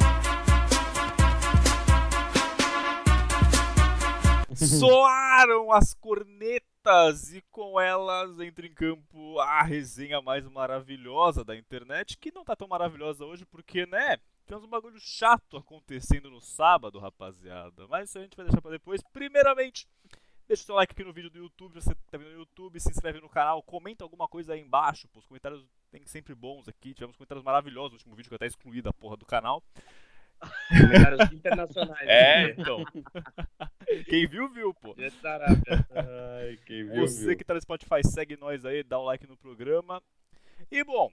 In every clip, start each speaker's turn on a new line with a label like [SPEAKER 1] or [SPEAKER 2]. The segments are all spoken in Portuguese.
[SPEAKER 1] Soaram as cornetas e com elas entra em campo a resenha mais maravilhosa da internet, que não tá tão maravilhosa hoje porque, né, temos um bagulho chato acontecendo no sábado, rapaziada. Mas isso a gente vai deixar pra depois. Primeiramente, deixa o seu like aqui no vídeo do YouTube, se você tá vendo no YouTube, se inscreve no canal, comenta alguma coisa aí embaixo, pô, os comentários tem sempre bons aqui. Tivemos comentários maravilhosos no último vídeo que eu até excluí da porra do canal.
[SPEAKER 2] Comentários internacionais.
[SPEAKER 1] É, então. Quem viu, viu, pô.
[SPEAKER 2] Né? Gente da Arábia.
[SPEAKER 3] Ai, quem viu,
[SPEAKER 1] Você que tá no Spotify, segue nós aí, dá o like no programa. E bom,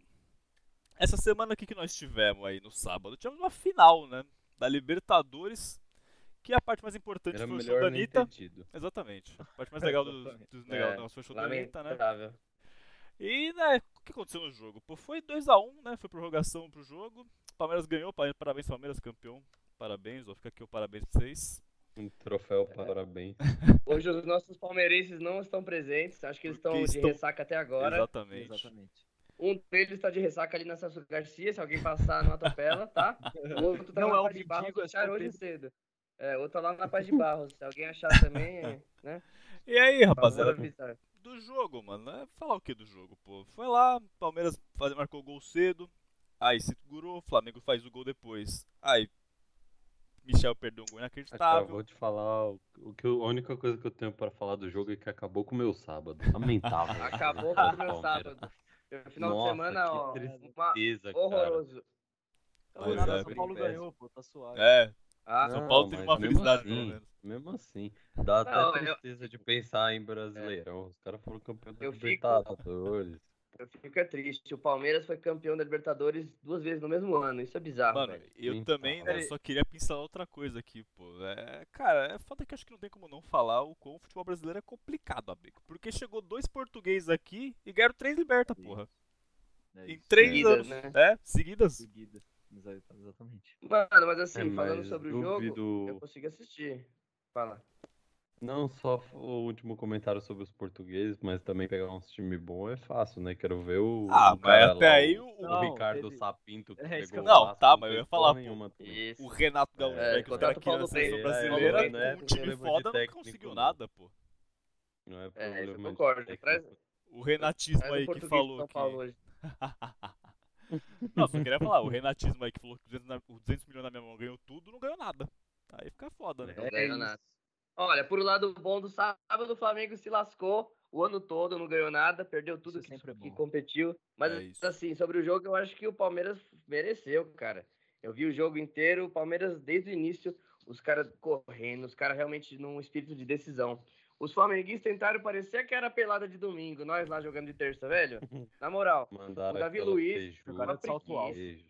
[SPEAKER 1] essa semana aqui que nós tivemos aí no sábado, tivemos uma final, né? Da Libertadores, que é a parte mais importante
[SPEAKER 3] Era
[SPEAKER 1] foi o show
[SPEAKER 3] melhor
[SPEAKER 1] da
[SPEAKER 2] né,
[SPEAKER 3] nem
[SPEAKER 1] tá Anitta.
[SPEAKER 3] ter tido.
[SPEAKER 1] Exatamente. A parte mais legal do,
[SPEAKER 3] Exatamente.
[SPEAKER 1] do legal
[SPEAKER 3] É,
[SPEAKER 1] do nosso foi o show da Anitta, né?
[SPEAKER 2] Lamentável.
[SPEAKER 1] E, né, o que aconteceu no jogo? Pô, foi 2x1, né? Foi prorrogação pro jogo. O Palmeiras ganhou, pa- parabéns, Palmeiras, campeão. Parabéns, ó, fica aqui o parabéns pra vocês.
[SPEAKER 3] Um troféu, parabéns.
[SPEAKER 2] Hoje os nossos palmeirenses não estão presentes, acho que eles estão
[SPEAKER 1] Porque
[SPEAKER 2] de
[SPEAKER 1] estão-
[SPEAKER 2] ressaca até agora.
[SPEAKER 1] Exatamente.
[SPEAKER 2] Um deles está de ressaca ali na Celso Garcia, se alguém passar não atropela, tá? O outro tá
[SPEAKER 4] Não
[SPEAKER 2] lá
[SPEAKER 4] é
[SPEAKER 2] na
[SPEAKER 4] um
[SPEAKER 2] Paz de Barros,
[SPEAKER 4] mendigo, é só
[SPEAKER 2] acharam
[SPEAKER 4] um
[SPEAKER 2] hoje
[SPEAKER 4] preto.
[SPEAKER 2] cedo. É, outro tá lá na Paz de Barros, se alguém achar também, né?
[SPEAKER 1] E aí,
[SPEAKER 2] Favor
[SPEAKER 1] rapaziada,
[SPEAKER 2] avisar.
[SPEAKER 1] do jogo, mano, né? Falar o que do jogo, pô? Foi lá, Palmeiras faz- marcou gol cedo, aí segurou, Flamengo faz o gol depois. Aí Michel perdeu um gol
[SPEAKER 3] Cara,
[SPEAKER 1] inacreditável.
[SPEAKER 3] vou te falar o o que eu- a única coisa que eu tenho pra falar do jogo é que acabou com o meu sábado. Lamentável. cara,
[SPEAKER 2] Acabou
[SPEAKER 3] cara,
[SPEAKER 2] com o meu
[SPEAKER 3] Palmeiras.
[SPEAKER 2] sábado. No final
[SPEAKER 3] Nossa,
[SPEAKER 2] de semana,
[SPEAKER 3] que
[SPEAKER 2] ó, uma...
[SPEAKER 3] tristeza, cara.
[SPEAKER 2] horroroso.
[SPEAKER 1] Pois
[SPEAKER 4] Então, Nada,
[SPEAKER 1] é,
[SPEAKER 4] São Paulo
[SPEAKER 2] bem.
[SPEAKER 4] ganhou, pô, tá suave.
[SPEAKER 1] É,
[SPEAKER 2] Ah,
[SPEAKER 1] São
[SPEAKER 3] Não,
[SPEAKER 1] Paulo teve
[SPEAKER 3] mas
[SPEAKER 1] uma
[SPEAKER 3] mesmo
[SPEAKER 1] felicidade,
[SPEAKER 3] assim,
[SPEAKER 1] pelo menos.
[SPEAKER 3] Mesmo assim, dá até
[SPEAKER 2] Não, eu-
[SPEAKER 3] tristeza de pensar em Brasileirão. Os caras foram campeão da
[SPEAKER 2] Eu fico-
[SPEAKER 3] Libertadores.
[SPEAKER 2] Eu fico é triste. O Palmeiras foi campeão da Libertadores duas vezes no mesmo ano. Isso é bizarro.
[SPEAKER 1] Mano,
[SPEAKER 2] velho.
[SPEAKER 1] eu
[SPEAKER 3] Nem
[SPEAKER 1] também
[SPEAKER 3] fala.
[SPEAKER 1] né, só queria pincelar outra coisa aqui, pô. É, cara, é foda que eu acho que não tem como não falar o quão o futebol brasileiro é complicado, amigo. Porque chegou dois portugueses aqui e ganharam três liberta, porra.
[SPEAKER 4] É
[SPEAKER 1] Em
[SPEAKER 4] isso.
[SPEAKER 1] três
[SPEAKER 2] Seguidas,
[SPEAKER 1] anos,
[SPEAKER 2] né?
[SPEAKER 1] né? Seguidas.
[SPEAKER 4] Seguida. Exa- Exatamente.
[SPEAKER 2] Mano, mas assim,
[SPEAKER 3] É,
[SPEAKER 2] falando
[SPEAKER 3] mas
[SPEAKER 2] sobre o jogo,
[SPEAKER 3] duvido-
[SPEAKER 2] eu consigo assistir. Fala.
[SPEAKER 3] Não só o último comentário sobre os portugueses, mas também pegar uns time bom é fácil, né? Quero ver o.
[SPEAKER 1] Ah,
[SPEAKER 3] o
[SPEAKER 1] mas
[SPEAKER 3] cara
[SPEAKER 1] até
[SPEAKER 3] lá,
[SPEAKER 1] aí o,
[SPEAKER 3] O
[SPEAKER 4] Não,
[SPEAKER 3] Ricardo
[SPEAKER 4] teve-
[SPEAKER 3] Sapinto que
[SPEAKER 4] É isso que
[SPEAKER 3] pegou
[SPEAKER 4] eu-
[SPEAKER 3] o
[SPEAKER 1] Não,
[SPEAKER 3] Vasco,
[SPEAKER 1] tá,
[SPEAKER 3] não
[SPEAKER 1] mas eu
[SPEAKER 3] fez
[SPEAKER 1] ia falar,
[SPEAKER 3] porra
[SPEAKER 1] pô,
[SPEAKER 3] nenhuma também.
[SPEAKER 2] Isso.
[SPEAKER 1] o Renato Gaúcho,
[SPEAKER 3] É,
[SPEAKER 1] velho, que os
[SPEAKER 2] contrata
[SPEAKER 1] caras
[SPEAKER 2] o
[SPEAKER 1] queriam a
[SPEAKER 2] Paulo né,
[SPEAKER 1] seleção
[SPEAKER 3] Breyer, é,
[SPEAKER 1] brasileira
[SPEAKER 3] não é
[SPEAKER 1] com um time
[SPEAKER 3] problema de
[SPEAKER 1] foda não
[SPEAKER 3] técnico,
[SPEAKER 1] conseguiu
[SPEAKER 3] não.
[SPEAKER 1] nada, pô.
[SPEAKER 3] Não é
[SPEAKER 2] É, isso eu
[SPEAKER 3] problema de
[SPEAKER 2] concordo.
[SPEAKER 3] técnico.
[SPEAKER 2] Traz-
[SPEAKER 1] O renatismo
[SPEAKER 2] Mas o
[SPEAKER 1] aí que
[SPEAKER 2] português de
[SPEAKER 1] falou
[SPEAKER 2] São
[SPEAKER 1] que...
[SPEAKER 2] Paulo hoje.
[SPEAKER 1] não, só queria falar, o renatismo aí que falou que 200, na- o 200 milhões na minha mão ganhou tudo, não ganhou nada. Aí fica foda, né?
[SPEAKER 2] Não
[SPEAKER 4] É
[SPEAKER 2] ganhou
[SPEAKER 4] isso.
[SPEAKER 2] nada. Olha, por um lado bom do sábado, o Flamengo se lascou o ano todo, não ganhou nada, perdeu tudo
[SPEAKER 4] Isso
[SPEAKER 2] que,
[SPEAKER 4] sempre é
[SPEAKER 2] que
[SPEAKER 4] bom.
[SPEAKER 2] competiu. Mas
[SPEAKER 1] É isso.
[SPEAKER 2] assim, sobre o jogo, eu acho que o Palmeiras mereceu, cara. Eu vi o jogo inteiro, o Palmeiras desde o início, os caras correndo, os caras realmente num espírito de decisão. Os flamenguistas tentaram parecer que era a pelada de domingo, nós lá jogando de terça, velho. Na moral,
[SPEAKER 3] Mandaram
[SPEAKER 2] O Davi
[SPEAKER 3] aquela
[SPEAKER 2] Luiz,
[SPEAKER 3] feijuca,
[SPEAKER 4] jogaram de salto alto.
[SPEAKER 3] beijo.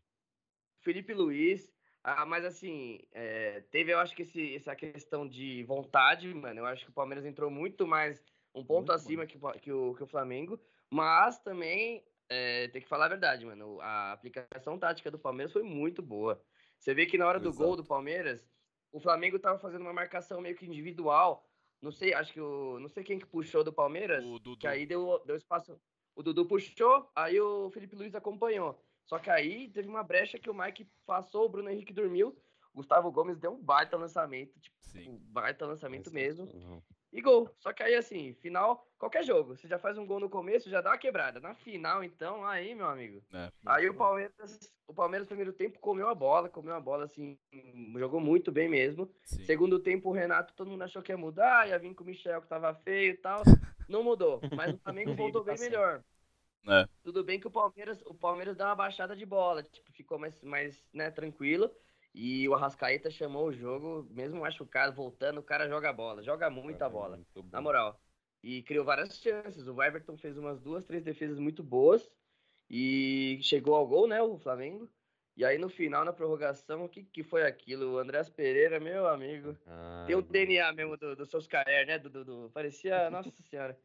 [SPEAKER 2] Felipe Luiz. Ah, mas assim, é, teve, eu acho que esse, essa questão de vontade, mano. Eu acho que o Palmeiras entrou muito mais, um ponto
[SPEAKER 4] Muito
[SPEAKER 2] acima que, o Pa- que o, que o Flamengo. Mas também, é, tem que falar a verdade, mano. A aplicação tática do Palmeiras foi muito boa. Você vê que na hora do gol do Palmeiras, o Flamengo tava fazendo uma marcação meio que individual. Não sei, acho que o. Não sei quem que puxou do Palmeiras.
[SPEAKER 1] O Dudu.
[SPEAKER 2] Que aí deu, deu espaço. O Dudu puxou, aí o Felipe Luiz acompanhou. Só que aí teve uma brecha que o Mike passou, o Bruno Henrique dormiu. Gustavo Gomes deu um baita lançamento, tipo,
[SPEAKER 1] Sim.
[SPEAKER 2] um baita lançamento mesmo.
[SPEAKER 3] Sensacional.
[SPEAKER 2] E gol. Só que aí, assim, final, qualquer jogo. Você já faz um gol no começo, já dá uma quebrada. Na final, então, aí, meu amigo.
[SPEAKER 1] É.
[SPEAKER 2] Aí o Palmeiras, o Palmeiras, primeiro tempo, comeu a bola, comeu a bola, assim, jogou muito bem mesmo.
[SPEAKER 1] Sim.
[SPEAKER 2] Segundo tempo, o Renato, todo mundo achou que ia mudar, ia vir com o Michel que tava feio e tal. Não mudou, mas o Flamengo voltou bem
[SPEAKER 4] Tá certo.
[SPEAKER 2] melhor.
[SPEAKER 1] É.
[SPEAKER 2] Tudo bem que o Palmeiras, o Palmeiras deu uma baixada de bola, tipo, ficou mais, mais né, tranquilo. E o Arrascaeta chamou o jogo, mesmo machucado, voltando, o cara joga bola, joga muita
[SPEAKER 3] Cara,
[SPEAKER 2] bola,
[SPEAKER 3] é muito bom.
[SPEAKER 2] na moral. E criou várias chances. O Everton fez umas duas, três defesas muito boas. E chegou ao gol, né, o Flamengo. E aí no final, na prorrogação, o que, que foi aquilo? O Andrés Pereira, meu amigo.
[SPEAKER 3] Ai,
[SPEAKER 2] Tem o DNA mesmo do, do seus Caer, né? Do, do, do- Parecia, nossa senhora.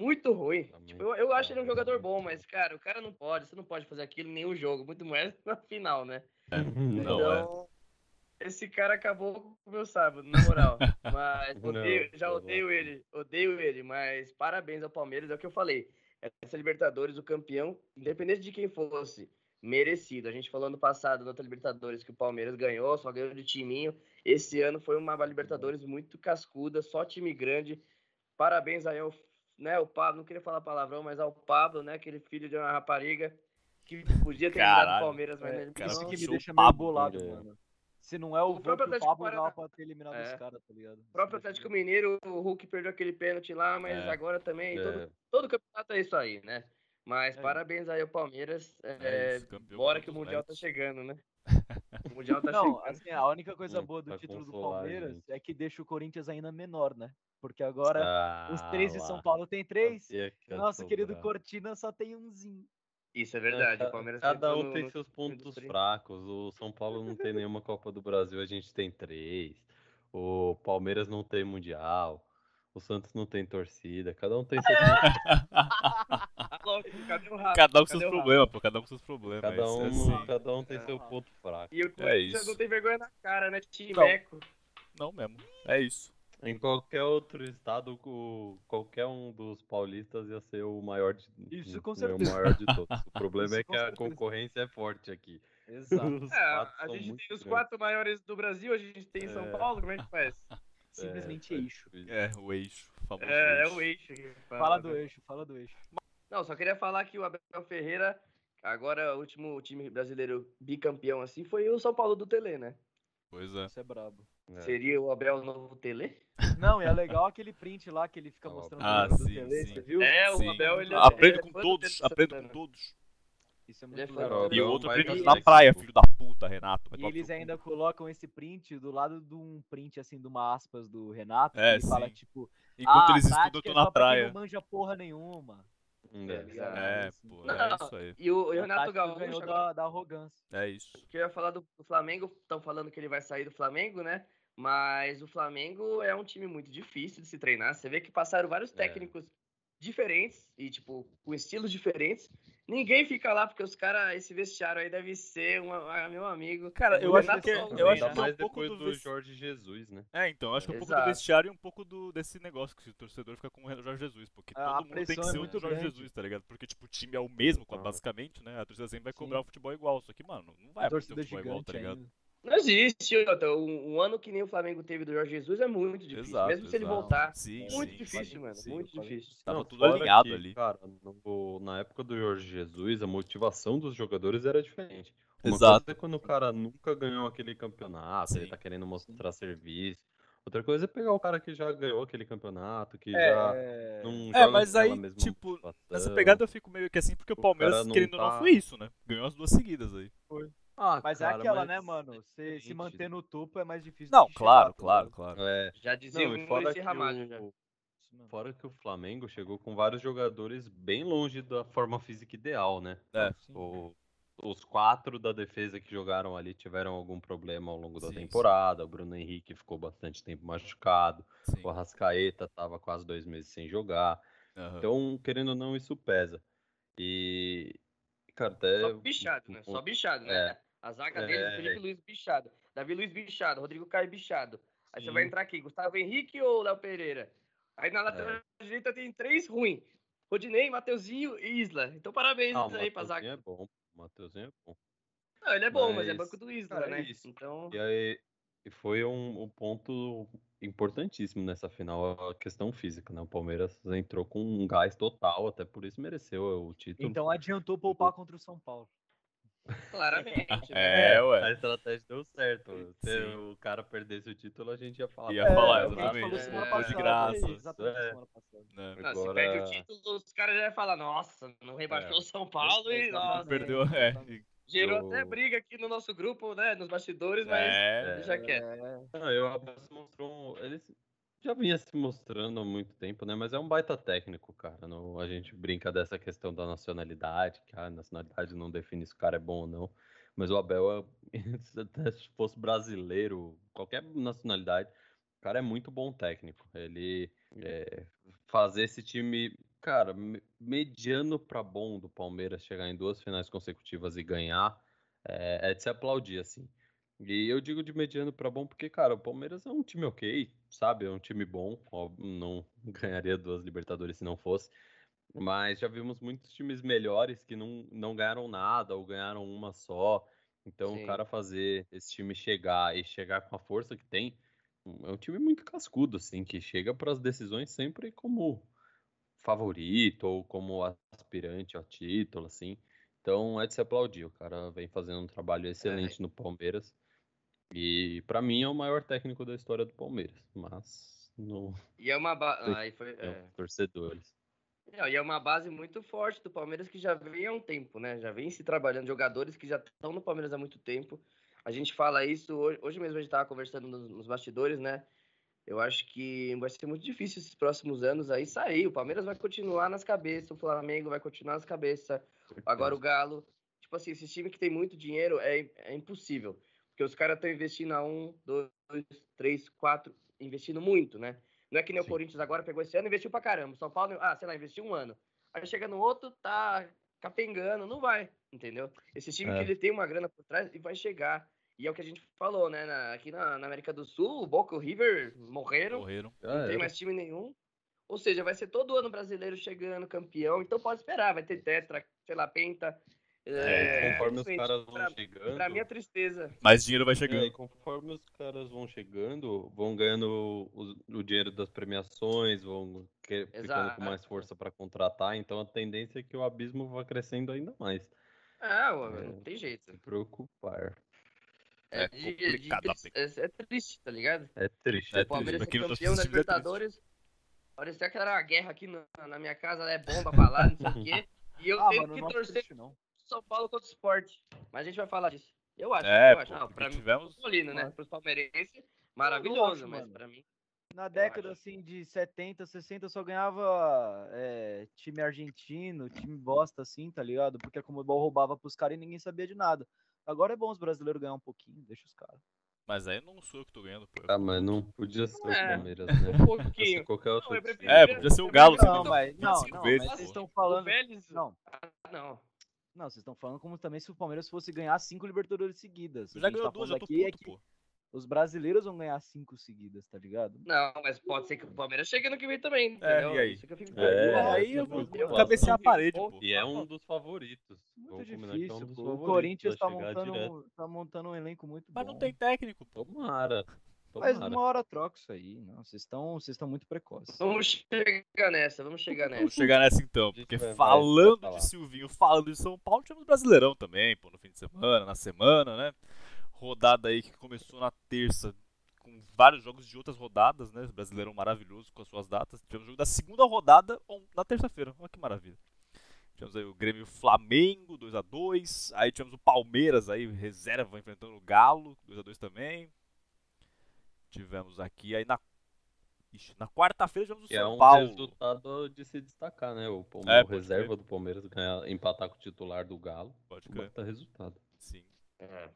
[SPEAKER 2] Muito ruim. Tipo, eu, eu acho ele um jogador bom, mas, cara, o cara não pode. Você não pode fazer aquilo em nenhum jogo. Muito mais na final, né?
[SPEAKER 3] tá
[SPEAKER 1] Não, é.
[SPEAKER 2] então, esse cara acabou com o meu sábado, na moral. Mas odeio-
[SPEAKER 3] Não,
[SPEAKER 2] já
[SPEAKER 3] tá
[SPEAKER 2] odeio
[SPEAKER 3] louco.
[SPEAKER 2] ele. Odeio ele, mas parabéns ao Palmeiras. É o que eu falei. Essa Libertadores, o campeão, independente de quem fosse, merecido. A gente falou ano passado na outra Libertadores que o Palmeiras ganhou, só ganhou de timinho. Esse ano foi uma Libertadores muito cascuda, só time grande. Parabéns aí ao, né, o Pablo, não queria falar palavrão, mas ao Pablo, né, aquele filho de uma rapariga que podia ter
[SPEAKER 1] Caralho.
[SPEAKER 2] eliminado o Palmeiras, mas
[SPEAKER 4] É,
[SPEAKER 2] não
[SPEAKER 1] cara,
[SPEAKER 4] isso
[SPEAKER 2] conseguiu.
[SPEAKER 4] que me
[SPEAKER 1] puxou
[SPEAKER 4] deixa
[SPEAKER 1] o
[SPEAKER 4] meio
[SPEAKER 1] Pablo,
[SPEAKER 4] bolado,
[SPEAKER 3] né?
[SPEAKER 4] mano. Se não é o,
[SPEAKER 2] O próprio
[SPEAKER 4] Volpe, o
[SPEAKER 2] Atlético
[SPEAKER 4] Pablo, dava
[SPEAKER 2] Parana-
[SPEAKER 4] pra ter eliminado
[SPEAKER 2] É.
[SPEAKER 4] os caras, tá ligado?
[SPEAKER 2] O próprio Atlético Mineiro, o Hulk perdeu aquele pênalti lá, mas
[SPEAKER 1] É.
[SPEAKER 2] agora também, todo,
[SPEAKER 3] É,
[SPEAKER 2] todo campeonato é isso aí, né? Mas
[SPEAKER 4] É.
[SPEAKER 2] parabéns aí ao Palmeiras.
[SPEAKER 1] É
[SPEAKER 2] É,
[SPEAKER 1] isso, campeão
[SPEAKER 2] bora
[SPEAKER 1] contra
[SPEAKER 2] que o
[SPEAKER 1] os
[SPEAKER 2] Mundial tá
[SPEAKER 1] Reds.
[SPEAKER 2] chegando, né? O Mundial tá
[SPEAKER 4] Não,
[SPEAKER 2] chegando.
[SPEAKER 4] assim, a única coisa
[SPEAKER 3] Hum,
[SPEAKER 4] boa do
[SPEAKER 3] pra
[SPEAKER 4] título do
[SPEAKER 3] consolar a
[SPEAKER 4] Palmeiras
[SPEAKER 3] gente.
[SPEAKER 4] é que deixa o Corinthians ainda menor, né? Porque agora os
[SPEAKER 3] ah,
[SPEAKER 4] três de
[SPEAKER 3] lá.
[SPEAKER 4] São
[SPEAKER 3] Tá
[SPEAKER 4] Paulo tem três,
[SPEAKER 3] Sabia que ia
[SPEAKER 4] nosso querido
[SPEAKER 3] sobrar.
[SPEAKER 4] Cortina só tem umzinho.
[SPEAKER 2] Isso é verdade.
[SPEAKER 3] Ca-
[SPEAKER 2] O Palmeiras
[SPEAKER 3] Cada
[SPEAKER 2] entrou
[SPEAKER 3] um
[SPEAKER 2] no-
[SPEAKER 3] tem
[SPEAKER 2] no-
[SPEAKER 3] seus
[SPEAKER 2] time dos
[SPEAKER 3] pontos
[SPEAKER 2] três.
[SPEAKER 3] fracos. O São Paulo não tem nenhuma Copa do Brasil, a gente tem três. O Palmeiras não tem Mundial. O Santos não tem torcida. Cada um tem seus pontos
[SPEAKER 2] Ah, lógico, cadê o Rafa?
[SPEAKER 1] Cada um
[SPEAKER 2] Cadê
[SPEAKER 1] com seus
[SPEAKER 2] o Rafa?
[SPEAKER 1] problemas, pô. Cada um com seus problemas.
[SPEAKER 3] Cada
[SPEAKER 1] isso
[SPEAKER 3] um,
[SPEAKER 1] é assim.
[SPEAKER 3] cada um tem seu
[SPEAKER 2] Não.
[SPEAKER 3] ponto fraco.
[SPEAKER 2] E o Corinthians
[SPEAKER 1] isso.
[SPEAKER 2] não tem vergonha na cara, né?
[SPEAKER 1] Então.
[SPEAKER 2] Timeco.
[SPEAKER 1] Não mesmo. É isso.
[SPEAKER 3] Em qualquer outro estado, o- qualquer um dos paulistas ia ser o maior de
[SPEAKER 4] Isso, com
[SPEAKER 3] o
[SPEAKER 4] certeza.
[SPEAKER 3] maior de todos. O problema
[SPEAKER 4] Isso,
[SPEAKER 3] é
[SPEAKER 4] com
[SPEAKER 3] que a
[SPEAKER 4] certeza.
[SPEAKER 3] concorrência é forte aqui.
[SPEAKER 4] Exato.
[SPEAKER 3] Os
[SPEAKER 2] É,
[SPEAKER 3] fatos
[SPEAKER 2] a
[SPEAKER 3] são
[SPEAKER 2] gente
[SPEAKER 3] muito
[SPEAKER 2] tem os
[SPEAKER 3] grandes.
[SPEAKER 2] quatro maiores do Brasil, a gente tem em São
[SPEAKER 3] É.
[SPEAKER 2] Paulo, como é que faz?
[SPEAKER 4] Simplesmente
[SPEAKER 3] é
[SPEAKER 4] eixo.
[SPEAKER 3] difícil.
[SPEAKER 1] É, o eixo. o famoso
[SPEAKER 2] É, é
[SPEAKER 1] eixo.
[SPEAKER 2] o eixo que fala.
[SPEAKER 4] Fala do
[SPEAKER 2] né?
[SPEAKER 4] eixo, fala do eixo.
[SPEAKER 2] Não, só queria falar que o Abel Ferreira, agora o último time brasileiro bicampeão assim, foi o São Paulo do Tele, né?
[SPEAKER 1] Pois é.
[SPEAKER 4] Isso é brabo.
[SPEAKER 3] É.
[SPEAKER 2] Seria o Abel o novo Tele?
[SPEAKER 4] Não, e é legal aquele print lá que ele fica
[SPEAKER 3] Ah,
[SPEAKER 4] mostrando
[SPEAKER 1] ah,
[SPEAKER 4] o jogo
[SPEAKER 1] sim,
[SPEAKER 4] Tele,
[SPEAKER 1] sim.
[SPEAKER 4] você viu?
[SPEAKER 2] É, o
[SPEAKER 1] Sim.
[SPEAKER 2] Abel, ele
[SPEAKER 1] Aprendo
[SPEAKER 2] ele
[SPEAKER 1] com
[SPEAKER 2] fã do
[SPEAKER 1] todos,
[SPEAKER 2] Tele
[SPEAKER 1] aprendo com
[SPEAKER 2] Santana.
[SPEAKER 1] todos.
[SPEAKER 4] Isso é
[SPEAKER 2] Ele é
[SPEAKER 4] muito
[SPEAKER 2] fã
[SPEAKER 4] legal.
[SPEAKER 2] do
[SPEAKER 1] E
[SPEAKER 2] Abel,
[SPEAKER 1] o outro
[SPEAKER 3] mas
[SPEAKER 1] aprende
[SPEAKER 2] ele-
[SPEAKER 1] na praia, filho da puta, Renato. vai
[SPEAKER 4] E
[SPEAKER 1] tomar no
[SPEAKER 4] eles
[SPEAKER 1] seu cu.
[SPEAKER 4] ainda colocam esse print do lado de um print, assim, de uma aspas do Renato,
[SPEAKER 1] É,
[SPEAKER 4] que ele fala,
[SPEAKER 1] sim.
[SPEAKER 4] tipo,
[SPEAKER 1] Enquanto
[SPEAKER 4] ah,
[SPEAKER 1] eles estudam, eu
[SPEAKER 4] tática
[SPEAKER 1] tô
[SPEAKER 4] é
[SPEAKER 1] na
[SPEAKER 4] só pra quem
[SPEAKER 1] praia.
[SPEAKER 4] não manja porra nenhuma.
[SPEAKER 3] É.
[SPEAKER 2] não-
[SPEAKER 1] É,
[SPEAKER 4] Assim,
[SPEAKER 1] pô,
[SPEAKER 2] Não,
[SPEAKER 1] é isso aí.
[SPEAKER 2] E o, e o
[SPEAKER 4] a
[SPEAKER 2] Renato
[SPEAKER 4] tática ganhou
[SPEAKER 2] Gaúcho, agora,
[SPEAKER 4] da, da arrogância.
[SPEAKER 1] É isso.
[SPEAKER 2] que eu ia falar do, do Flamengo, estão falando que ele vai sair do Flamengo, né? Mas o Flamengo é um time muito difícil de se treinar. Você vê que passaram vários técnicos diferentes e, tipo, com estilos diferentes. Ninguém fica lá, porque os caras, esse vestiário aí deve ser uma, ah, meu amigo.
[SPEAKER 1] Cara,
[SPEAKER 4] eu
[SPEAKER 1] eu
[SPEAKER 4] O acho
[SPEAKER 1] acho
[SPEAKER 4] Renato
[SPEAKER 1] que
[SPEAKER 4] que-
[SPEAKER 1] é,
[SPEAKER 4] Gaúcho
[SPEAKER 1] eu
[SPEAKER 4] eu acho
[SPEAKER 1] acho
[SPEAKER 3] Ainda
[SPEAKER 1] que é um
[SPEAKER 3] mais
[SPEAKER 1] pouco
[SPEAKER 3] depois
[SPEAKER 1] do,
[SPEAKER 3] do Jorge Jesus, né?
[SPEAKER 1] É, então, eu acho que é um pouco do
[SPEAKER 2] Exato.
[SPEAKER 1] vestiário e um pouco do, desse negócio que o torcedor fica com o Jorge Jesus, porque
[SPEAKER 4] A
[SPEAKER 1] todo mundo tem que
[SPEAKER 4] pressão é
[SPEAKER 1] ser o
[SPEAKER 4] muito
[SPEAKER 1] do Jorge
[SPEAKER 4] grande.
[SPEAKER 1] Jesus, tá ligado? Porque, tipo, o time é o mesmo,
[SPEAKER 3] Total.
[SPEAKER 1] basicamente, né? A torcida sempre vai
[SPEAKER 4] Sim.
[SPEAKER 1] cobrar o futebol igual, só que, mano, não vai
[SPEAKER 4] A
[SPEAKER 1] acontecer o
[SPEAKER 4] torcida
[SPEAKER 1] futebol igual,
[SPEAKER 4] gigante
[SPEAKER 1] tá ligado?
[SPEAKER 4] ainda.
[SPEAKER 2] Não existe. Jota. Um, um ano que nem o Flamengo teve do Jorge Jesus é muito difícil.
[SPEAKER 1] Exato,
[SPEAKER 2] mesmo se ele
[SPEAKER 1] exato.
[SPEAKER 2] voltar.
[SPEAKER 1] Sim,
[SPEAKER 2] muito
[SPEAKER 1] sim,
[SPEAKER 2] difícil,
[SPEAKER 1] sim,
[SPEAKER 2] mano.
[SPEAKER 1] sim.
[SPEAKER 2] muito difícil.
[SPEAKER 1] Tava
[SPEAKER 3] Não,
[SPEAKER 1] tudo
[SPEAKER 3] fora
[SPEAKER 1] alinhado
[SPEAKER 3] que,
[SPEAKER 1] ali.
[SPEAKER 3] Cara, no- na época do Jorge Jesus, a motivação dos jogadores era diferente. Uma
[SPEAKER 1] Exato.
[SPEAKER 3] coisa é quando o cara nunca ganhou aquele campeonato, ele
[SPEAKER 1] Sim.
[SPEAKER 3] tá querendo mostrar serviço. Outra coisa é pegar o cara que já ganhou aquele campeonato, que
[SPEAKER 2] Ah,
[SPEAKER 3] já
[SPEAKER 4] É,
[SPEAKER 3] não
[SPEAKER 1] É,
[SPEAKER 3] joga
[SPEAKER 1] mas
[SPEAKER 3] naquela
[SPEAKER 1] aí,
[SPEAKER 3] mesma
[SPEAKER 1] tipo,
[SPEAKER 3] motivação.
[SPEAKER 1] Nessa pegada eu fico meio que assim, porque o
[SPEAKER 3] O
[SPEAKER 1] Palmeiras,
[SPEAKER 3] cara não
[SPEAKER 1] querendo ou não,
[SPEAKER 3] tá-
[SPEAKER 1] foi isso, né? Ganhou as duas seguidas aí.
[SPEAKER 3] Ah,
[SPEAKER 4] Mas
[SPEAKER 3] cara,
[SPEAKER 4] é aquela,
[SPEAKER 3] mas-
[SPEAKER 4] né, mano? Se, se
[SPEAKER 3] diferente,
[SPEAKER 4] manter
[SPEAKER 3] né?
[SPEAKER 4] no topo é mais difícil.
[SPEAKER 1] Não,
[SPEAKER 4] de chegar,
[SPEAKER 1] claro,
[SPEAKER 4] tá
[SPEAKER 1] claro,
[SPEAKER 4] ligado?
[SPEAKER 1] claro.
[SPEAKER 3] É.
[SPEAKER 2] Já dizia
[SPEAKER 3] Não,
[SPEAKER 2] o né?
[SPEAKER 3] e fora
[SPEAKER 2] Muricy
[SPEAKER 3] que,
[SPEAKER 2] Ramalho já.
[SPEAKER 3] o,
[SPEAKER 4] Isso mesmo.
[SPEAKER 3] fora que o Flamengo chegou com vários jogadores bem longe da forma física ideal, né?
[SPEAKER 1] É.
[SPEAKER 4] Sim.
[SPEAKER 3] O- os quatro da defesa que jogaram ali tiveram algum problema ao longo da
[SPEAKER 1] Sim, sim.
[SPEAKER 3] temporada. O Bruno Henrique ficou bastante tempo machucado.
[SPEAKER 1] Sim.
[SPEAKER 3] O Arrascaeta estava quase dois meses sem jogar.
[SPEAKER 2] É.
[SPEAKER 1] Aham.
[SPEAKER 3] Então, querendo ou não, isso pesa. E, cara, até. um
[SPEAKER 2] Só bichado, né? Só bichado, né? A zaga dele,
[SPEAKER 3] É.
[SPEAKER 2] Felipe Luiz bichado. Davi Luiz bichado, Rodrigo Caio bichado. Aí você
[SPEAKER 3] Sim.
[SPEAKER 2] vai entrar aqui, Gustavo Henrique ou Léo Pereira? Aí na lateral
[SPEAKER 3] É.
[SPEAKER 2] direita tem três ruins. Rodinei, Mateuzinho e Isla. Então parabéns
[SPEAKER 3] Ah, o
[SPEAKER 2] aí pra zaga.
[SPEAKER 3] Mateuzinho é bom. O Mateuzinho é bom.
[SPEAKER 2] Não, ele é bom, mas, é
[SPEAKER 3] Mas,
[SPEAKER 2] banco do Isla,
[SPEAKER 3] cara, é
[SPEAKER 2] né?
[SPEAKER 3] isso.
[SPEAKER 2] Então,
[SPEAKER 3] E aí e foi um, um ponto importantíssimo nessa final, a questão física, né? O Palmeiras entrou com um gás total, até por isso mereceu é, o título.
[SPEAKER 4] Então adiantou poupar contra o São Paulo.
[SPEAKER 2] claramente. né?
[SPEAKER 1] É, ué.
[SPEAKER 3] A estratégia deu certo. Se
[SPEAKER 1] Sim.
[SPEAKER 3] o cara perdesse o título, a gente ia falar.
[SPEAKER 1] Ia
[SPEAKER 3] "Pô,
[SPEAKER 1] falar,
[SPEAKER 3] é,
[SPEAKER 4] o que a gente
[SPEAKER 1] exatamente.
[SPEAKER 4] falou semana
[SPEAKER 2] É,
[SPEAKER 1] pô, de
[SPEAKER 4] passada,
[SPEAKER 1] graça.
[SPEAKER 4] foi Exatamente,
[SPEAKER 3] É.
[SPEAKER 4] semana passada.
[SPEAKER 2] Não,
[SPEAKER 1] Né?
[SPEAKER 2] se
[SPEAKER 3] Agora-
[SPEAKER 2] perde o título, os caras já vão falar, nossa, não rebaixou o São Paulo e
[SPEAKER 4] Exatamente.
[SPEAKER 2] nossa.
[SPEAKER 1] É. Perdeu, é. e-
[SPEAKER 2] Gerou
[SPEAKER 3] Eu-
[SPEAKER 2] até briga aqui no nosso grupo, né? Nos bastidores, mas
[SPEAKER 1] É.
[SPEAKER 2] já quer.
[SPEAKER 3] Não, eu, o Abel se mostrou. um- Ele se- já vinha se mostrando há muito tempo, né? Mas é um baita técnico, cara. Não, a gente brinca dessa questão da nacionalidade, que a nacionalidade não define se o cara é bom ou não. Mas o Abel, é- se até se fosse brasileiro, qualquer nacionalidade, o cara é muito bom técnico. Ele é, fazer esse time, cara, me- mediano pra bom do Palmeiras chegar em duas finais consecutivas e ganhar, é, é de se aplaudir, assim. E eu digo de mediano pra bom porque, cara, o Palmeiras é um time ok, sabe? É um time bom. ó, não ganharia duas Libertadores se não fosse. Mas já vimos muitos times melhores que não, não ganharam nada ou ganharam uma só. Então,
[SPEAKER 2] Sim.
[SPEAKER 3] o cara fazer esse time chegar e chegar com a força que tem, é um time muito cascudo, assim, que chega para as decisões sempre como favorito ou como aspirante a título, assim. Então, é de se aplaudir. O cara vem fazendo um
[SPEAKER 2] É.
[SPEAKER 3] trabalho excelente no Palmeiras. E, para mim, é o maior técnico da história do Palmeiras. Mas, não,
[SPEAKER 2] E é uma
[SPEAKER 3] Sim.
[SPEAKER 2] base. Aí foi.
[SPEAKER 3] não,
[SPEAKER 1] um
[SPEAKER 2] é.
[SPEAKER 3] torcedores.
[SPEAKER 2] Não, e é uma base muito forte do Palmeiras que já vem há um tempo, né? Já vem se trabalhando, jogadores que já estão no Palmeiras há muito tempo. A gente fala isso hoje, hoje mesmo a gente estava conversando nos, nos bastidores, né? Eu acho que vai ser muito difícil esses próximos anos aí sair. O Palmeiras vai continuar nas cabeças, o Flamengo vai continuar nas cabeças. Agora o Galo, tipo assim, esse time que tem muito dinheiro é, é impossível. Porque os caras estão investindo a um, dois, três, quatro, investindo muito, né? Não é que nem
[SPEAKER 3] Sim.
[SPEAKER 2] o Corinthians agora pegou esse ano e investiu pra caramba. São Paulo, ah, sei lá, investiu um ano. Aí chega no outro, tá capengando, não vai, entendeu? Esse time
[SPEAKER 3] É.
[SPEAKER 2] que ele tem uma grana por trás e vai chegar. E é o que a gente falou, né? na- aqui na, na América do Sul, o Boca e o River morreram
[SPEAKER 1] Morreram.
[SPEAKER 3] Ah,
[SPEAKER 2] não tem
[SPEAKER 3] é.
[SPEAKER 2] mais time nenhum. Ou seja, vai ser todo ano brasileiro chegando campeão, então pode esperar, vai ter tetra, sei lá, penta.
[SPEAKER 3] É,
[SPEAKER 2] é,
[SPEAKER 3] conforme os
[SPEAKER 2] infelizmente,
[SPEAKER 3] caras vão
[SPEAKER 2] pra,
[SPEAKER 3] chegando.
[SPEAKER 2] pra é minha tristeza.
[SPEAKER 1] Mais dinheiro vai
[SPEAKER 3] É,
[SPEAKER 1] chegando.
[SPEAKER 3] e conforme os caras vão chegando, vão ganhando os- o, dinheiro das premiações, vão que- ficando com
[SPEAKER 2] Exato.
[SPEAKER 3] mais força para contratar, então a tendência é que o abismo vá crescendo ainda mais.
[SPEAKER 2] Ah, ué,
[SPEAKER 3] É.
[SPEAKER 2] não tem
[SPEAKER 3] Se
[SPEAKER 2] jeito.
[SPEAKER 3] preocupar.
[SPEAKER 2] É,
[SPEAKER 1] É
[SPEAKER 2] de- de
[SPEAKER 1] complicado,
[SPEAKER 2] triste- é- é triste, tá ligado?
[SPEAKER 3] É triste.
[SPEAKER 1] É
[SPEAKER 2] o Palmeiras
[SPEAKER 1] triste,
[SPEAKER 2] é campeão
[SPEAKER 1] mas quem não tá
[SPEAKER 2] da
[SPEAKER 1] assistindo é triste.
[SPEAKER 2] Libertadores. Parecia que era uma guerra aqui na, na minha casa, é bomba pra lá, não sei o quê. E eu
[SPEAKER 4] ah,
[SPEAKER 2] tenho
[SPEAKER 4] mano,
[SPEAKER 2] que
[SPEAKER 4] não acho
[SPEAKER 2] torcer
[SPEAKER 4] triste, não.
[SPEAKER 2] pro São Paulo contra o esporte. Mas a gente vai falar disso. Eu acho,
[SPEAKER 1] É,
[SPEAKER 2] eu acho.
[SPEAKER 1] pô,
[SPEAKER 2] Não, pra
[SPEAKER 1] porque
[SPEAKER 2] mim,
[SPEAKER 1] tivemos.
[SPEAKER 2] Paulino, né?
[SPEAKER 4] Claro.
[SPEAKER 2] Pros palmeirenses, maravilhoso,
[SPEAKER 4] acho,
[SPEAKER 2] mas
[SPEAKER 4] mano.
[SPEAKER 2] pra mim.
[SPEAKER 4] Na década
[SPEAKER 2] acho.
[SPEAKER 4] assim de 70, 60 só ganhava é, time argentino, time bosta assim, tá ligado? Porque a Comebol roubava pros caras e ninguém sabia de nada. Agora é bom os brasileiros ganhar um pouquinho, deixa os caras.
[SPEAKER 1] Mas aí não sou eu que tô ganhando, pô.
[SPEAKER 4] Tá,
[SPEAKER 3] Ah, mas não podia ser o
[SPEAKER 2] É.
[SPEAKER 3] Palmeiras, né?
[SPEAKER 2] Um
[SPEAKER 3] Podia ser
[SPEAKER 2] pouquinho.
[SPEAKER 3] qualquer outro
[SPEAKER 2] eu prefiro-
[SPEAKER 3] time.
[SPEAKER 1] É, podia ser o Galo,
[SPEAKER 2] Não,
[SPEAKER 1] você
[SPEAKER 4] Não, mas não,
[SPEAKER 1] 25
[SPEAKER 4] não,
[SPEAKER 1] vezes,
[SPEAKER 4] mas
[SPEAKER 1] pô.
[SPEAKER 4] vocês estão
[SPEAKER 2] O
[SPEAKER 4] falando,
[SPEAKER 2] Vélez.
[SPEAKER 4] não,
[SPEAKER 2] Ah, não.
[SPEAKER 4] não, vocês estão falando como também se o Palmeiras fosse ganhar cinco Libertadores seguidas.
[SPEAKER 1] Já
[SPEAKER 4] O que a gente
[SPEAKER 1] ganhou
[SPEAKER 4] tá
[SPEAKER 1] duas, já
[SPEAKER 4] falando
[SPEAKER 1] tô
[SPEAKER 4] aqui é
[SPEAKER 1] puto,
[SPEAKER 4] que
[SPEAKER 1] pô.
[SPEAKER 4] Os brasileiros vão ganhar cinco seguidas, tá ligado?
[SPEAKER 2] Não, mas pode ser que o Palmeiras chegue no que vem também.
[SPEAKER 1] É,
[SPEAKER 2] entendeu?
[SPEAKER 1] e aí?
[SPEAKER 2] Isso que eu fico
[SPEAKER 3] É,
[SPEAKER 2] preocupado.
[SPEAKER 1] aí eu
[SPEAKER 3] essa
[SPEAKER 1] vou
[SPEAKER 3] preocupação.
[SPEAKER 1] cabecear a parede, pô.
[SPEAKER 3] E é um dos favoritos.
[SPEAKER 4] Muito
[SPEAKER 3] Vamos combinar que é um
[SPEAKER 4] difícil,
[SPEAKER 3] dos
[SPEAKER 4] pô. O
[SPEAKER 3] favoritos
[SPEAKER 4] Corinthians
[SPEAKER 3] a
[SPEAKER 4] tá
[SPEAKER 3] chegar
[SPEAKER 4] montando,
[SPEAKER 3] direto.
[SPEAKER 4] um- tá montando um elenco muito
[SPEAKER 1] Mas
[SPEAKER 4] bom.
[SPEAKER 1] não tem técnico, pô.
[SPEAKER 3] Tomara.
[SPEAKER 4] Mas
[SPEAKER 3] tomara.
[SPEAKER 4] uma hora troca isso aí. Não, vocês estão, vocês estão muito precoces.
[SPEAKER 2] Vamos chegar nessa, vamos chegar
[SPEAKER 1] Vamos
[SPEAKER 2] nessa.
[SPEAKER 1] chegar nessa então,
[SPEAKER 3] gente
[SPEAKER 1] porque
[SPEAKER 3] vai- vai-
[SPEAKER 1] falando
[SPEAKER 3] vai falar.
[SPEAKER 1] de Silvinho, falando de São Paulo, tivemos Brasileirão também, pô, no fim de semana, na semana, né? Rodada aí que começou na terça com vários jogos de outras rodadas, né? Brasileirão maravilhoso com as suas datas. Tivemos o jogo da segunda rodada on- na terça-feira. Olha que maravilha. Tivemos aí o Grêmio Flamengo, 2 a 2 Aí tivemos o Palmeiras aí, reserva, enfrentando o Galo, 2 a 2 também. Tivemos aqui, aí na. Ixi, na quarta-feira tivemos o
[SPEAKER 3] Que é
[SPEAKER 1] São
[SPEAKER 3] um
[SPEAKER 1] Paulo.
[SPEAKER 3] resultado de se destacar, né? O, Palme-
[SPEAKER 1] É,
[SPEAKER 3] o
[SPEAKER 1] pode
[SPEAKER 3] reserva do Palmeiras ganhar, empatar com o titular do Galo.
[SPEAKER 1] Pode
[SPEAKER 3] Um
[SPEAKER 1] crer.
[SPEAKER 3] baita resultado.
[SPEAKER 1] Sim.
[SPEAKER 2] É.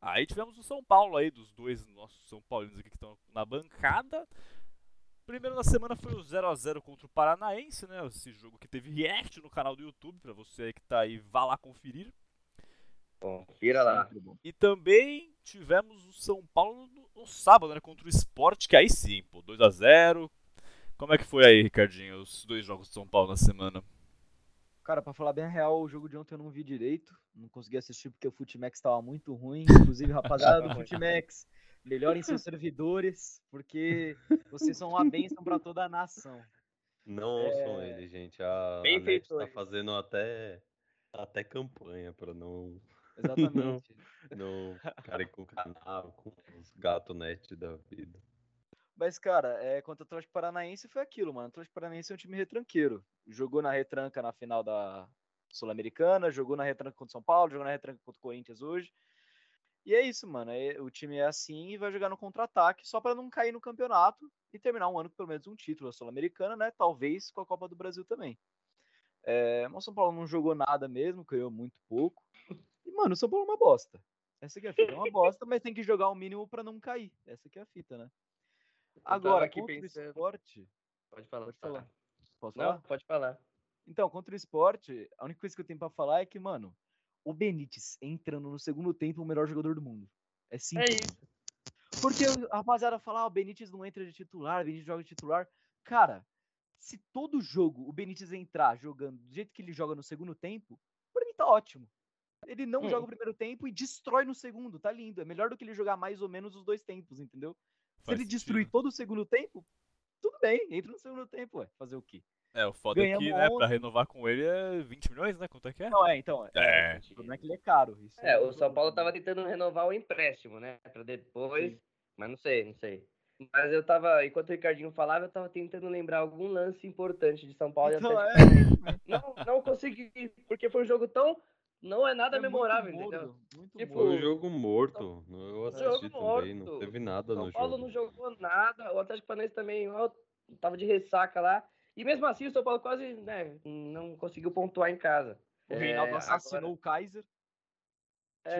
[SPEAKER 1] Aí tivemos o São Paulo aí, dos dois nossos São Paulinos aqui que estão na bancada. Primeiro da semana foi o 0x0 contra o Paranaense, né? Esse jogo que teve react no canal do YouTube, pra você aí que tá aí, vá lá conferir.
[SPEAKER 2] Bom, vira lá.
[SPEAKER 4] Sempre bom.
[SPEAKER 1] E também tivemos o São Paulo no, no sábado, né? Contra o Sport, que aí sim, pô, 2x0. Como é que foi aí, Ricardinho, os dois jogos do São Paulo na semana?
[SPEAKER 4] Cara, pra falar bem a real, o jogo de ontem eu não vi direito. Não consegui assistir porque o Futimax tava muito ruim. Inclusive, rapaziada do Futimax, melhorem seus servidores, porque vocês são uma bênção pra toda a nação.
[SPEAKER 3] Não
[SPEAKER 4] É.
[SPEAKER 3] ouçam ele, gente. A, a
[SPEAKER 2] Bem
[SPEAKER 3] NET tá
[SPEAKER 2] feitores.
[SPEAKER 3] fazendo até, até campanha pra não,
[SPEAKER 4] Exatamente.
[SPEAKER 3] não ficarem com o canal, com os gato net da vida.
[SPEAKER 4] Mas, cara, é, contra o Atlético Paranaense foi aquilo, mano. O Atlético Paranaense é um time retranqueiro. Jogou na retranca na final da Sul-Americana, jogou na retranca contra o São Paulo, jogou na retranca contra o Corinthians hoje. E é isso, mano. É- o time é assim e vai jogar no contra-ataque só pra não cair no campeonato e terminar um ano com pelo menos um título da Sul-Americana, né? Talvez com a Copa do Brasil também. É, mas o São Paulo não jogou nada mesmo, ganhou muito pouco. E, mano, o São Paulo é uma bosta. Essa aqui é a fita. É uma bosta, mas tem que jogar o mínimo pra não cair. Essa aqui é a fita, né?
[SPEAKER 2] tava
[SPEAKER 4] Agora,
[SPEAKER 2] aqui
[SPEAKER 4] contra
[SPEAKER 2] pensando.
[SPEAKER 4] o esporte.
[SPEAKER 2] Pode falar.
[SPEAKER 4] Pode falar. Posso
[SPEAKER 2] Não,
[SPEAKER 4] falar?
[SPEAKER 2] pode falar.
[SPEAKER 4] Então, contra o esporte, a única coisa que eu tenho pra falar é que, mano, o Benítez entrando no segundo tempo o melhor jogador do mundo. É
[SPEAKER 2] É
[SPEAKER 4] simples.
[SPEAKER 2] isso.
[SPEAKER 4] Porque a rapaziada fala, ah, o Benítez não entra de titular, o Benítez joga de titular. Cara, se todo jogo o Benítez entrar jogando do jeito que ele joga no segundo tempo, pra mim tá ótimo. Ele não
[SPEAKER 2] Hum.
[SPEAKER 4] joga o primeiro tempo e destrói no segundo, tá lindo. É melhor do que ele jogar mais ou menos os dois tempos, entendeu? Se
[SPEAKER 1] Faz
[SPEAKER 4] ele destruir
[SPEAKER 1] sentido.
[SPEAKER 4] todo o segundo tempo, tudo bem, entra no segundo tempo, ué. Fazer o quê?
[SPEAKER 1] É, o foda é que,
[SPEAKER 4] Ganhamos
[SPEAKER 1] né,
[SPEAKER 4] ontem.
[SPEAKER 1] pra renovar com ele é 20 milhões, né? Quanto é que é?
[SPEAKER 4] Não, é, então.
[SPEAKER 1] É.
[SPEAKER 4] O problema é que ele é caro. Isso
[SPEAKER 2] É, o São Paulo tava tentando renovar o empréstimo, né? Pra depois.
[SPEAKER 4] Sim.
[SPEAKER 2] Mas não sei, não sei. Mas eu tava, enquanto o Ricardinho falava, eu tava tentando lembrar algum lance importante de São Paulo. e
[SPEAKER 4] Então,
[SPEAKER 2] Atlético
[SPEAKER 4] é,
[SPEAKER 2] Paranaense. Não, não consegui, porque foi um jogo tão. Não é nada
[SPEAKER 4] é muito
[SPEAKER 2] memorável,
[SPEAKER 4] morno,
[SPEAKER 2] entendeu?
[SPEAKER 4] muito
[SPEAKER 2] Tipo,
[SPEAKER 4] morno.
[SPEAKER 3] Foi um jogo morto. Eu assisti
[SPEAKER 2] jogo
[SPEAKER 3] também,
[SPEAKER 2] morto.
[SPEAKER 3] não teve nada
[SPEAKER 2] São
[SPEAKER 3] no
[SPEAKER 2] Paulo
[SPEAKER 3] jogo.
[SPEAKER 2] não jogou nada, o Atlético Paranaense também ó, tava de ressaca lá. E mesmo assim, o São Paulo quase né, não conseguiu pontuar em casa.
[SPEAKER 4] O
[SPEAKER 2] É,
[SPEAKER 4] Reinaldo
[SPEAKER 2] agora-
[SPEAKER 4] assassinou o Kaiser. tirou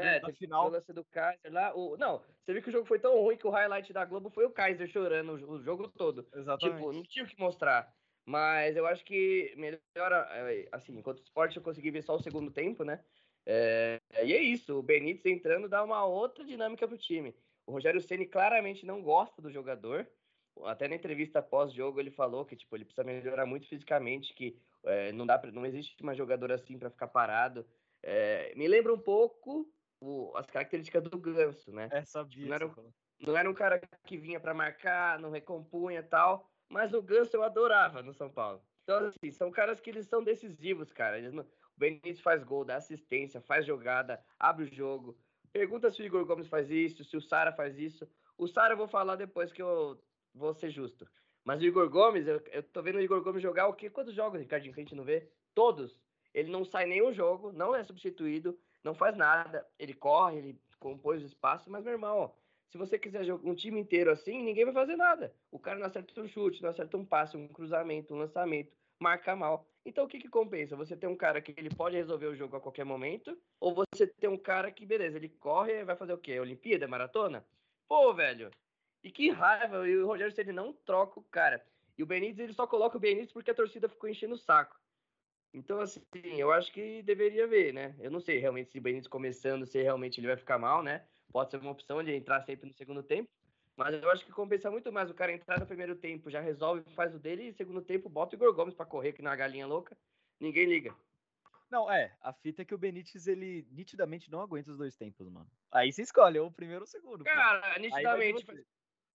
[SPEAKER 2] É,
[SPEAKER 4] da
[SPEAKER 2] teve
[SPEAKER 4] final.
[SPEAKER 2] o lance do Kaiser lá. O... Não, você viu que o jogo foi tão ruim que o highlight da Globo foi o Kaiser chorando o jo- o jogo todo.
[SPEAKER 4] Exatamente.
[SPEAKER 2] Tipo, não tinha o que mostrar. Mas eu acho que melhora, é, assim, enquanto esporte eu consegui ver só o segundo tempo, né? É, e é isso, o Benítez entrando dá uma outra dinâmica pro time. O Rogério Ceni claramente não gosta do jogador. Até na entrevista pós-jogo ele falou que tipo ele precisa melhorar muito fisicamente, que é, não dá, pra, não existe uma jogadora assim pra ficar parado. É, me lembra um pouco o- as características do Ganso, né?
[SPEAKER 4] É, sabia.
[SPEAKER 2] Não era
[SPEAKER 4] que
[SPEAKER 2] um-
[SPEAKER 4] você falou.
[SPEAKER 2] Não era um cara que vinha pra marcar, não recompunha e tal. Mas o Ganso eu adorava no São Paulo. Então, assim, são caras que eles são decisivos, cara. Eles não- O Benítez faz gol, dá assistência, faz jogada, abre o jogo. Pergunta se o Igor Gomes faz isso, se o Sara faz isso. O Sara eu vou falar depois que eu vou ser justo. Mas o Igor Gomes, eu, eu tô vendo o Igor Gomes jogar o quê? Quantos jogos, Ricardinho, que a gente não vê? Todos. Ele não sai nenhum jogo, não é substituído, não faz nada. Ele corre, ele compõe os espaços, mas, meu irmão, se você quiser jogar um time inteiro assim, ninguém vai fazer nada. O cara não acerta um chute, não acerta um passe, um cruzamento, um lançamento, marca mal. Então o que, que compensa? Você ter um cara que ele pode resolver o jogo a qualquer momento, ou você ter um cara que, beleza, ele corre e vai fazer o quê? Olimpíada, maratona? Pô, velho, e que raiva! E o Rogério Ceni não troca o cara. E o Benítez, ele só coloca o Benítez porque a torcida ficou enchendo o saco. Então, assim, eu acho que deveria ver, né? Eu não sei realmente se o Benítez começando, se realmente ele vai ficar mal, né? pode ser uma opção de entrar sempre no segundo tempo. Mas eu acho que compensa muito mais o cara entrar no primeiro tempo, já resolve, faz o dele, e no segundo tempo bota o Igor Gomes pra correr, que na galinha louca, ninguém liga.
[SPEAKER 4] Não, é. A fita é que o Benítez, ele nitidamente não aguenta os dois tempos, mano. Aí você escolhe, ou o primeiro ou o segundo. pô.
[SPEAKER 2] Cara,
[SPEAKER 4] Aí vai de
[SPEAKER 2] nitidamente, tipo,
[SPEAKER 4] você.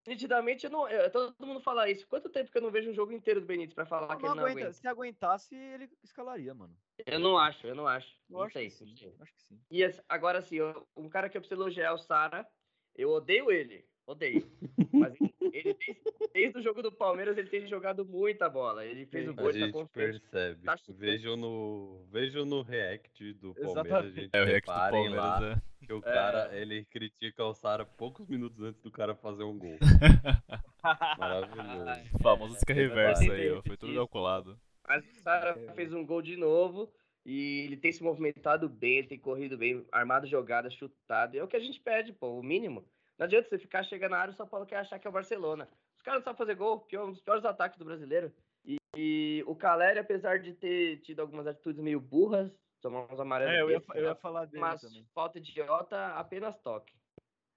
[SPEAKER 2] nitidamente eu não, eu- todo mundo fala isso. Quanto tempo que eu não vejo um jogo inteiro do Benítez pra falar
[SPEAKER 4] Não,
[SPEAKER 2] que ele não aguenta.
[SPEAKER 4] aguenta. Se aguentasse, ele escalaria, mano.
[SPEAKER 2] Eu não acho, eu não acho.
[SPEAKER 4] Eu
[SPEAKER 2] não
[SPEAKER 4] acho
[SPEAKER 2] sei,
[SPEAKER 4] que
[SPEAKER 2] não sei.
[SPEAKER 4] sim. Acho que sim.
[SPEAKER 2] E assim, agora assim, eu- um cara que eu preciso elogiar é o Sara. Eu odeio ele, odeio. Mas ele, ele desde, desde o jogo do Palmeiras ele tem jogado muita bola. Ele fez
[SPEAKER 4] Sim.
[SPEAKER 2] o
[SPEAKER 3] A
[SPEAKER 2] gol, ele tá
[SPEAKER 3] gente
[SPEAKER 2] confiante.
[SPEAKER 3] percebe.
[SPEAKER 2] tá chutando.
[SPEAKER 3] Vejam no, vejam no react do Palmeiras,
[SPEAKER 4] Exatamente.
[SPEAKER 3] gente.
[SPEAKER 1] É o Rex do
[SPEAKER 3] reparem
[SPEAKER 1] Palmeiras,
[SPEAKER 3] lá
[SPEAKER 1] é.
[SPEAKER 3] que o cara, ele critica o Sara poucos minutos antes do cara fazer um gol. Maravilhoso.
[SPEAKER 1] O
[SPEAKER 2] É,
[SPEAKER 1] famoso isca reversa aí, ó.
[SPEAKER 2] Entendi,
[SPEAKER 1] Foi tudo
[SPEAKER 2] isso.
[SPEAKER 1] calculado.
[SPEAKER 2] Mas o Sara
[SPEAKER 4] É.
[SPEAKER 2] fez um gol de novo e ele tem se movimentado bem, ele tem corrido bem, armado jogada, chutado. É o que a gente pede, pô, o mínimo. Não adianta você ficar chegando na área e o São Paulo quer achar que é o Barcelona. Os caras não sabem fazer gol, que é um dos piores ataques do brasileiro. E, e o Caleri, apesar de ter tido algumas atitudes meio burras, tomar uns amarelos,
[SPEAKER 4] É, eu ia,
[SPEAKER 2] bestas,
[SPEAKER 4] eu ia falar dele
[SPEAKER 2] mas
[SPEAKER 4] também.
[SPEAKER 2] falta idiota, apenas toque.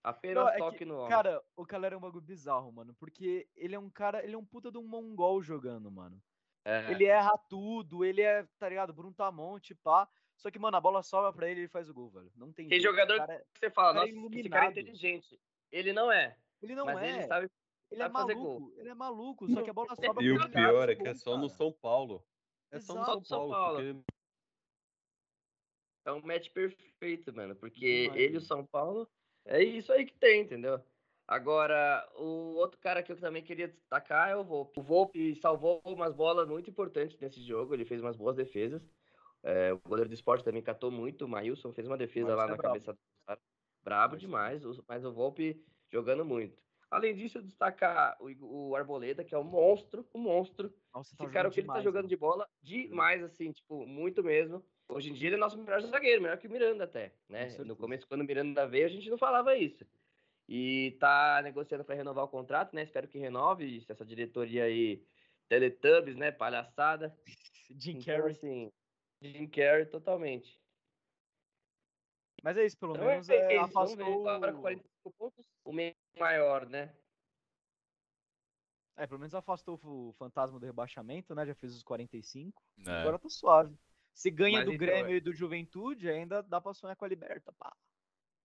[SPEAKER 2] Apenas
[SPEAKER 4] Não, é
[SPEAKER 2] toque
[SPEAKER 4] que,
[SPEAKER 2] no homem.
[SPEAKER 4] Cara, o Calera é um bagulho bizarro, mano. Porque ele é um cara, ele é um puta de um mongol jogando, mano.
[SPEAKER 2] É.
[SPEAKER 4] Ele erra tudo, ele é, tá ligado, Bruntamonte, pá. Só que, mano, a bola sobra pra ele e ele faz o gol, velho. Não tem.
[SPEAKER 2] Tem
[SPEAKER 4] jeito,
[SPEAKER 2] jogador-
[SPEAKER 4] o cara-
[SPEAKER 2] Você fala,
[SPEAKER 4] cara
[SPEAKER 2] nossa,
[SPEAKER 4] é
[SPEAKER 2] esse cara é
[SPEAKER 4] iluminado.
[SPEAKER 2] inteligente. Ele não é,
[SPEAKER 4] ele não
[SPEAKER 2] mas
[SPEAKER 4] é.
[SPEAKER 2] ele
[SPEAKER 4] Ele,
[SPEAKER 2] sabe
[SPEAKER 4] é
[SPEAKER 2] sabe fazer gol.
[SPEAKER 4] maluco. Ele é maluco, só que a bola sobra pra
[SPEAKER 3] E
[SPEAKER 4] ele.
[SPEAKER 2] Não,
[SPEAKER 3] o
[SPEAKER 4] ele
[SPEAKER 3] pior
[SPEAKER 4] faz
[SPEAKER 3] é
[SPEAKER 4] o
[SPEAKER 3] que é
[SPEAKER 4] gol,
[SPEAKER 3] só no
[SPEAKER 4] cara.
[SPEAKER 3] São Paulo. É só no
[SPEAKER 4] Exato.
[SPEAKER 3] São
[SPEAKER 2] Só no São
[SPEAKER 3] Paulo.
[SPEAKER 2] Paulo.
[SPEAKER 3] porque-
[SPEAKER 2] É um match perfeito, mano, porque
[SPEAKER 4] Demais,
[SPEAKER 2] ele e o
[SPEAKER 4] mano.
[SPEAKER 2] São Paulo é isso aí que tem, entendeu? Agora, o outro cara que eu também queria destacar é o Volpe. O Volpe salvou umas bolas muito importantes nesse jogo, ele fez umas boas defesas. É, o goleiro do esporte também catou muito, o Maílson fez uma defesa lá
[SPEAKER 4] Maílson é
[SPEAKER 2] na
[SPEAKER 4] brabo. tá
[SPEAKER 2] cabeça do cara. Brabo
[SPEAKER 4] Maílson.
[SPEAKER 2] demais, o- mas o Volpe jogando muito. Além disso, eu destacar o, Igo- o Arboleda, que é um monstro, um monstro.
[SPEAKER 4] Nossa, tá
[SPEAKER 2] Esse cara, o
[SPEAKER 4] jogando
[SPEAKER 2] que ele tá
[SPEAKER 4] demais,
[SPEAKER 2] jogando
[SPEAKER 4] mano.
[SPEAKER 2] de bola, demais, assim, tipo, muito mesmo. Hoje em dia ele é nosso melhor zagueiro, melhor que o Miranda até, né?
[SPEAKER 4] Com certeza.
[SPEAKER 2] No começo, quando o Miranda veio, a gente não falava isso. E tá negociando para renovar o contrato, né? Espero que renove, se essa diretoria aí, Teletubbies, né? Palhaçada.
[SPEAKER 4] Jim
[SPEAKER 2] Então,
[SPEAKER 4] Carrey.
[SPEAKER 2] assim, Jim Carrey totalmente.
[SPEAKER 4] Mas é isso, pelo
[SPEAKER 2] Então
[SPEAKER 4] menos
[SPEAKER 2] é
[SPEAKER 4] é,
[SPEAKER 2] isso, vamos ver.
[SPEAKER 4] afastou.
[SPEAKER 2] Agora com 45 pontos, o meio maior, né?
[SPEAKER 4] É, pelo menos afastou o fantasma do rebaixamento, né? Já fez os 45.
[SPEAKER 1] É.
[SPEAKER 4] Agora tá suave. Se ganha
[SPEAKER 2] Mas
[SPEAKER 4] do
[SPEAKER 2] então,
[SPEAKER 4] Grêmio e do Juventude, ainda dá pra sonhar com a Liberta, pá.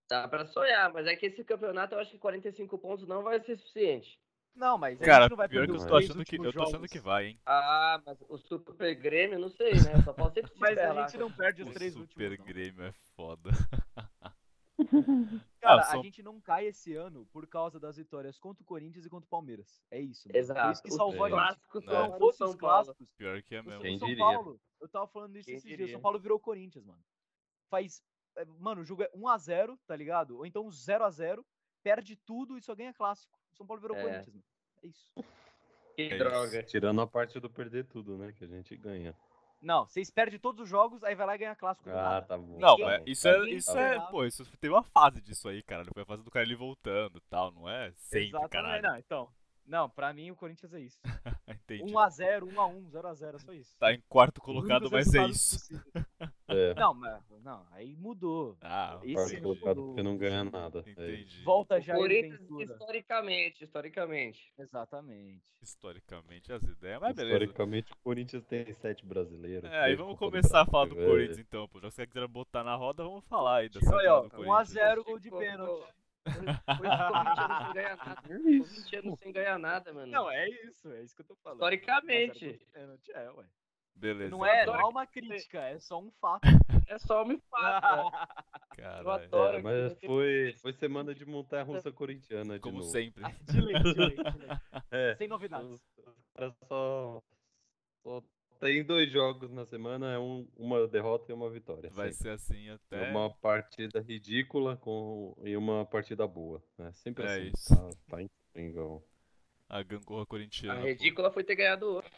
[SPEAKER 2] Dá pra sonhar, mas é que esse campeonato eu acho que 45 pontos não vai ser suficiente.
[SPEAKER 4] Não, mas a
[SPEAKER 1] Cara,
[SPEAKER 4] gente não vai
[SPEAKER 1] pior
[SPEAKER 4] perder
[SPEAKER 1] que
[SPEAKER 4] os
[SPEAKER 1] eu tô
[SPEAKER 4] três
[SPEAKER 1] achando que,
[SPEAKER 4] últimos
[SPEAKER 1] eu tô achando
[SPEAKER 4] jogos.
[SPEAKER 1] que vai, hein?
[SPEAKER 2] Ah, mas o Super Grêmio, não sei, né? Só pode ser que se
[SPEAKER 4] Mas a
[SPEAKER 2] ferrar.
[SPEAKER 4] gente não perde os
[SPEAKER 1] O
[SPEAKER 4] três
[SPEAKER 1] Super
[SPEAKER 4] últimos. não.
[SPEAKER 1] Grêmio é foda.
[SPEAKER 4] Cara,
[SPEAKER 1] Ah, são-
[SPEAKER 4] a gente não cai esse ano por causa das vitórias contra o Corinthians e contra o Palmeiras. É isso. mano. Foi isso
[SPEAKER 2] Exato.
[SPEAKER 4] que salvou
[SPEAKER 2] Os
[SPEAKER 4] a gente.
[SPEAKER 3] né?
[SPEAKER 2] clássicos
[SPEAKER 1] Não.
[SPEAKER 4] Se
[SPEAKER 2] são
[SPEAKER 4] não
[SPEAKER 2] do
[SPEAKER 4] fosse
[SPEAKER 2] São
[SPEAKER 4] os
[SPEAKER 2] Paulo.
[SPEAKER 4] clássicos,
[SPEAKER 1] Pior que é
[SPEAKER 4] o
[SPEAKER 1] mesmo.
[SPEAKER 3] Quem
[SPEAKER 4] o São
[SPEAKER 3] diria?
[SPEAKER 4] Paulo, eu tava falando isso
[SPEAKER 2] Quem
[SPEAKER 4] esses dias, o
[SPEAKER 2] diria?
[SPEAKER 4] São Paulo virou Corinthians, mano. Faz, é, mano, o jogo é 1x0, tá ligado? Ou então 0x0, perde tudo e só ganha clássico. O São Paulo virou
[SPEAKER 2] É.
[SPEAKER 4] Corinthians, mano. É isso.
[SPEAKER 2] Que
[SPEAKER 3] É
[SPEAKER 1] isso.
[SPEAKER 2] droga.
[SPEAKER 3] Tirando a parte do perder tudo, né? Que a gente ganha.
[SPEAKER 4] Não, vocês perdem todos os jogos, aí vai lá e ganha clássico do
[SPEAKER 3] Ah,
[SPEAKER 4] nada.
[SPEAKER 3] tá bom.
[SPEAKER 1] Não,
[SPEAKER 3] tá
[SPEAKER 1] mas
[SPEAKER 3] bom,
[SPEAKER 1] isso
[SPEAKER 3] tá
[SPEAKER 1] é,
[SPEAKER 3] bom,
[SPEAKER 4] Ninguém
[SPEAKER 1] isso
[SPEAKER 3] tá
[SPEAKER 1] é,
[SPEAKER 4] esperava.
[SPEAKER 1] pô, isso teve uma fase disso aí, cara. Foi a fase do cara ele voltando e tal, não é? Sempre,
[SPEAKER 4] Exatamente,
[SPEAKER 1] caralho.
[SPEAKER 4] não, então. Não, pra mim o Corinthians é isso.
[SPEAKER 1] Entendi.
[SPEAKER 4] 1x0, 1x1, 0x0, é só isso.
[SPEAKER 1] Tá em quarto
[SPEAKER 4] Os únicos
[SPEAKER 1] colocado, mas é
[SPEAKER 4] resultados
[SPEAKER 1] isso.
[SPEAKER 4] possíveis.
[SPEAKER 3] bom. É,
[SPEAKER 4] Não, mas, não, aí mudou.
[SPEAKER 1] Ah,
[SPEAKER 4] Esse
[SPEAKER 3] quarto
[SPEAKER 4] é o
[SPEAKER 1] entendi.
[SPEAKER 3] colocado
[SPEAKER 4] do-
[SPEAKER 3] porque não ganha nada. É isso.
[SPEAKER 1] entendi.
[SPEAKER 4] Volta
[SPEAKER 2] O
[SPEAKER 4] já
[SPEAKER 2] Corinthians,
[SPEAKER 4] Ventura.
[SPEAKER 2] historicamente, historicamente.
[SPEAKER 4] Exatamente.
[SPEAKER 1] Historicamente as ideias, mas Ah, beleza.
[SPEAKER 3] Historicamente, o Corinthians tem sete brasileiros.
[SPEAKER 1] É, aí
[SPEAKER 3] Teve
[SPEAKER 1] vamos
[SPEAKER 3] Copa do
[SPEAKER 1] começar a falar do
[SPEAKER 3] Brasil, é.
[SPEAKER 1] Corinthians então, pô. Já que você quiser botar na roda, vamos falar aí da
[SPEAKER 4] Olha aí,
[SPEAKER 1] semana
[SPEAKER 4] ó,
[SPEAKER 1] do
[SPEAKER 4] 1x0.
[SPEAKER 1] Corinthians.
[SPEAKER 4] Zero gol de
[SPEAKER 2] Pô, pô,
[SPEAKER 4] pênalti.
[SPEAKER 2] pô, esse corintiano sem ganhar nada.
[SPEAKER 3] é
[SPEAKER 2] Corintiano sem ganhar nada, mano.
[SPEAKER 4] Não, é isso, é isso que eu tô falando.
[SPEAKER 2] Historicamente.
[SPEAKER 4] Pênalti, é, ué.
[SPEAKER 1] Beleza.
[SPEAKER 4] Não é, não
[SPEAKER 1] então,
[SPEAKER 4] é uma crítica, é só um fato.
[SPEAKER 2] É só um empate. Eu
[SPEAKER 1] Caralho.
[SPEAKER 2] adoro.
[SPEAKER 3] É, mas foi, foi semana de montanha-russa corintiana de
[SPEAKER 1] Como
[SPEAKER 3] novo.
[SPEAKER 1] sempre. né?
[SPEAKER 4] De lei, de lei, de lei.
[SPEAKER 3] É,
[SPEAKER 4] Sem novidades.
[SPEAKER 3] os, os caras só, só tem dois jogos na semana, é um, uma derrota e uma vitória.
[SPEAKER 1] Vai
[SPEAKER 3] sempre.
[SPEAKER 1] ser assim até.
[SPEAKER 3] Uma partida ridícula com, e uma partida boa. Né? Sempre
[SPEAKER 1] É
[SPEAKER 3] assim.
[SPEAKER 1] isso.
[SPEAKER 3] Tá, tá incrível.
[SPEAKER 1] A gangorra
[SPEAKER 2] A
[SPEAKER 4] Ah,
[SPEAKER 1] corintiana. pô.
[SPEAKER 2] ridícula foi ter ganhado outro.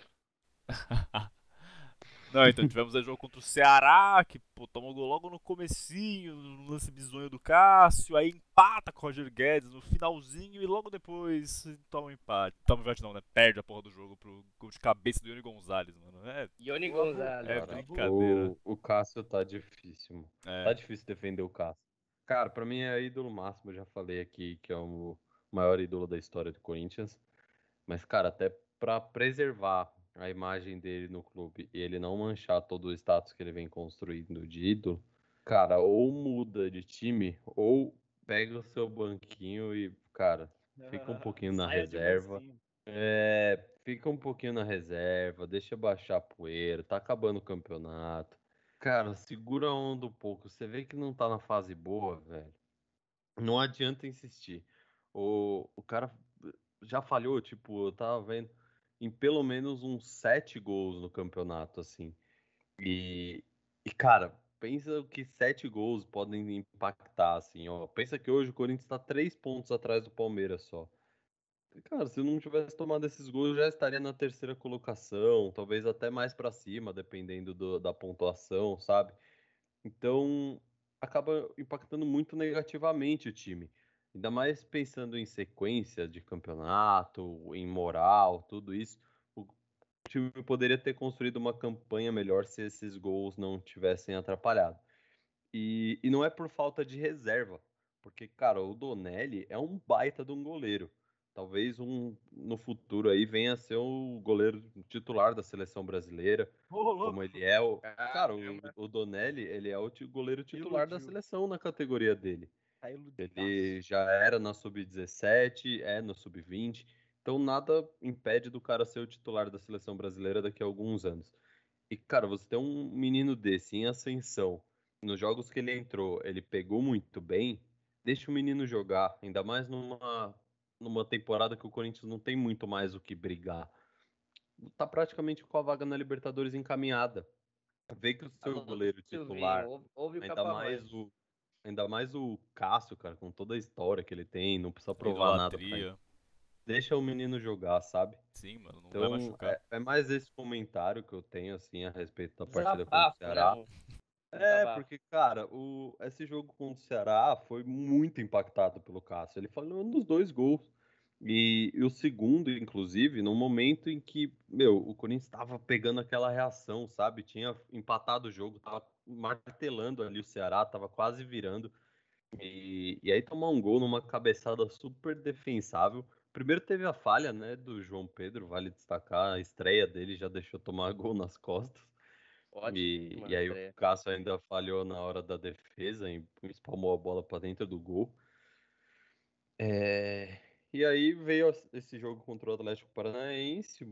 [SPEAKER 1] Não, então tivemos aí jogo contra o Ceará, que pô, tomou gol logo no comecinho, no lance bizonho do Cássio, aí empata com o Roger Guedes no finalzinho e logo depois toma um empate. Toma um empate não, né? Perde a porra do jogo pro gol de cabeça do Yuri Gonzalez, mano. É,
[SPEAKER 2] Ione
[SPEAKER 4] Boa,
[SPEAKER 2] Gonzalez.
[SPEAKER 1] é
[SPEAKER 3] Cara,
[SPEAKER 1] brincadeira.
[SPEAKER 3] O, o Cássio tá difícil, mano. Tá
[SPEAKER 1] é.
[SPEAKER 3] difícil defender o Cássio. Cara, pra mim é ídolo máximo, eu já falei aqui que é o maior ídolo da história do Corinthians. Mas, cara, até pra preservar a imagem dele no clube e ele não manchar todo o status que ele vem construindo de ídolo, cara, ou muda de time, ou pega o seu banquinho e, cara, Fica um pouquinho na
[SPEAKER 4] Saia de
[SPEAKER 3] reserva.
[SPEAKER 4] mansinho.
[SPEAKER 3] é, fica um pouquinho na reserva, deixa baixar a poeira, tá acabando o campeonato. Cara, segura a onda um pouco. Você vê que não tá na fase boa, velho. Não adianta insistir. O, o cara já falhou, tipo, eu tava vendo em pelo menos uns sete gols no campeonato, assim. E, e, cara, pensa o que sete gols podem impactar, assim, ó. Pensa que hoje o Corinthians tá três pontos atrás do Palmeiras só. Cara, se não tivesse tomado esses gols, já estaria na terceira colocação, talvez até mais pra cima, dependendo do- da pontuação, sabe? Então, acaba impactando muito negativamente o time. Ainda mais pensando em sequência de campeonato, em moral, tudo isso. O time poderia ter construído uma campanha melhor se esses gols não tivessem atrapalhado. E, e não é por falta de reserva, porque, cara, o Donelli é um baita de um goleiro. Talvez um no futuro aí venha a ser o goleiro titular da seleção brasileira,
[SPEAKER 4] Ô, louco.
[SPEAKER 3] como ele é o, Cara, o,
[SPEAKER 2] Caramba.
[SPEAKER 3] o Donelli, ele é o ti- goleiro titular da
[SPEAKER 4] iludiu.
[SPEAKER 3] seleção na categoria dele.
[SPEAKER 4] Tá iludidaço.
[SPEAKER 3] Ele já era na sub-17, é no sub-20. Então nada impede do cara ser o titular da seleção brasileira daqui a alguns anos. E, cara, você tem um menino desse em ascensão. Nos jogos que ele entrou, ele pegou muito bem. Deixa o menino jogar, ainda mais numa, numa temporada que o Corinthians não tem muito mais o que brigar. Tá praticamente com a vaga na Libertadores encaminhada. Vê que o seu
[SPEAKER 2] Alô,
[SPEAKER 3] goleiro
[SPEAKER 2] Silvinho,
[SPEAKER 3] titular
[SPEAKER 2] ouve- Ouve o
[SPEAKER 3] Ainda
[SPEAKER 2] Capa
[SPEAKER 3] mais
[SPEAKER 2] Rocha.
[SPEAKER 3] o, ainda mais o Cássio, cara, com toda a história que ele tem, não precisa provar nada. pra ele.
[SPEAKER 1] Idolatria.
[SPEAKER 3] Deixa o menino jogar, sabe?
[SPEAKER 1] Sim, mano, não vai
[SPEAKER 3] Então,
[SPEAKER 1] machucar.
[SPEAKER 3] é, é mais esse comentário que eu tenho, assim, a respeito da partida contra o
[SPEAKER 2] Desabafo,
[SPEAKER 3] Ceará.
[SPEAKER 2] né?
[SPEAKER 3] É,
[SPEAKER 2] Desabafo.
[SPEAKER 3] porque, cara, o, esse jogo contra o Ceará foi muito impactado pelo Cássio. Ele falou nos dois gols. E, e o segundo, inclusive, no momento em que, meu, o Corinthians estava pegando aquela reação, sabe? Tinha empatado o jogo, tava martelando ali o Ceará, tava quase virando. E, e aí tomar um gol numa cabeçada super defensável. Primeiro teve a falha, né, do João Pedro, vale destacar, a estreia dele já deixou tomar gol nas costas.
[SPEAKER 2] Ótimo.
[SPEAKER 3] E,
[SPEAKER 2] mano,
[SPEAKER 3] e aí
[SPEAKER 2] estreia.
[SPEAKER 3] o Cássio ainda falhou na hora da defesa, e espalmou a bola para dentro do gol. É, E aí veio as- esse jogo contra o Atlético Paranaense,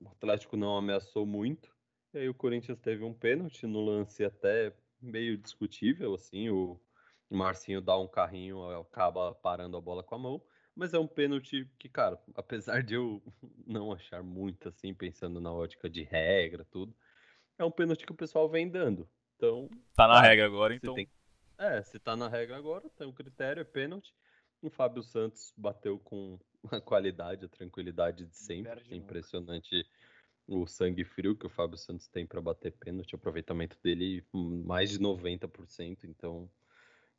[SPEAKER 3] o Atlético não ameaçou muito, e aí o Corinthians teve um pênalti no lance até meio discutível, assim, o Marcinho dá um carrinho, acaba parando a bola com a mão, mas é um pênalti que, cara, apesar de eu não achar muito assim, pensando na ótica de regra, tudo, é um pênalti que o pessoal vem dando. Então,
[SPEAKER 1] Tá na
[SPEAKER 3] Ah,
[SPEAKER 1] regra agora,
[SPEAKER 3] você
[SPEAKER 1] então.
[SPEAKER 3] tem- É, se tá na regra agora, tem o critério, é pênalti. O Fábio Santos bateu com a qualidade, a tranquilidade de sempre.
[SPEAKER 4] perde
[SPEAKER 3] É
[SPEAKER 4] nunca.
[SPEAKER 3] impressionante o sangue frio que o Fábio Santos tem para bater pênalti. O aproveitamento dele hum, mais de 90%, então o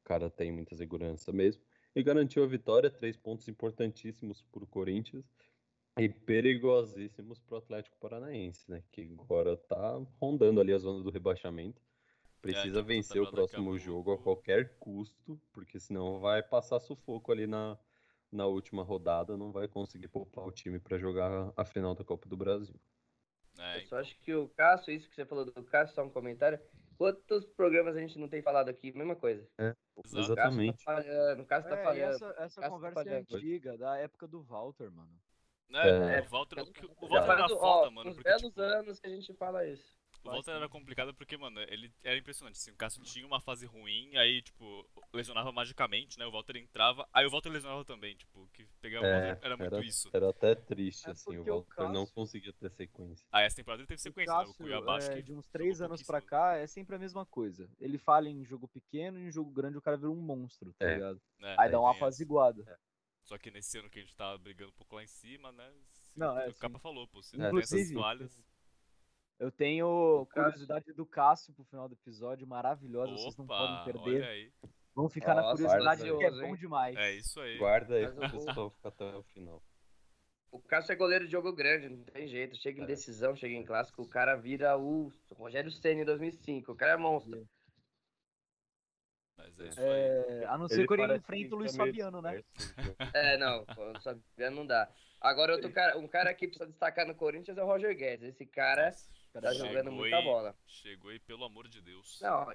[SPEAKER 3] cara tem muita segurança mesmo. E garantiu a vitória, três pontos importantíssimos para o Corinthians e perigosíssimos para o Atlético Paranaense, né? Que agora tá rondando ali a zona do rebaixamento. Precisa
[SPEAKER 1] tipo, tá
[SPEAKER 3] vencer o
[SPEAKER 1] jogando
[SPEAKER 3] próximo
[SPEAKER 1] daqui a
[SPEAKER 3] jogo a
[SPEAKER 1] pouco.
[SPEAKER 3] qualquer custo, porque senão vai passar sufoco ali na, na última rodada, não vai conseguir poupar o time para jogar a final da Copa do Brasil.
[SPEAKER 1] É,
[SPEAKER 2] Eu só
[SPEAKER 1] então.
[SPEAKER 2] acho que o Cássio, isso que você falou do Cássio, só um comentário. Quantos programas a gente não tem falado aqui? Mesma coisa.
[SPEAKER 1] Exato.
[SPEAKER 2] O Cássio
[SPEAKER 3] Exatamente.
[SPEAKER 2] tá falhando, o Cássio tá
[SPEAKER 4] É, e
[SPEAKER 2] falhando.
[SPEAKER 4] essa essa
[SPEAKER 2] Cássio tá
[SPEAKER 4] conversa é
[SPEAKER 2] falhando.
[SPEAKER 4] antiga, da época do Walter, mano.
[SPEAKER 1] É,
[SPEAKER 2] É.
[SPEAKER 1] o Walter, o que- o
[SPEAKER 2] Já
[SPEAKER 1] Walter era
[SPEAKER 2] faz, ó,
[SPEAKER 1] foda, mano.
[SPEAKER 2] uns
[SPEAKER 1] Porque,
[SPEAKER 2] belos
[SPEAKER 1] tipo,
[SPEAKER 2] anos que a gente fala isso.
[SPEAKER 1] o Walter era complicado porque, mano, ele era impressionante. Assim, o Cássio tinha uma fase ruim, aí, tipo, lesionava magicamente, né? O Walter entrava, aí o Walter lesionava também, tipo, que pegava o
[SPEAKER 3] É,
[SPEAKER 1] Walter era muito
[SPEAKER 3] era-
[SPEAKER 1] isso.
[SPEAKER 3] Era até triste,
[SPEAKER 4] É
[SPEAKER 3] assim, o
[SPEAKER 4] porque o
[SPEAKER 3] Walter não
[SPEAKER 4] Cássio-
[SPEAKER 3] conseguia ter sequência.
[SPEAKER 1] Aí essa temporada ele teve
[SPEAKER 4] O
[SPEAKER 1] sequência, né? O
[SPEAKER 4] Cássio,
[SPEAKER 1] Cuiabá, acho
[SPEAKER 4] é,
[SPEAKER 1] que
[SPEAKER 4] de uns três
[SPEAKER 1] jogou
[SPEAKER 4] anos pra
[SPEAKER 1] pouquíssimo.
[SPEAKER 4] cá, é sempre a mesma coisa. Ele fala em jogo pequeno e em jogo grande o cara vira um monstro, tá
[SPEAKER 3] É.
[SPEAKER 4] ligado?
[SPEAKER 1] É,
[SPEAKER 4] Aí dá uma
[SPEAKER 1] tem essa.
[SPEAKER 4] afaziguada.
[SPEAKER 1] Só que nesse ano que a gente tá brigando um pouco lá em cima, né? se-
[SPEAKER 4] Não, é,
[SPEAKER 1] o
[SPEAKER 4] sim.
[SPEAKER 1] Capa falou, pô, se
[SPEAKER 3] É,
[SPEAKER 1] não tem essas
[SPEAKER 4] inclusive-
[SPEAKER 1] falhas.
[SPEAKER 4] Eu tenho
[SPEAKER 2] Cássio.
[SPEAKER 4] curiosidade do Cássio pro final do episódio, maravilhosa, vocês não podem
[SPEAKER 1] Opa,
[SPEAKER 4] perder.
[SPEAKER 1] olha aí.
[SPEAKER 4] Vão ficar na
[SPEAKER 2] Nossa,
[SPEAKER 4] curiosidade
[SPEAKER 3] guarda,
[SPEAKER 4] porque é
[SPEAKER 2] hein?
[SPEAKER 4] bom demais.
[SPEAKER 1] É isso aí.
[SPEAKER 3] Guarda aí
[SPEAKER 2] Mas
[SPEAKER 3] pro
[SPEAKER 2] o-
[SPEAKER 3] pessoal ficar até o final.
[SPEAKER 2] O Cássio é goleiro de jogo grande, não tem jeito. Chega em
[SPEAKER 3] É.
[SPEAKER 2] decisão, chega em clássico, o cara vira o Rogério Senna em 2005. O cara é monstro.
[SPEAKER 1] Mas é isso aí.
[SPEAKER 4] É, a não ser quando ele enfrenta o Luiz Fabiano, né?
[SPEAKER 2] É, não, pô, só não dá. Agora, outro cara, um cara que precisa destacar no Corinthians é o Roger Guedes. Esse cara tá
[SPEAKER 1] Cara,
[SPEAKER 2] jogando
[SPEAKER 1] chegou
[SPEAKER 2] muita
[SPEAKER 1] aí.
[SPEAKER 2] bola.
[SPEAKER 1] Chegou aí, pelo amor de Deus.
[SPEAKER 2] Não,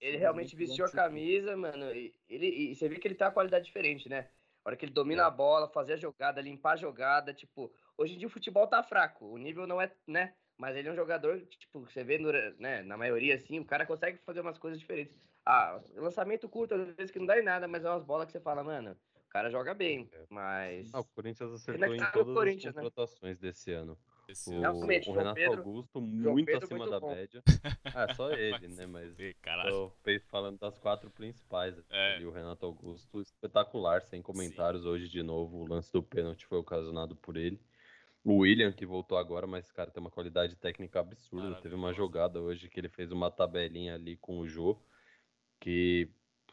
[SPEAKER 2] ele realmente vestiu a camisa, mano. E, ele, e você vê que ele tem uma qualidade diferente, né? A hora que ele domina
[SPEAKER 3] É.
[SPEAKER 2] a bola, fazer a jogada, limpar a jogada, tipo, hoje em dia o futebol tá fraco, o nível não é, né? Mas ele é um jogador, tipo, você vê, no- né, na maioria, assim, o cara consegue fazer umas coisas diferentes. Ah, lançamento curto, às vezes que não dá em nada, mas é umas bolas que você fala, mano, o cara joga bem,
[SPEAKER 3] É.
[SPEAKER 2] mas...
[SPEAKER 3] Ah, o Corinthians
[SPEAKER 2] Ainda
[SPEAKER 3] acertou
[SPEAKER 2] que
[SPEAKER 3] em
[SPEAKER 2] tá no
[SPEAKER 3] todas as
[SPEAKER 2] Corinthians, né?
[SPEAKER 3] contratações desse ano.
[SPEAKER 1] Esse
[SPEAKER 3] O,
[SPEAKER 1] ano-
[SPEAKER 2] Realmente,
[SPEAKER 3] o
[SPEAKER 2] João
[SPEAKER 3] Renato
[SPEAKER 2] Pedro-
[SPEAKER 3] Augusto muito
[SPEAKER 2] Pedro
[SPEAKER 3] acima
[SPEAKER 2] muito
[SPEAKER 3] da
[SPEAKER 2] bom.
[SPEAKER 3] média. Ah, só ele,
[SPEAKER 1] Vai
[SPEAKER 3] né?
[SPEAKER 1] se
[SPEAKER 3] Mas
[SPEAKER 1] fuder, Caralho.
[SPEAKER 3] tô pe- falando das quatro principais.
[SPEAKER 1] É.
[SPEAKER 3] Ali, o Renato Augusto, espetacular, sem comentários hoje de novo. O lance do pênalti foi ocasionado por ele. O William, que voltou agora, mas esse cara tem uma qualidade técnica absurda. Teve uma
[SPEAKER 1] Maravilhoso.
[SPEAKER 3] jogada hoje que ele fez uma tabelinha ali com o Jô, que,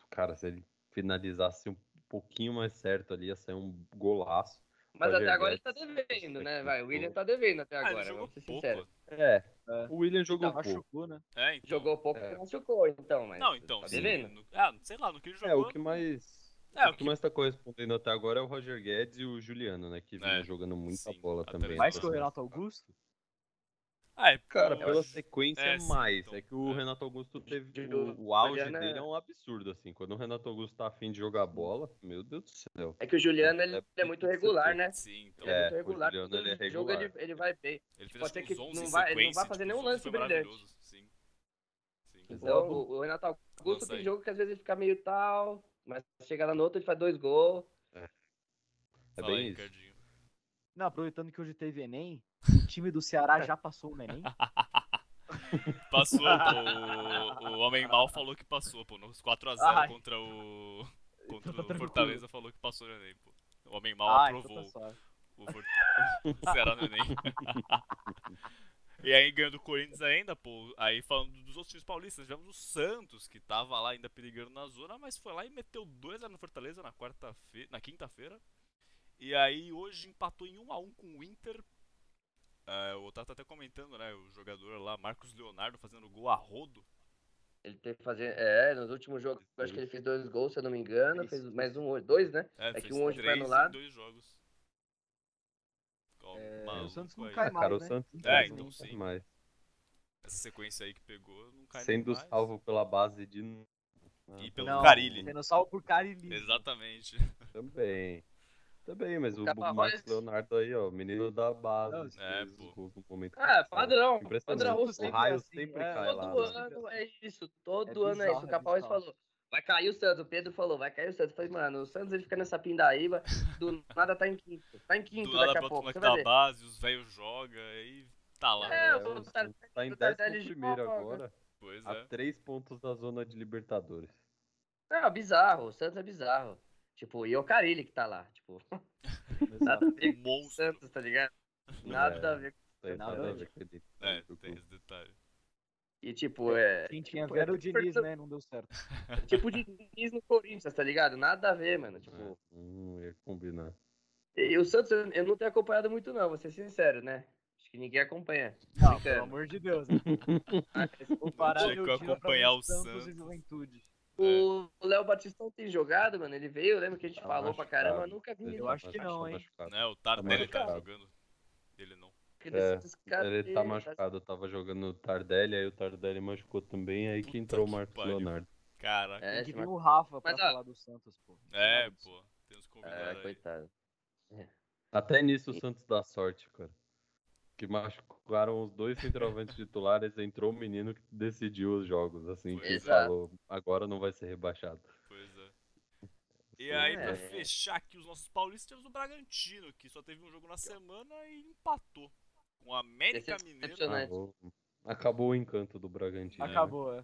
[SPEAKER 3] cara, se ele finalizasse um pouquinho mais certo ali, ia sair um golaço.
[SPEAKER 2] Mas
[SPEAKER 3] Roger
[SPEAKER 2] até agora ele tá
[SPEAKER 3] Guedes,
[SPEAKER 2] devendo, né?
[SPEAKER 3] técnico.
[SPEAKER 2] Vai, o William tá devendo até
[SPEAKER 1] Ah, ele
[SPEAKER 2] agora,
[SPEAKER 1] jogou
[SPEAKER 2] vamos ser
[SPEAKER 1] pouco.
[SPEAKER 2] sinceros.
[SPEAKER 3] É,
[SPEAKER 4] É.
[SPEAKER 3] o William jogou pouco.
[SPEAKER 4] Machucou, né?
[SPEAKER 1] É, então.
[SPEAKER 2] Jogou pouco
[SPEAKER 3] É.
[SPEAKER 2] porque machucou, então, mas...
[SPEAKER 1] Não, então.
[SPEAKER 2] Tá
[SPEAKER 1] sim,
[SPEAKER 2] devendo?
[SPEAKER 1] no- Ah, sei lá, no que ele jogou.
[SPEAKER 3] É, o que mais.
[SPEAKER 1] É,
[SPEAKER 3] o que mais tá correspondendo até agora é o Roger Guedes e o Juliano, né? Que vinha
[SPEAKER 1] É,
[SPEAKER 3] jogando muita
[SPEAKER 1] sim,
[SPEAKER 3] bola
[SPEAKER 1] até
[SPEAKER 3] também. né?
[SPEAKER 1] mesmo.
[SPEAKER 4] Mais
[SPEAKER 1] Sim.
[SPEAKER 4] que o Renato Augusto?
[SPEAKER 1] Ah, é,
[SPEAKER 3] Cara,
[SPEAKER 1] pô,
[SPEAKER 3] pela
[SPEAKER 1] acho-
[SPEAKER 3] sequência,
[SPEAKER 1] é, sim,
[SPEAKER 3] mais.
[SPEAKER 1] então,
[SPEAKER 3] é que o
[SPEAKER 1] é.
[SPEAKER 3] Renato Augusto teve.
[SPEAKER 2] Juliano-
[SPEAKER 3] O, o auge
[SPEAKER 2] Juliano é-
[SPEAKER 4] né?
[SPEAKER 3] dele é um absurdo, assim. Quando o Renato Augusto tá afim de jogar bola, meu Deus do céu.
[SPEAKER 2] É que o Juliano, ele
[SPEAKER 3] É,
[SPEAKER 2] é muito regular, né?
[SPEAKER 1] Sim, então.
[SPEAKER 2] Ele é, muito
[SPEAKER 3] É, o
[SPEAKER 2] regular.
[SPEAKER 3] Juliano,
[SPEAKER 2] todo
[SPEAKER 3] ele é
[SPEAKER 2] jogo ele,
[SPEAKER 3] regular.
[SPEAKER 2] ele vai bem.
[SPEAKER 1] Ele fez
[SPEAKER 2] Pode
[SPEAKER 1] acho
[SPEAKER 2] ser
[SPEAKER 1] que uns
[SPEAKER 2] que
[SPEAKER 1] 11
[SPEAKER 2] não
[SPEAKER 1] em
[SPEAKER 2] vai- ele não vai
[SPEAKER 1] sequência,
[SPEAKER 2] fazer
[SPEAKER 1] tipo,
[SPEAKER 2] nenhum
[SPEAKER 1] isso
[SPEAKER 2] lance
[SPEAKER 1] foi
[SPEAKER 2] brilhante.
[SPEAKER 1] maravilhoso, Sim. Sim.
[SPEAKER 2] Então, o, o Renato Augusto
[SPEAKER 1] Lança aí.
[SPEAKER 2] tem jogo que às vezes ele fica meio tal, mas chega lá no outro, ele faz dois gols.
[SPEAKER 3] É
[SPEAKER 1] Fala aí,
[SPEAKER 3] bem isso.
[SPEAKER 1] Ricardinho.
[SPEAKER 4] Não, aproveitando que hoje teve Enem, o time do Ceará já passou o Enem.
[SPEAKER 1] Passou, pô. O, o Homem Mal falou que passou, pô. Nos 4x0
[SPEAKER 4] Ai.
[SPEAKER 1] contra o. Contra
[SPEAKER 4] Então tá
[SPEAKER 1] o
[SPEAKER 4] tranquilo.
[SPEAKER 1] Fortaleza falou que passou no Enem, pô. O Homem Mal
[SPEAKER 4] Ah, então
[SPEAKER 1] aprovou
[SPEAKER 4] tá suave.
[SPEAKER 1] o, Fort... o Ceará no Enem. e aí ganhando o Corinthians ainda, pô. Aí falando dos outros times paulistas, tivemos o Santos, que tava lá ainda perigando na zona, mas foi lá e meteu 2x0 no Fortaleza na quarta-feira. Na quinta-feira. E aí hoje empatou em 1x1 com o Inter. Ah, o Otávio tá até comentando, né? O jogador lá, Marcos Leonardo, fazendo gol a rodo.
[SPEAKER 2] Ele teve que fazer. É, nos últimos jogos, eu acho que ele fez dois gols, se eu não me engano. Fez mais um hoje. Dois, né?
[SPEAKER 1] É,
[SPEAKER 2] que
[SPEAKER 1] fez
[SPEAKER 2] um hoje foi
[SPEAKER 1] três em
[SPEAKER 2] anulado.
[SPEAKER 1] dois jogos. um
[SPEAKER 4] É,
[SPEAKER 1] maluco
[SPEAKER 4] o Santos não
[SPEAKER 1] aí.
[SPEAKER 4] cai
[SPEAKER 3] Ah, cara, o
[SPEAKER 4] mais, né?
[SPEAKER 3] Santos
[SPEAKER 1] É,
[SPEAKER 3] não
[SPEAKER 1] então
[SPEAKER 3] cai
[SPEAKER 1] sim.
[SPEAKER 3] mais.
[SPEAKER 1] Essa sequência aí que pegou não cai
[SPEAKER 3] Sendo
[SPEAKER 1] mais.
[SPEAKER 3] salvo pela base de. Ah,
[SPEAKER 1] E pelo
[SPEAKER 3] pelo-
[SPEAKER 1] Carilli. né?
[SPEAKER 4] Sendo salvo por Carilli.
[SPEAKER 1] Exatamente.
[SPEAKER 3] Também. Também, mas o,
[SPEAKER 2] Capaz-
[SPEAKER 3] Marcos Leonardo aí, ó, menino da base.
[SPEAKER 1] É,
[SPEAKER 3] fez
[SPEAKER 1] pô.
[SPEAKER 3] o gol no momento
[SPEAKER 2] Ah,
[SPEAKER 3] que saiu.
[SPEAKER 2] padrão.
[SPEAKER 3] Impressionante.
[SPEAKER 2] Padrão.
[SPEAKER 4] Santos
[SPEAKER 3] O
[SPEAKER 4] sempre
[SPEAKER 3] raio
[SPEAKER 4] é assim,
[SPEAKER 3] sempre
[SPEAKER 4] é.
[SPEAKER 3] cai lá.
[SPEAKER 2] Todo
[SPEAKER 4] né?
[SPEAKER 2] ano é isso. Todo
[SPEAKER 4] É
[SPEAKER 2] ano é
[SPEAKER 4] bizarro,
[SPEAKER 2] isso. O
[SPEAKER 4] é
[SPEAKER 2] Capauês
[SPEAKER 4] bizarro.
[SPEAKER 2] falou. Vai cair o Santos. O Pedro falou, vai cair o Santos. Eu falei, mano, o Santos ele fica nessa pindaíba, do nada tá em quinto. Tá em quinto
[SPEAKER 1] Do nada
[SPEAKER 2] daqui a
[SPEAKER 1] pra
[SPEAKER 2] pouco.
[SPEAKER 1] como é
[SPEAKER 2] Você
[SPEAKER 1] que
[SPEAKER 2] vai
[SPEAKER 1] tá a
[SPEAKER 2] ver.
[SPEAKER 1] base, os velhos jogam, aí tá lá.
[SPEAKER 2] É, o
[SPEAKER 3] o
[SPEAKER 2] Tardelli-
[SPEAKER 3] Santos tá em
[SPEAKER 2] o Tardelli
[SPEAKER 3] 11 primeiro
[SPEAKER 2] joga.
[SPEAKER 3] agora,
[SPEAKER 1] Pois
[SPEAKER 3] a
[SPEAKER 1] é.
[SPEAKER 3] 3 pontos da zona de Libertadores.
[SPEAKER 2] Não, bizarro. O Santos é bizarro. Tipo, e é o Carilli que tá lá. Tipo, nada a ver
[SPEAKER 1] Um
[SPEAKER 2] com o
[SPEAKER 1] monstro.
[SPEAKER 2] Santos, tá ligado? Nada a
[SPEAKER 3] É.
[SPEAKER 2] ver com
[SPEAKER 3] Tem
[SPEAKER 4] Não,
[SPEAKER 3] nada a
[SPEAKER 4] não,
[SPEAKER 3] ver com ele.
[SPEAKER 1] É,
[SPEAKER 3] Jogo.
[SPEAKER 1] tem esse detalhe.
[SPEAKER 2] E tipo, é.
[SPEAKER 4] Quem tinha
[SPEAKER 2] tipo,
[SPEAKER 4] ver era
[SPEAKER 2] é
[SPEAKER 4] o Diniz,
[SPEAKER 2] super-
[SPEAKER 4] né? Não deu certo.
[SPEAKER 2] Tipo o Diniz no Corinthians, tá ligado? Nada a ver, mano. Tipo.
[SPEAKER 3] É, Não ia combinar. É.
[SPEAKER 2] E o Santos, eu eu não tenho acompanhado muito, não, vou ser sincero, né? Acho que ninguém acompanha.
[SPEAKER 4] Não,
[SPEAKER 2] Brincando.
[SPEAKER 4] pelo amor de Deus. Né? Vou parar
[SPEAKER 1] tinha
[SPEAKER 4] meu
[SPEAKER 1] que
[SPEAKER 4] tiro pra
[SPEAKER 1] acompanhar
[SPEAKER 4] ver
[SPEAKER 1] o
[SPEAKER 4] e
[SPEAKER 1] Santos.
[SPEAKER 4] Juventude.
[SPEAKER 2] O o Léo Batistão tem jogado, mano. Ele veio, lembra que a gente
[SPEAKER 3] É. Tá
[SPEAKER 2] falou pra
[SPEAKER 3] machucado.
[SPEAKER 2] caramba, eu nunca vi
[SPEAKER 3] Ele
[SPEAKER 2] ele.
[SPEAKER 4] Eu
[SPEAKER 3] tá
[SPEAKER 4] acho que não,
[SPEAKER 3] machucado,
[SPEAKER 4] hein?
[SPEAKER 3] machucado.
[SPEAKER 1] Né, o Tardelli tá
[SPEAKER 3] machucado.
[SPEAKER 1] jogando. Ele não.
[SPEAKER 3] É,
[SPEAKER 2] Esses caras
[SPEAKER 3] Ele
[SPEAKER 2] dele,
[SPEAKER 3] tá machucado, eu tava jogando o Tardelli, aí o Tardelli machucou também, aí
[SPEAKER 1] Puta
[SPEAKER 3] que entrou o
[SPEAKER 1] que
[SPEAKER 3] Marcos
[SPEAKER 1] pariu.
[SPEAKER 3] Leonardo.
[SPEAKER 1] Caraca.
[SPEAKER 2] É,
[SPEAKER 4] Tem que
[SPEAKER 2] esse
[SPEAKER 4] vir
[SPEAKER 2] Mar-
[SPEAKER 4] o Rafa pra
[SPEAKER 2] Mas, ó,
[SPEAKER 4] falar do Santos, pô.
[SPEAKER 1] É, pô. Tem
[SPEAKER 3] um
[SPEAKER 1] uns
[SPEAKER 2] Ah,
[SPEAKER 1] convidados aí.
[SPEAKER 2] coitado.
[SPEAKER 3] Até nisso o
[SPEAKER 2] E-
[SPEAKER 3] Santos dá sorte, cara. Que machucaram os dois centroavantes titulares, entrou o menino que decidiu os jogos, assim, que
[SPEAKER 2] Exato.
[SPEAKER 3] falou, agora não vai ser rebaixado.
[SPEAKER 1] Pois é. E aí, pra
[SPEAKER 2] É.
[SPEAKER 1] fechar aqui os nossos paulistas, temos o Bragantino, que só teve um jogo na semana e empatou. Com o América Mineiro.
[SPEAKER 2] Decepcionante. Impressionante.
[SPEAKER 3] Acabou, acabou Ah, o encanto do Bragantino. né?
[SPEAKER 4] Acabou, é.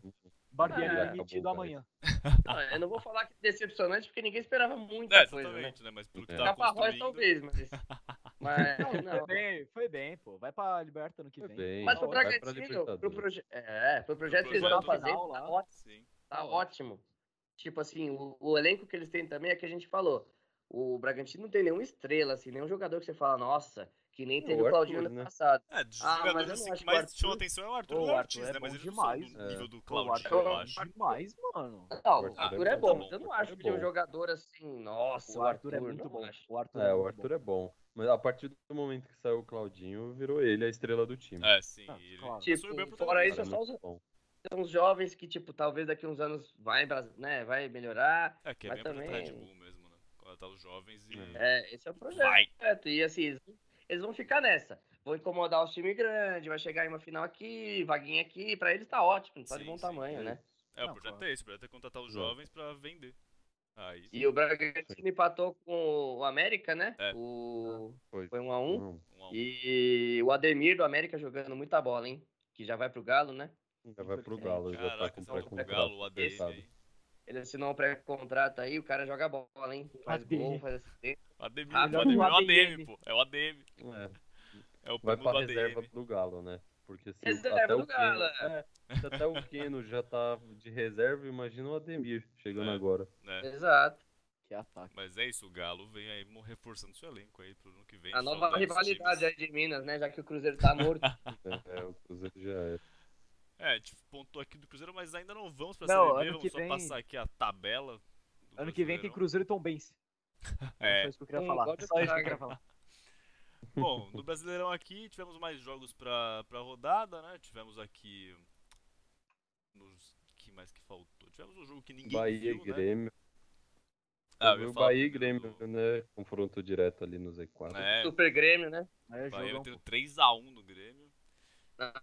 [SPEAKER 4] Barbieri
[SPEAKER 2] Ah,
[SPEAKER 4] é
[SPEAKER 2] acabou,
[SPEAKER 4] demitido
[SPEAKER 3] cara.
[SPEAKER 4] amanhã.
[SPEAKER 2] Não, eu não vou falar que é decepcionante, porque ninguém esperava muita
[SPEAKER 1] É,
[SPEAKER 2] coisa, né?
[SPEAKER 1] exatamente, né? Mas pelo que
[SPEAKER 3] É.
[SPEAKER 1] tá
[SPEAKER 2] Caparrós
[SPEAKER 1] construindo...
[SPEAKER 2] talvez, mas. Mas não.
[SPEAKER 4] Foi bem, foi bem, pô. Vai pra Liberta ano que
[SPEAKER 3] Foi
[SPEAKER 4] vem.
[SPEAKER 3] bem.
[SPEAKER 2] Mas
[SPEAKER 4] Não,
[SPEAKER 2] pro
[SPEAKER 3] vai pra
[SPEAKER 2] Bragantino, pro
[SPEAKER 3] Libertadores.
[SPEAKER 2] proje... é, pro projeto que eles
[SPEAKER 1] projeto
[SPEAKER 2] estão fazendo,
[SPEAKER 4] final
[SPEAKER 2] tá
[SPEAKER 4] lá.
[SPEAKER 2] ótimo.
[SPEAKER 1] Sim.
[SPEAKER 2] tá ótimo. Tipo assim, o, o elenco que eles têm também é que a gente falou. O Bragantino não tem nenhuma estrela, assim, nenhum jogador que você fala, nossa, que nem
[SPEAKER 3] É,
[SPEAKER 2] teve
[SPEAKER 3] o
[SPEAKER 2] o
[SPEAKER 3] Arthur,
[SPEAKER 2] Claudinho ano
[SPEAKER 3] né?
[SPEAKER 2] passado.
[SPEAKER 1] É, dos
[SPEAKER 2] Ah, mas eu
[SPEAKER 1] jogadores
[SPEAKER 2] não acho
[SPEAKER 1] assim, que
[SPEAKER 2] que
[SPEAKER 1] mais
[SPEAKER 2] o Arthur-
[SPEAKER 1] chama atenção é o Arthur
[SPEAKER 4] Pô,
[SPEAKER 1] e
[SPEAKER 4] o
[SPEAKER 1] o
[SPEAKER 4] Arthur
[SPEAKER 1] Ortiz,
[SPEAKER 4] é
[SPEAKER 1] né?
[SPEAKER 4] bom
[SPEAKER 1] Mas eles não
[SPEAKER 4] demais.
[SPEAKER 1] são do nível do
[SPEAKER 4] Pô, o
[SPEAKER 1] Claudio,
[SPEAKER 4] Arthur
[SPEAKER 1] eu
[SPEAKER 4] é
[SPEAKER 1] acho.
[SPEAKER 4] bom demais, mano.
[SPEAKER 2] Não, o
[SPEAKER 3] Arthur é
[SPEAKER 2] Arthur é
[SPEAKER 3] bom,
[SPEAKER 2] bom, mas eu não
[SPEAKER 3] o Arthur
[SPEAKER 2] acho
[SPEAKER 3] é
[SPEAKER 2] que ele é um
[SPEAKER 3] bom.
[SPEAKER 2] jogador assim, nossa,
[SPEAKER 4] O Arthur é
[SPEAKER 2] não
[SPEAKER 4] muito bom.
[SPEAKER 2] acho.
[SPEAKER 4] O Arthur
[SPEAKER 3] É,
[SPEAKER 4] muito
[SPEAKER 3] o
[SPEAKER 4] bom.
[SPEAKER 3] Arthur é bom. Mas a partir do momento que saiu o Claudinho, virou ele a estrela do time.
[SPEAKER 1] É, sim.
[SPEAKER 4] Ah,
[SPEAKER 1] ele-
[SPEAKER 4] claro.
[SPEAKER 1] Ele soube bem
[SPEAKER 2] Tipo,
[SPEAKER 1] pro
[SPEAKER 2] fora
[SPEAKER 1] trabalho.
[SPEAKER 2] isso, é só os,
[SPEAKER 3] muito bom.
[SPEAKER 2] são os jovens que, tipo, talvez daqui uns anos vai, embras- né, vai melhorar.
[SPEAKER 1] É, que é
[SPEAKER 2] mas
[SPEAKER 1] bem também... pra
[SPEAKER 2] também-
[SPEAKER 1] Red Bull mesmo, né? Quando tá os jovens e...
[SPEAKER 3] É.
[SPEAKER 2] É, esse é o projeto.
[SPEAKER 1] Vai.
[SPEAKER 2] E assim, eles, eles vão ficar nessa. Vão incomodar os times grandes, vai chegar em uma final aqui, vaguinha aqui. Pra eles tá ótimo, tá de
[SPEAKER 1] Sim,
[SPEAKER 2] bom
[SPEAKER 1] sim,
[SPEAKER 2] tamanho,
[SPEAKER 3] é
[SPEAKER 2] né?
[SPEAKER 1] É, o
[SPEAKER 4] Não,
[SPEAKER 1] projeto
[SPEAKER 4] claro.
[SPEAKER 1] é esse, o projeto é contratar os
[SPEAKER 3] Exato.
[SPEAKER 1] jovens pra vender. Aí. um
[SPEAKER 2] E o Bragantino empatou com o América, né?
[SPEAKER 1] É.
[SPEAKER 2] O...
[SPEAKER 3] Foi.
[SPEAKER 2] Foi um a um.
[SPEAKER 3] Não,
[SPEAKER 1] um a um.
[SPEAKER 2] E o Ademir do América jogando muita bola, hein? Que já vai pro Galo, né?
[SPEAKER 3] já vai pro Galo, já tá
[SPEAKER 1] Caraca,
[SPEAKER 3] com
[SPEAKER 1] esse é o
[SPEAKER 2] um.
[SPEAKER 3] pré-contrato,
[SPEAKER 1] Galo, o ADM
[SPEAKER 3] coitado.
[SPEAKER 1] aí.
[SPEAKER 2] Ele assinou um pré-contrato aí, o cara joga bola, hein? Faz
[SPEAKER 4] Ademir.
[SPEAKER 2] gol, faz assistência.
[SPEAKER 1] O ADM,
[SPEAKER 2] Ah,
[SPEAKER 1] o ADM, é o
[SPEAKER 4] o
[SPEAKER 1] ADM, pô. É o ADM.
[SPEAKER 3] É,
[SPEAKER 1] É o
[SPEAKER 3] vai
[SPEAKER 1] primo do
[SPEAKER 3] pra
[SPEAKER 1] ADM.
[SPEAKER 3] reserva do Galo, né? Porque se
[SPEAKER 2] Reserva
[SPEAKER 3] até
[SPEAKER 2] do
[SPEAKER 3] o
[SPEAKER 2] Galo,
[SPEAKER 3] Keno, é, se até o Keno já tá de reserva, imagina o Ademir chegando
[SPEAKER 1] É.
[SPEAKER 3] agora.
[SPEAKER 1] né?
[SPEAKER 2] Exato.
[SPEAKER 4] Que ataque.
[SPEAKER 1] Mas é isso, o Galo vem aí mo- reforçando seu elenco aí pro ano que vem.
[SPEAKER 2] A nova
[SPEAKER 1] saudades dos
[SPEAKER 2] rivalidade
[SPEAKER 1] times.
[SPEAKER 2] aí de Minas, né? Já que o Cruzeiro tá morto.
[SPEAKER 3] É, é, o Cruzeiro já é.
[SPEAKER 1] É, tipo, pontuou aqui do Cruzeiro, mas ainda não vamos pra
[SPEAKER 4] Não,
[SPEAKER 1] Série B,
[SPEAKER 4] ano
[SPEAKER 1] vamos
[SPEAKER 4] que
[SPEAKER 1] só
[SPEAKER 4] vem-
[SPEAKER 1] passar aqui a tabela. do
[SPEAKER 4] Ano que vem tem
[SPEAKER 1] Brasileirão.
[SPEAKER 4] Cruzeiro e Tom Benz. Só
[SPEAKER 1] É,
[SPEAKER 4] isso que eu queria
[SPEAKER 2] Hum,
[SPEAKER 4] falar.
[SPEAKER 2] pode
[SPEAKER 4] Só isso que eu
[SPEAKER 2] falar,
[SPEAKER 4] queria falar.
[SPEAKER 1] bom, no Brasileirão aqui tivemos mais jogos pra, pra rodada, né? Tivemos aqui. Nos... que mais que faltou? Tivemos um jogo que ninguém
[SPEAKER 3] Bahia
[SPEAKER 1] viu,
[SPEAKER 3] e
[SPEAKER 1] né?
[SPEAKER 3] Grêmio.
[SPEAKER 1] Ah, eu ia
[SPEAKER 3] o
[SPEAKER 1] falar
[SPEAKER 3] Bahia e
[SPEAKER 1] primeiro
[SPEAKER 3] Grêmio, né? Confronto direto ali no
[SPEAKER 1] do-
[SPEAKER 3] Z4.
[SPEAKER 1] É,
[SPEAKER 2] Super Grêmio, né?
[SPEAKER 4] Aí é
[SPEAKER 1] o Bahia
[SPEAKER 4] jogão,
[SPEAKER 1] meteu
[SPEAKER 4] pô.
[SPEAKER 1] 3x1 no Grêmio.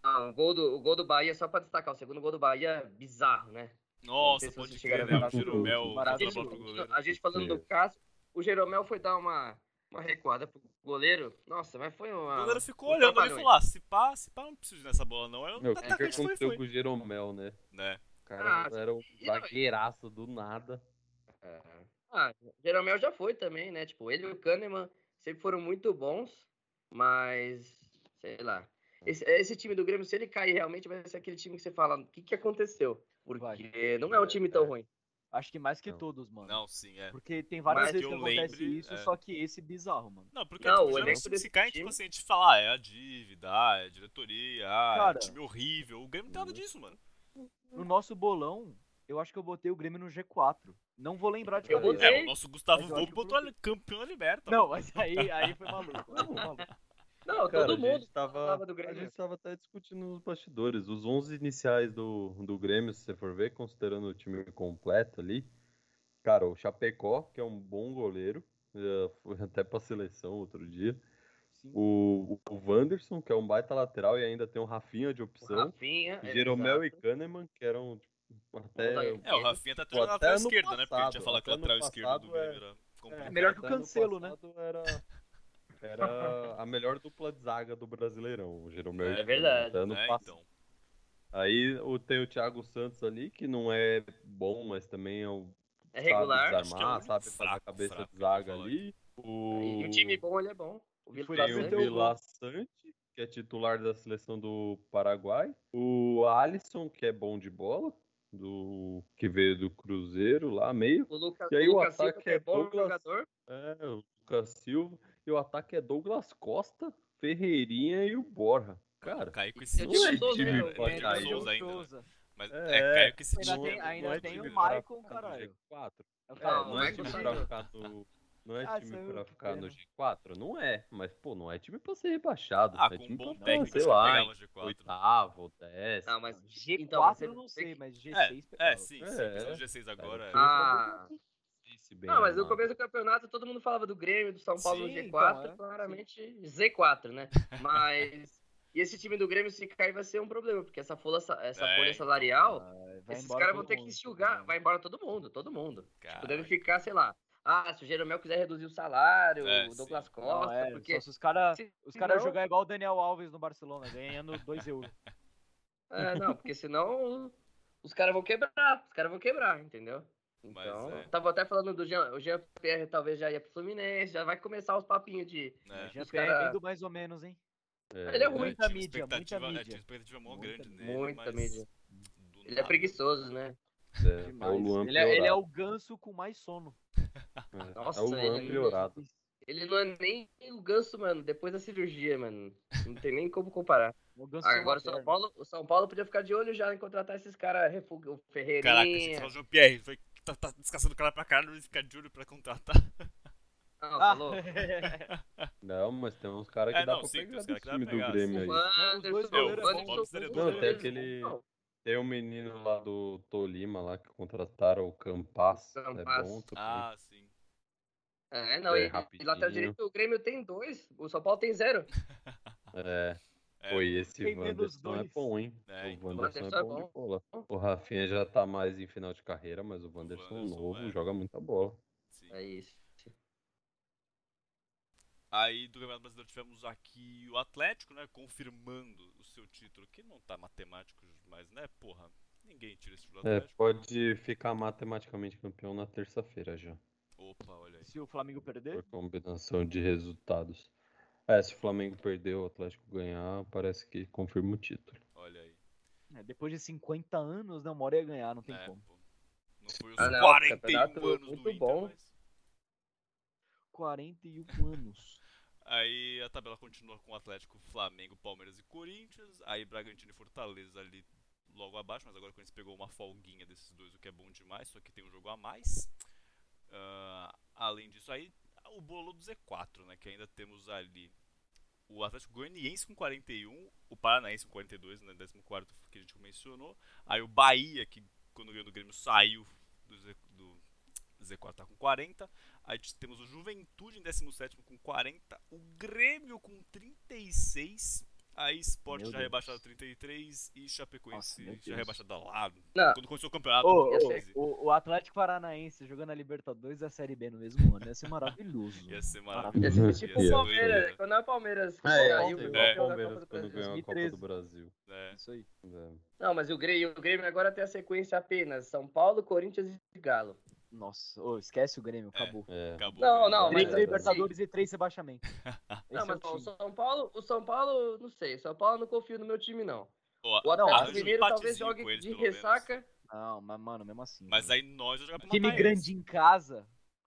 [SPEAKER 2] Não, o gol, do, o gol do Bahia, só pra destacar, o segundo gol do Bahia, bizarro, né?
[SPEAKER 1] Nossa,
[SPEAKER 2] sei se
[SPEAKER 1] pode
[SPEAKER 2] vocês
[SPEAKER 1] crer,
[SPEAKER 2] chegaram
[SPEAKER 1] né?
[SPEAKER 2] a ver lá.
[SPEAKER 1] O Jeromel
[SPEAKER 4] Maravilhoso.
[SPEAKER 1] jogou a bola pro goleiro.
[SPEAKER 3] né?
[SPEAKER 2] a gente falando do Cássio, o Jeromel foi dar uma, uma recuada pro goleiro. Nossa, mas foi
[SPEAKER 1] O
[SPEAKER 4] Ah,
[SPEAKER 2] uma.
[SPEAKER 1] goleiro ficou
[SPEAKER 2] um
[SPEAKER 1] olhando ali e
[SPEAKER 2] trabalhão.
[SPEAKER 1] falou: ah, se pá, se pá, não preciso nessa bola, não. Aí
[SPEAKER 3] Meu,
[SPEAKER 1] o
[SPEAKER 3] o que, que
[SPEAKER 1] atacante Tá, foi,
[SPEAKER 3] aconteceu
[SPEAKER 1] foi.
[SPEAKER 3] com o Jeromel, né?
[SPEAKER 1] Né?
[SPEAKER 3] O cara
[SPEAKER 2] Ah,
[SPEAKER 3] era um
[SPEAKER 2] e não-
[SPEAKER 3] zagueiraço do nada.
[SPEAKER 2] Ah, Jeromel já foi também, né? Tipo, ele e o Kahneman sempre foram muito bons, mas. Sei lá. Esse, esse time do Grêmio, se ele cair realmente, vai ser aquele time que você fala: o que, que aconteceu? Porque não é um time tão
[SPEAKER 3] É.
[SPEAKER 2] ruim.
[SPEAKER 4] Acho que mais que
[SPEAKER 3] Não.
[SPEAKER 4] todos, mano.
[SPEAKER 1] Não, sim, é.
[SPEAKER 4] Porque tem várias
[SPEAKER 2] Mas
[SPEAKER 4] vezes
[SPEAKER 1] que
[SPEAKER 4] que
[SPEAKER 1] eu
[SPEAKER 4] acontece
[SPEAKER 1] lembre,
[SPEAKER 4] isso,
[SPEAKER 1] é.
[SPEAKER 4] só que esse bizarro, mano.
[SPEAKER 1] Não, porque
[SPEAKER 2] Não,
[SPEAKER 1] tipo,
[SPEAKER 2] o
[SPEAKER 1] geralmente
[SPEAKER 2] elenco
[SPEAKER 1] se
[SPEAKER 2] desse
[SPEAKER 1] cai, tipo
[SPEAKER 2] time-
[SPEAKER 1] assim, a gente fala, ah, é a dívida, ah, é a diretoria, ah, é
[SPEAKER 4] Cara.
[SPEAKER 1] um time horrível. O Grêmio não tem nada disso, mano.
[SPEAKER 4] No nosso bolão, eu acho que eu botei o Grêmio no G4. Não vou lembrar de
[SPEAKER 2] Eu
[SPEAKER 4] cabeça.
[SPEAKER 2] botei.
[SPEAKER 1] É, o nosso Gustavo
[SPEAKER 4] Mas eu
[SPEAKER 1] Volpe
[SPEAKER 4] acho que o
[SPEAKER 1] botou ele campeão da liberta.
[SPEAKER 4] Não, mas aí, aí foi maluco. aí foi maluco.
[SPEAKER 2] Não,
[SPEAKER 3] Cara,
[SPEAKER 2] todo
[SPEAKER 3] a
[SPEAKER 2] mundo
[SPEAKER 3] gente tava,
[SPEAKER 2] falava do
[SPEAKER 3] a
[SPEAKER 2] Grêmio.
[SPEAKER 3] gente tava até discutindo nos bastidores. Os 11 iniciais do, do Grêmio, se você for ver, considerando o time completo ali, cara, o Chapecó, que é um bom goleiro, já foi até pra seleção outro dia.
[SPEAKER 4] Sim.
[SPEAKER 3] O, o Wanderson, que é um baita lateral e ainda tem um Rafinha de
[SPEAKER 2] O
[SPEAKER 3] opção.
[SPEAKER 2] Rafinha. é,
[SPEAKER 3] Jeromel e
[SPEAKER 2] exato.
[SPEAKER 3] Kahneman, que eram tipo, até
[SPEAKER 2] Volta
[SPEAKER 1] É, o Rafinha tá treinando
[SPEAKER 3] Pô,
[SPEAKER 1] na lateral
[SPEAKER 3] até ano
[SPEAKER 1] esquerda, né? Porque a gente ia
[SPEAKER 3] passado,
[SPEAKER 1] falar que o
[SPEAKER 3] até ano
[SPEAKER 1] lateral esquerdo do
[SPEAKER 3] passado,
[SPEAKER 1] Grêmio era complicado.
[SPEAKER 4] melhor que o
[SPEAKER 3] é, Até ano
[SPEAKER 4] Cancelo, né?
[SPEAKER 3] passado Era, era a melhor dupla de zaga do Brasileirão, o Jeromel.
[SPEAKER 1] É
[SPEAKER 3] e o Kahneman.
[SPEAKER 2] verdade,
[SPEAKER 3] Até ano
[SPEAKER 1] É,
[SPEAKER 3] passado.
[SPEAKER 1] então.
[SPEAKER 3] Aí o, tem o Thiago Santos ali, que não é bom, mas também é o
[SPEAKER 2] É regular.
[SPEAKER 1] acho que
[SPEAKER 3] sabe
[SPEAKER 1] é o
[SPEAKER 3] desarmar,
[SPEAKER 1] único
[SPEAKER 3] sabe fazer a
[SPEAKER 1] fraco,
[SPEAKER 3] cabeça
[SPEAKER 1] fraco
[SPEAKER 3] de zaga
[SPEAKER 1] que eu
[SPEAKER 3] ali. O,
[SPEAKER 2] E um time bom, ele é bom. O Vila
[SPEAKER 4] Furacão
[SPEAKER 3] tem o
[SPEAKER 4] meteu o gol.
[SPEAKER 3] Vila Sante, que é titular da seleção do Paraguai. O Alisson, que é bom de bola, do que veio do Cruzeiro lá, meio.
[SPEAKER 2] O Lucas,
[SPEAKER 3] E aí
[SPEAKER 2] o
[SPEAKER 3] o
[SPEAKER 2] Lucas Silva,
[SPEAKER 3] ataque
[SPEAKER 2] que é
[SPEAKER 3] é
[SPEAKER 2] bom
[SPEAKER 3] Douglas-
[SPEAKER 2] jogador.
[SPEAKER 3] É, o Lucas Silva. E o ataque é Douglas Costa, Ferreirinha e o Borra. Cara,
[SPEAKER 1] Caio com esse
[SPEAKER 2] Eu
[SPEAKER 1] time.
[SPEAKER 2] digo
[SPEAKER 1] né?
[SPEAKER 2] Souza,
[SPEAKER 1] Ele
[SPEAKER 2] meu,
[SPEAKER 1] é
[SPEAKER 3] vai
[SPEAKER 1] Diego
[SPEAKER 3] cair.
[SPEAKER 1] Souza ainda, né?
[SPEAKER 4] Souza.
[SPEAKER 1] Mas
[SPEAKER 3] É,
[SPEAKER 1] é, Caio com esse
[SPEAKER 4] Ainda
[SPEAKER 1] time.
[SPEAKER 4] tem-
[SPEAKER 1] não
[SPEAKER 4] ainda
[SPEAKER 1] é
[SPEAKER 4] tem
[SPEAKER 1] time
[SPEAKER 4] o
[SPEAKER 1] pra-
[SPEAKER 4] Maicon,
[SPEAKER 3] tá no
[SPEAKER 4] caralho.
[SPEAKER 3] G4.
[SPEAKER 4] É o
[SPEAKER 3] É,
[SPEAKER 4] cara,
[SPEAKER 2] não
[SPEAKER 3] não
[SPEAKER 2] é
[SPEAKER 3] é
[SPEAKER 4] mas
[SPEAKER 3] time
[SPEAKER 4] você-
[SPEAKER 2] possível.
[SPEAKER 3] pra ficar no. Não é
[SPEAKER 4] Ah,
[SPEAKER 3] time
[SPEAKER 4] saiu,
[SPEAKER 3] pra
[SPEAKER 4] que
[SPEAKER 3] ficar no
[SPEAKER 4] pena.
[SPEAKER 3] G4? Não é, mas pô, não é time pra ser rebaixado.
[SPEAKER 1] Ah,
[SPEAKER 3] é
[SPEAKER 1] com um
[SPEAKER 3] time
[SPEAKER 1] bom
[SPEAKER 3] pra,
[SPEAKER 1] técnico,
[SPEAKER 3] sei
[SPEAKER 1] acho que
[SPEAKER 3] lá,
[SPEAKER 1] pegava o
[SPEAKER 3] em
[SPEAKER 1] G4.
[SPEAKER 3] oitavo, décimo.
[SPEAKER 2] Não, mas
[SPEAKER 4] G4
[SPEAKER 2] então, mas
[SPEAKER 4] eu
[SPEAKER 2] você-
[SPEAKER 4] não sei, mas G6
[SPEAKER 1] É,
[SPEAKER 4] pegava.
[SPEAKER 1] sim,
[SPEAKER 3] É,
[SPEAKER 1] sim.
[SPEAKER 3] é.
[SPEAKER 1] Mas o G6 agora é.
[SPEAKER 3] Ah,
[SPEAKER 2] Ah,
[SPEAKER 3] Disse bem
[SPEAKER 2] não, mas no
[SPEAKER 3] armado.
[SPEAKER 2] começo do campeonato todo mundo falava do Grêmio, do São Paulo
[SPEAKER 4] Sim,
[SPEAKER 2] no G4,
[SPEAKER 4] então, é,
[SPEAKER 2] claramente Z4, né? Mas e esse time do Grêmio se cair vai ser um problema, porque essa folha, sa- essa
[SPEAKER 1] É,
[SPEAKER 2] folha
[SPEAKER 1] então.
[SPEAKER 2] salarial,
[SPEAKER 4] Vai- vai
[SPEAKER 2] esses
[SPEAKER 4] embora
[SPEAKER 2] caras vão
[SPEAKER 4] todo
[SPEAKER 2] ter que
[SPEAKER 4] mundo,
[SPEAKER 2] enxugar,
[SPEAKER 4] né?
[SPEAKER 2] vai embora todo mundo, todo mundo.
[SPEAKER 1] Cara,
[SPEAKER 2] Tipo, deve ficar, sei lá, ah, se o Jeromel quiser reduzir o salário,
[SPEAKER 1] É,
[SPEAKER 2] o Douglas
[SPEAKER 4] Não,
[SPEAKER 2] Costa,
[SPEAKER 4] é,
[SPEAKER 2] porque...
[SPEAKER 4] só se os caras
[SPEAKER 2] se
[SPEAKER 4] os cara
[SPEAKER 2] não-
[SPEAKER 4] jogar igual o Daniel Alves no Barcelona, ganhando 2 euros.
[SPEAKER 2] É, não, porque senão os caras vão quebrar, os caras vão quebrar, entendeu?
[SPEAKER 1] Mas
[SPEAKER 2] Então,
[SPEAKER 1] é.
[SPEAKER 2] tava até falando do Jean, o Jean Pierre talvez já ia pro Fluminense, já vai começar os papinhos de.
[SPEAKER 1] né?
[SPEAKER 4] Já
[SPEAKER 2] Os cara-
[SPEAKER 4] perdendo mais ou menos, hein?
[SPEAKER 2] Ele é
[SPEAKER 1] Eu
[SPEAKER 2] ruim.
[SPEAKER 1] tinha uma
[SPEAKER 4] mídia, muita
[SPEAKER 1] expectativa-
[SPEAKER 4] mídia.
[SPEAKER 1] Eu tinha uma expectativa mó
[SPEAKER 4] Muita
[SPEAKER 1] grande
[SPEAKER 4] mídia.
[SPEAKER 1] nele.
[SPEAKER 2] Muita
[SPEAKER 1] mas
[SPEAKER 2] mídia.
[SPEAKER 1] do
[SPEAKER 2] Ele é
[SPEAKER 1] é nada.
[SPEAKER 2] preguiçoso, né?
[SPEAKER 3] É, é
[SPEAKER 4] Demais.
[SPEAKER 3] o Luan
[SPEAKER 4] ele, é, ele é
[SPEAKER 3] piorado.
[SPEAKER 4] o ganso com mais sono.
[SPEAKER 3] É,
[SPEAKER 2] Nossa,
[SPEAKER 3] é o Luan
[SPEAKER 2] ele-
[SPEAKER 3] piorado.
[SPEAKER 2] Ele não é nem o ganso, mano, depois da cirurgia, mano. Não tem nem como comparar.
[SPEAKER 4] O ganso sem
[SPEAKER 2] Ah, Agora o
[SPEAKER 4] uma perna.
[SPEAKER 2] São Paulo, o São Paulo podia ficar de olho já em contratar esses caras, refu- o Ferreirinha.
[SPEAKER 1] Caraca, achei que você falou João Pierre. Foi, tá, tá descansando o cara pra caralho e ficar de olho pra contratar.
[SPEAKER 2] Não, tá
[SPEAKER 4] Ah,
[SPEAKER 2] falou.
[SPEAKER 3] Não, mas tem uns caras que
[SPEAKER 1] É,
[SPEAKER 3] dá
[SPEAKER 1] não,
[SPEAKER 3] pra
[SPEAKER 1] sim, tem
[SPEAKER 3] pegar
[SPEAKER 1] uns
[SPEAKER 3] do
[SPEAKER 1] caras que dá
[SPEAKER 3] time
[SPEAKER 1] pra
[SPEAKER 3] do
[SPEAKER 1] pegar,
[SPEAKER 3] Grêmio
[SPEAKER 2] O
[SPEAKER 3] aí.
[SPEAKER 2] Anderson, o
[SPEAKER 4] Não, os dois
[SPEAKER 2] Anderson,
[SPEAKER 1] goleiros
[SPEAKER 2] os
[SPEAKER 1] bons.
[SPEAKER 3] Não, tem
[SPEAKER 2] goleiros
[SPEAKER 3] aquele-
[SPEAKER 2] bons, não.
[SPEAKER 3] Tem o menino lá do Tolima lá que contrataram o Campas. É
[SPEAKER 2] Campas.
[SPEAKER 3] bom também.
[SPEAKER 1] Ah, sim.
[SPEAKER 2] É, não,
[SPEAKER 3] É,
[SPEAKER 2] e- e, lateral
[SPEAKER 3] rapidinho.
[SPEAKER 2] direito o Grêmio tem dois, o São Paulo tem zero.
[SPEAKER 3] É.
[SPEAKER 1] É,
[SPEAKER 3] Foi esse
[SPEAKER 4] tem menos
[SPEAKER 3] Wanderson é
[SPEAKER 4] dois.
[SPEAKER 3] bom, hein?
[SPEAKER 1] É, então.
[SPEAKER 3] o Wanderson
[SPEAKER 2] Wanderson é
[SPEAKER 3] é bom,
[SPEAKER 2] bom.
[SPEAKER 3] de bola. O Rafinha já tá mais em final de carreira, mas o Wanderson,
[SPEAKER 1] Wanderson,
[SPEAKER 3] novo
[SPEAKER 1] é.
[SPEAKER 3] joga muita bola.
[SPEAKER 1] sim.
[SPEAKER 2] É isso.
[SPEAKER 1] Aí do Campeonato Brasileiro tivemos aqui o Atlético, né? Confirmando o seu título, que não tá matemático, mas né, porra, ninguém tira esse título do
[SPEAKER 3] É,
[SPEAKER 1] Atlético.
[SPEAKER 3] pode ficar matematicamente campeão na terça-feira já,
[SPEAKER 1] Opa, olha aí.
[SPEAKER 4] Se o Flamengo perder,
[SPEAKER 3] por combinação de resultados. É, se o Flamengo perder, o Atlético ganhar, parece que confirma o título.
[SPEAKER 1] Olha aí.
[SPEAKER 4] né, depois de 50 anos, não, uma hora ia ganhar, não tem
[SPEAKER 1] É,
[SPEAKER 4] como.
[SPEAKER 1] pô. Não foi os
[SPEAKER 2] Ah, não,
[SPEAKER 1] 41 anos
[SPEAKER 2] campeonato
[SPEAKER 1] do
[SPEAKER 2] muito
[SPEAKER 1] Inter,
[SPEAKER 2] bom.
[SPEAKER 1] mas...
[SPEAKER 4] 41 anos.
[SPEAKER 1] Aí a tabela continua com o Atlético, Flamengo, Palmeiras e Corinthians. Aí Bragantino e Fortaleza ali logo abaixo, mas agora o Corinthians pegou uma folguinha desses dois, o que é bom demais, só que tem um jogo a mais. Ah, além disso, aí o bolo do Z4, né? Que ainda temos ali o Atlético Goianiense com 41, o Paranaense com 42, né? 14 que a gente mencionou. Aí o Bahia, que quando ganhou do Grêmio saiu do, Z, do Z4, tá com 40. Aí t- temos o Juventude em 17 com 40, o Grêmio com 36, aí Sport
[SPEAKER 4] Meu
[SPEAKER 1] já
[SPEAKER 4] Deus.
[SPEAKER 1] rebaixado 33 e
[SPEAKER 4] Nossa,
[SPEAKER 1] Chapecoense
[SPEAKER 4] meu
[SPEAKER 1] já
[SPEAKER 4] Deus.
[SPEAKER 1] rebaixada lá.
[SPEAKER 2] Não.
[SPEAKER 1] Quando começou o campeonato,
[SPEAKER 4] Ô, ô,
[SPEAKER 1] ia ser-
[SPEAKER 4] o, o Atlético Paranaense jogando a Libertadores e a Série B no mesmo ano ia ser maravilhoso.
[SPEAKER 1] ia ser
[SPEAKER 4] Maravilha.
[SPEAKER 1] maravilhoso.
[SPEAKER 2] Esse tipo
[SPEAKER 1] Ia
[SPEAKER 2] o
[SPEAKER 1] ser
[SPEAKER 2] Palmeiras,
[SPEAKER 1] doido, né?
[SPEAKER 2] quando é o Palmeiras.
[SPEAKER 3] Ah, é,
[SPEAKER 2] saiu,
[SPEAKER 3] é,
[SPEAKER 2] o
[SPEAKER 3] igual
[SPEAKER 1] é.
[SPEAKER 3] o
[SPEAKER 2] campeão da
[SPEAKER 3] Palmeiras
[SPEAKER 2] Copa do
[SPEAKER 3] quando
[SPEAKER 2] Brasil.
[SPEAKER 3] ganhou a Copa
[SPEAKER 4] 2013.
[SPEAKER 3] do Brasil.
[SPEAKER 1] É.
[SPEAKER 4] Isso aí.
[SPEAKER 3] É.
[SPEAKER 2] Não, mas o Grêmio, o Grêmio agora tem a sequência apenas São Paulo, Corinthians e Galo.
[SPEAKER 4] Nossa, ô, esquece o Grêmio, acabou.
[SPEAKER 3] É.
[SPEAKER 1] Acabou. né?
[SPEAKER 2] Não, não,
[SPEAKER 3] mas-
[SPEAKER 4] Três
[SPEAKER 3] assim-
[SPEAKER 4] Libertadores e três rebaixamentos. Esse
[SPEAKER 2] não,
[SPEAKER 4] é o
[SPEAKER 2] mas ó, o
[SPEAKER 4] time.
[SPEAKER 2] São Paulo, o São Paulo, não sei, o São Paulo eu não confio no meu time não.
[SPEAKER 1] Ó,
[SPEAKER 2] O
[SPEAKER 4] Não,
[SPEAKER 2] Atlético
[SPEAKER 4] arranja um
[SPEAKER 2] Mineiro talvez
[SPEAKER 1] empatezinho
[SPEAKER 2] jogue
[SPEAKER 1] com eles,
[SPEAKER 2] de
[SPEAKER 1] pelo menos.
[SPEAKER 2] ressaca.
[SPEAKER 4] Não, mas mano, mesmo assim.
[SPEAKER 1] Mas
[SPEAKER 4] mano.
[SPEAKER 1] aí nós já jogamos
[SPEAKER 4] time grande em casa,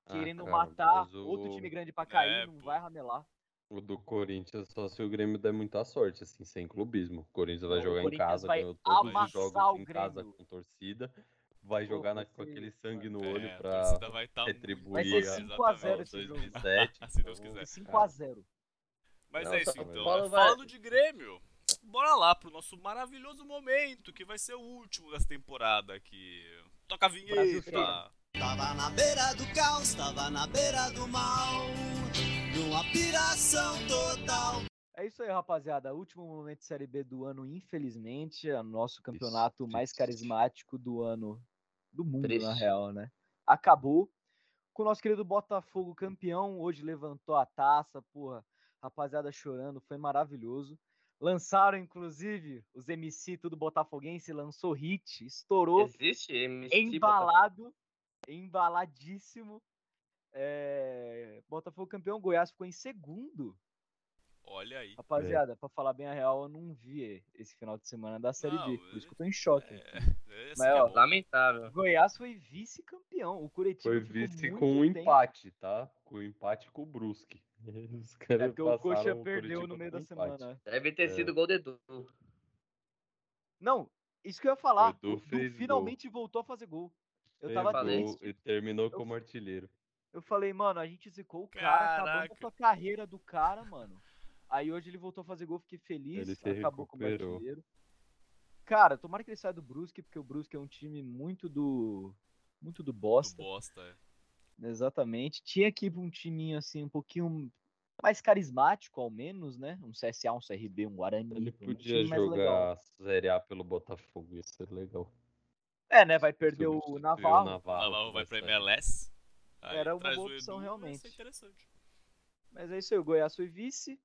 [SPEAKER 3] Ah,
[SPEAKER 4] querendo
[SPEAKER 3] cara,
[SPEAKER 4] matar
[SPEAKER 3] mas o-
[SPEAKER 4] outro time grande pra cair,
[SPEAKER 1] É,
[SPEAKER 4] não
[SPEAKER 1] pô.
[SPEAKER 4] vai ramelar.
[SPEAKER 3] O do Corinthians só se o Grêmio der muita sorte, assim, sem clubismo. O Corinthians vai
[SPEAKER 4] Não, o
[SPEAKER 3] jogar em
[SPEAKER 4] Corinthians
[SPEAKER 3] casa,
[SPEAKER 4] vai
[SPEAKER 3] ganhou todos os
[SPEAKER 4] amassar o
[SPEAKER 3] jogos em casa
[SPEAKER 4] Grêmio.
[SPEAKER 3] com torcida. Vai
[SPEAKER 4] Pô,
[SPEAKER 3] jogar na-
[SPEAKER 4] vai
[SPEAKER 3] com
[SPEAKER 4] ser-
[SPEAKER 3] aquele sangue no
[SPEAKER 1] É,
[SPEAKER 3] olho
[SPEAKER 1] a
[SPEAKER 3] pra
[SPEAKER 1] torcida vai tá muito-
[SPEAKER 3] retribuir
[SPEAKER 4] Vai ser
[SPEAKER 3] a-
[SPEAKER 4] 5 a 0
[SPEAKER 1] exatamente.
[SPEAKER 4] esse jogo.
[SPEAKER 3] a 2007.
[SPEAKER 1] Se Deus
[SPEAKER 3] Então,
[SPEAKER 1] quiser.
[SPEAKER 3] cara,
[SPEAKER 4] 5 a 0
[SPEAKER 1] Mas
[SPEAKER 3] Não,
[SPEAKER 1] é isso
[SPEAKER 3] tá bom.
[SPEAKER 1] então.
[SPEAKER 2] Paulo
[SPEAKER 1] né?
[SPEAKER 2] vai-
[SPEAKER 1] Falando de Grêmio, bora lá pro nosso maravilhoso momento, que vai ser o último dessa temporada aqui. Toca a
[SPEAKER 2] Brasil
[SPEAKER 1] vinheta!
[SPEAKER 2] chora.
[SPEAKER 5] Tava na beira do caos, tava na beira do mal, numa piração total.
[SPEAKER 4] É isso aí, rapaziada. Último momento de Série B do ano, infelizmente. É o nosso campeonato mais
[SPEAKER 3] triste.
[SPEAKER 4] carismático do ano, do mundo, na
[SPEAKER 2] Triste.
[SPEAKER 4] real, né? Acabou com o nosso querido Botafogo campeão. Hoje levantou a taça, porra. Rapaziada chorando, foi maravilhoso. Lançaram, inclusive, os MC, tudo botafoguense, lançou hit, estourou
[SPEAKER 2] Existe
[SPEAKER 1] tá
[SPEAKER 2] MC
[SPEAKER 4] embalado, embaladíssimo. É, Botafogo campeão, Goiás ficou em segundo.
[SPEAKER 1] Olha aí.
[SPEAKER 4] Rapaziada, pra falar bem a real, eu não vi esse final de semana da Série
[SPEAKER 1] Não,
[SPEAKER 4] B, por isso
[SPEAKER 1] é-
[SPEAKER 4] que eu tô em choque.
[SPEAKER 1] É, é assim
[SPEAKER 4] Mas,
[SPEAKER 1] que é
[SPEAKER 4] ó, tá
[SPEAKER 1] bom.
[SPEAKER 2] Lamentável.
[SPEAKER 4] Goiás foi vice-campeão, o Curitiba
[SPEAKER 3] Foi
[SPEAKER 4] ficou
[SPEAKER 3] vice
[SPEAKER 4] muito
[SPEAKER 3] com um
[SPEAKER 4] tempo-
[SPEAKER 3] empate, tá? Com um empate com o Brusque. Os caras
[SPEAKER 4] É porque o Coxa
[SPEAKER 3] né? passaram
[SPEAKER 4] perdeu
[SPEAKER 3] Curitiba
[SPEAKER 4] no meio
[SPEAKER 3] com
[SPEAKER 4] da
[SPEAKER 3] um
[SPEAKER 4] semana.
[SPEAKER 3] empate.
[SPEAKER 4] né?
[SPEAKER 2] Deve ter
[SPEAKER 3] É.
[SPEAKER 2] sido gol de Edu.
[SPEAKER 4] Não, isso que eu ia falar,
[SPEAKER 3] Edu
[SPEAKER 4] o Edu
[SPEAKER 3] fez gol.
[SPEAKER 4] finalmente voltou a fazer gol. Eu
[SPEAKER 3] Fez
[SPEAKER 4] tava
[SPEAKER 3] gol
[SPEAKER 2] falei.
[SPEAKER 4] triste.
[SPEAKER 3] E terminou
[SPEAKER 4] Eu-
[SPEAKER 3] como artilheiro.
[SPEAKER 4] Eu falei, mano, a gente zicou o cara, acabou com
[SPEAKER 1] Caraca.
[SPEAKER 4] a carreira do cara, mano. Aí hoje ele voltou a fazer gol, fiquei feliz,
[SPEAKER 3] Ele se
[SPEAKER 4] acabou com o
[SPEAKER 3] recuperou.
[SPEAKER 4] brasileiro. Cara, tomara que ele saia do Brusque, porque o Brusque é um time muito do. muito
[SPEAKER 1] Do
[SPEAKER 4] do bosta.
[SPEAKER 1] bosta. é.
[SPEAKER 4] Exatamente. Tinha que ir pra um timinho assim, um pouquinho mais carismático, ao menos, né? Um CSA, um CRB, um Guarani.
[SPEAKER 3] Ele
[SPEAKER 4] um
[SPEAKER 3] podia
[SPEAKER 4] time mais legal.
[SPEAKER 3] jogar a Série A pelo Botafogo, ia ser legal.
[SPEAKER 4] É, né? Vai perder o
[SPEAKER 3] Substituir
[SPEAKER 4] Navarro.
[SPEAKER 1] Olha lá, vai pra
[SPEAKER 3] essa-
[SPEAKER 1] MLS. Aí
[SPEAKER 4] Era uma
[SPEAKER 1] traz
[SPEAKER 4] boa
[SPEAKER 1] o
[SPEAKER 4] opção,
[SPEAKER 1] Edu,
[SPEAKER 4] realmente.
[SPEAKER 1] Isso é interessante.
[SPEAKER 4] Mas é isso aí, o Goiás foi vice,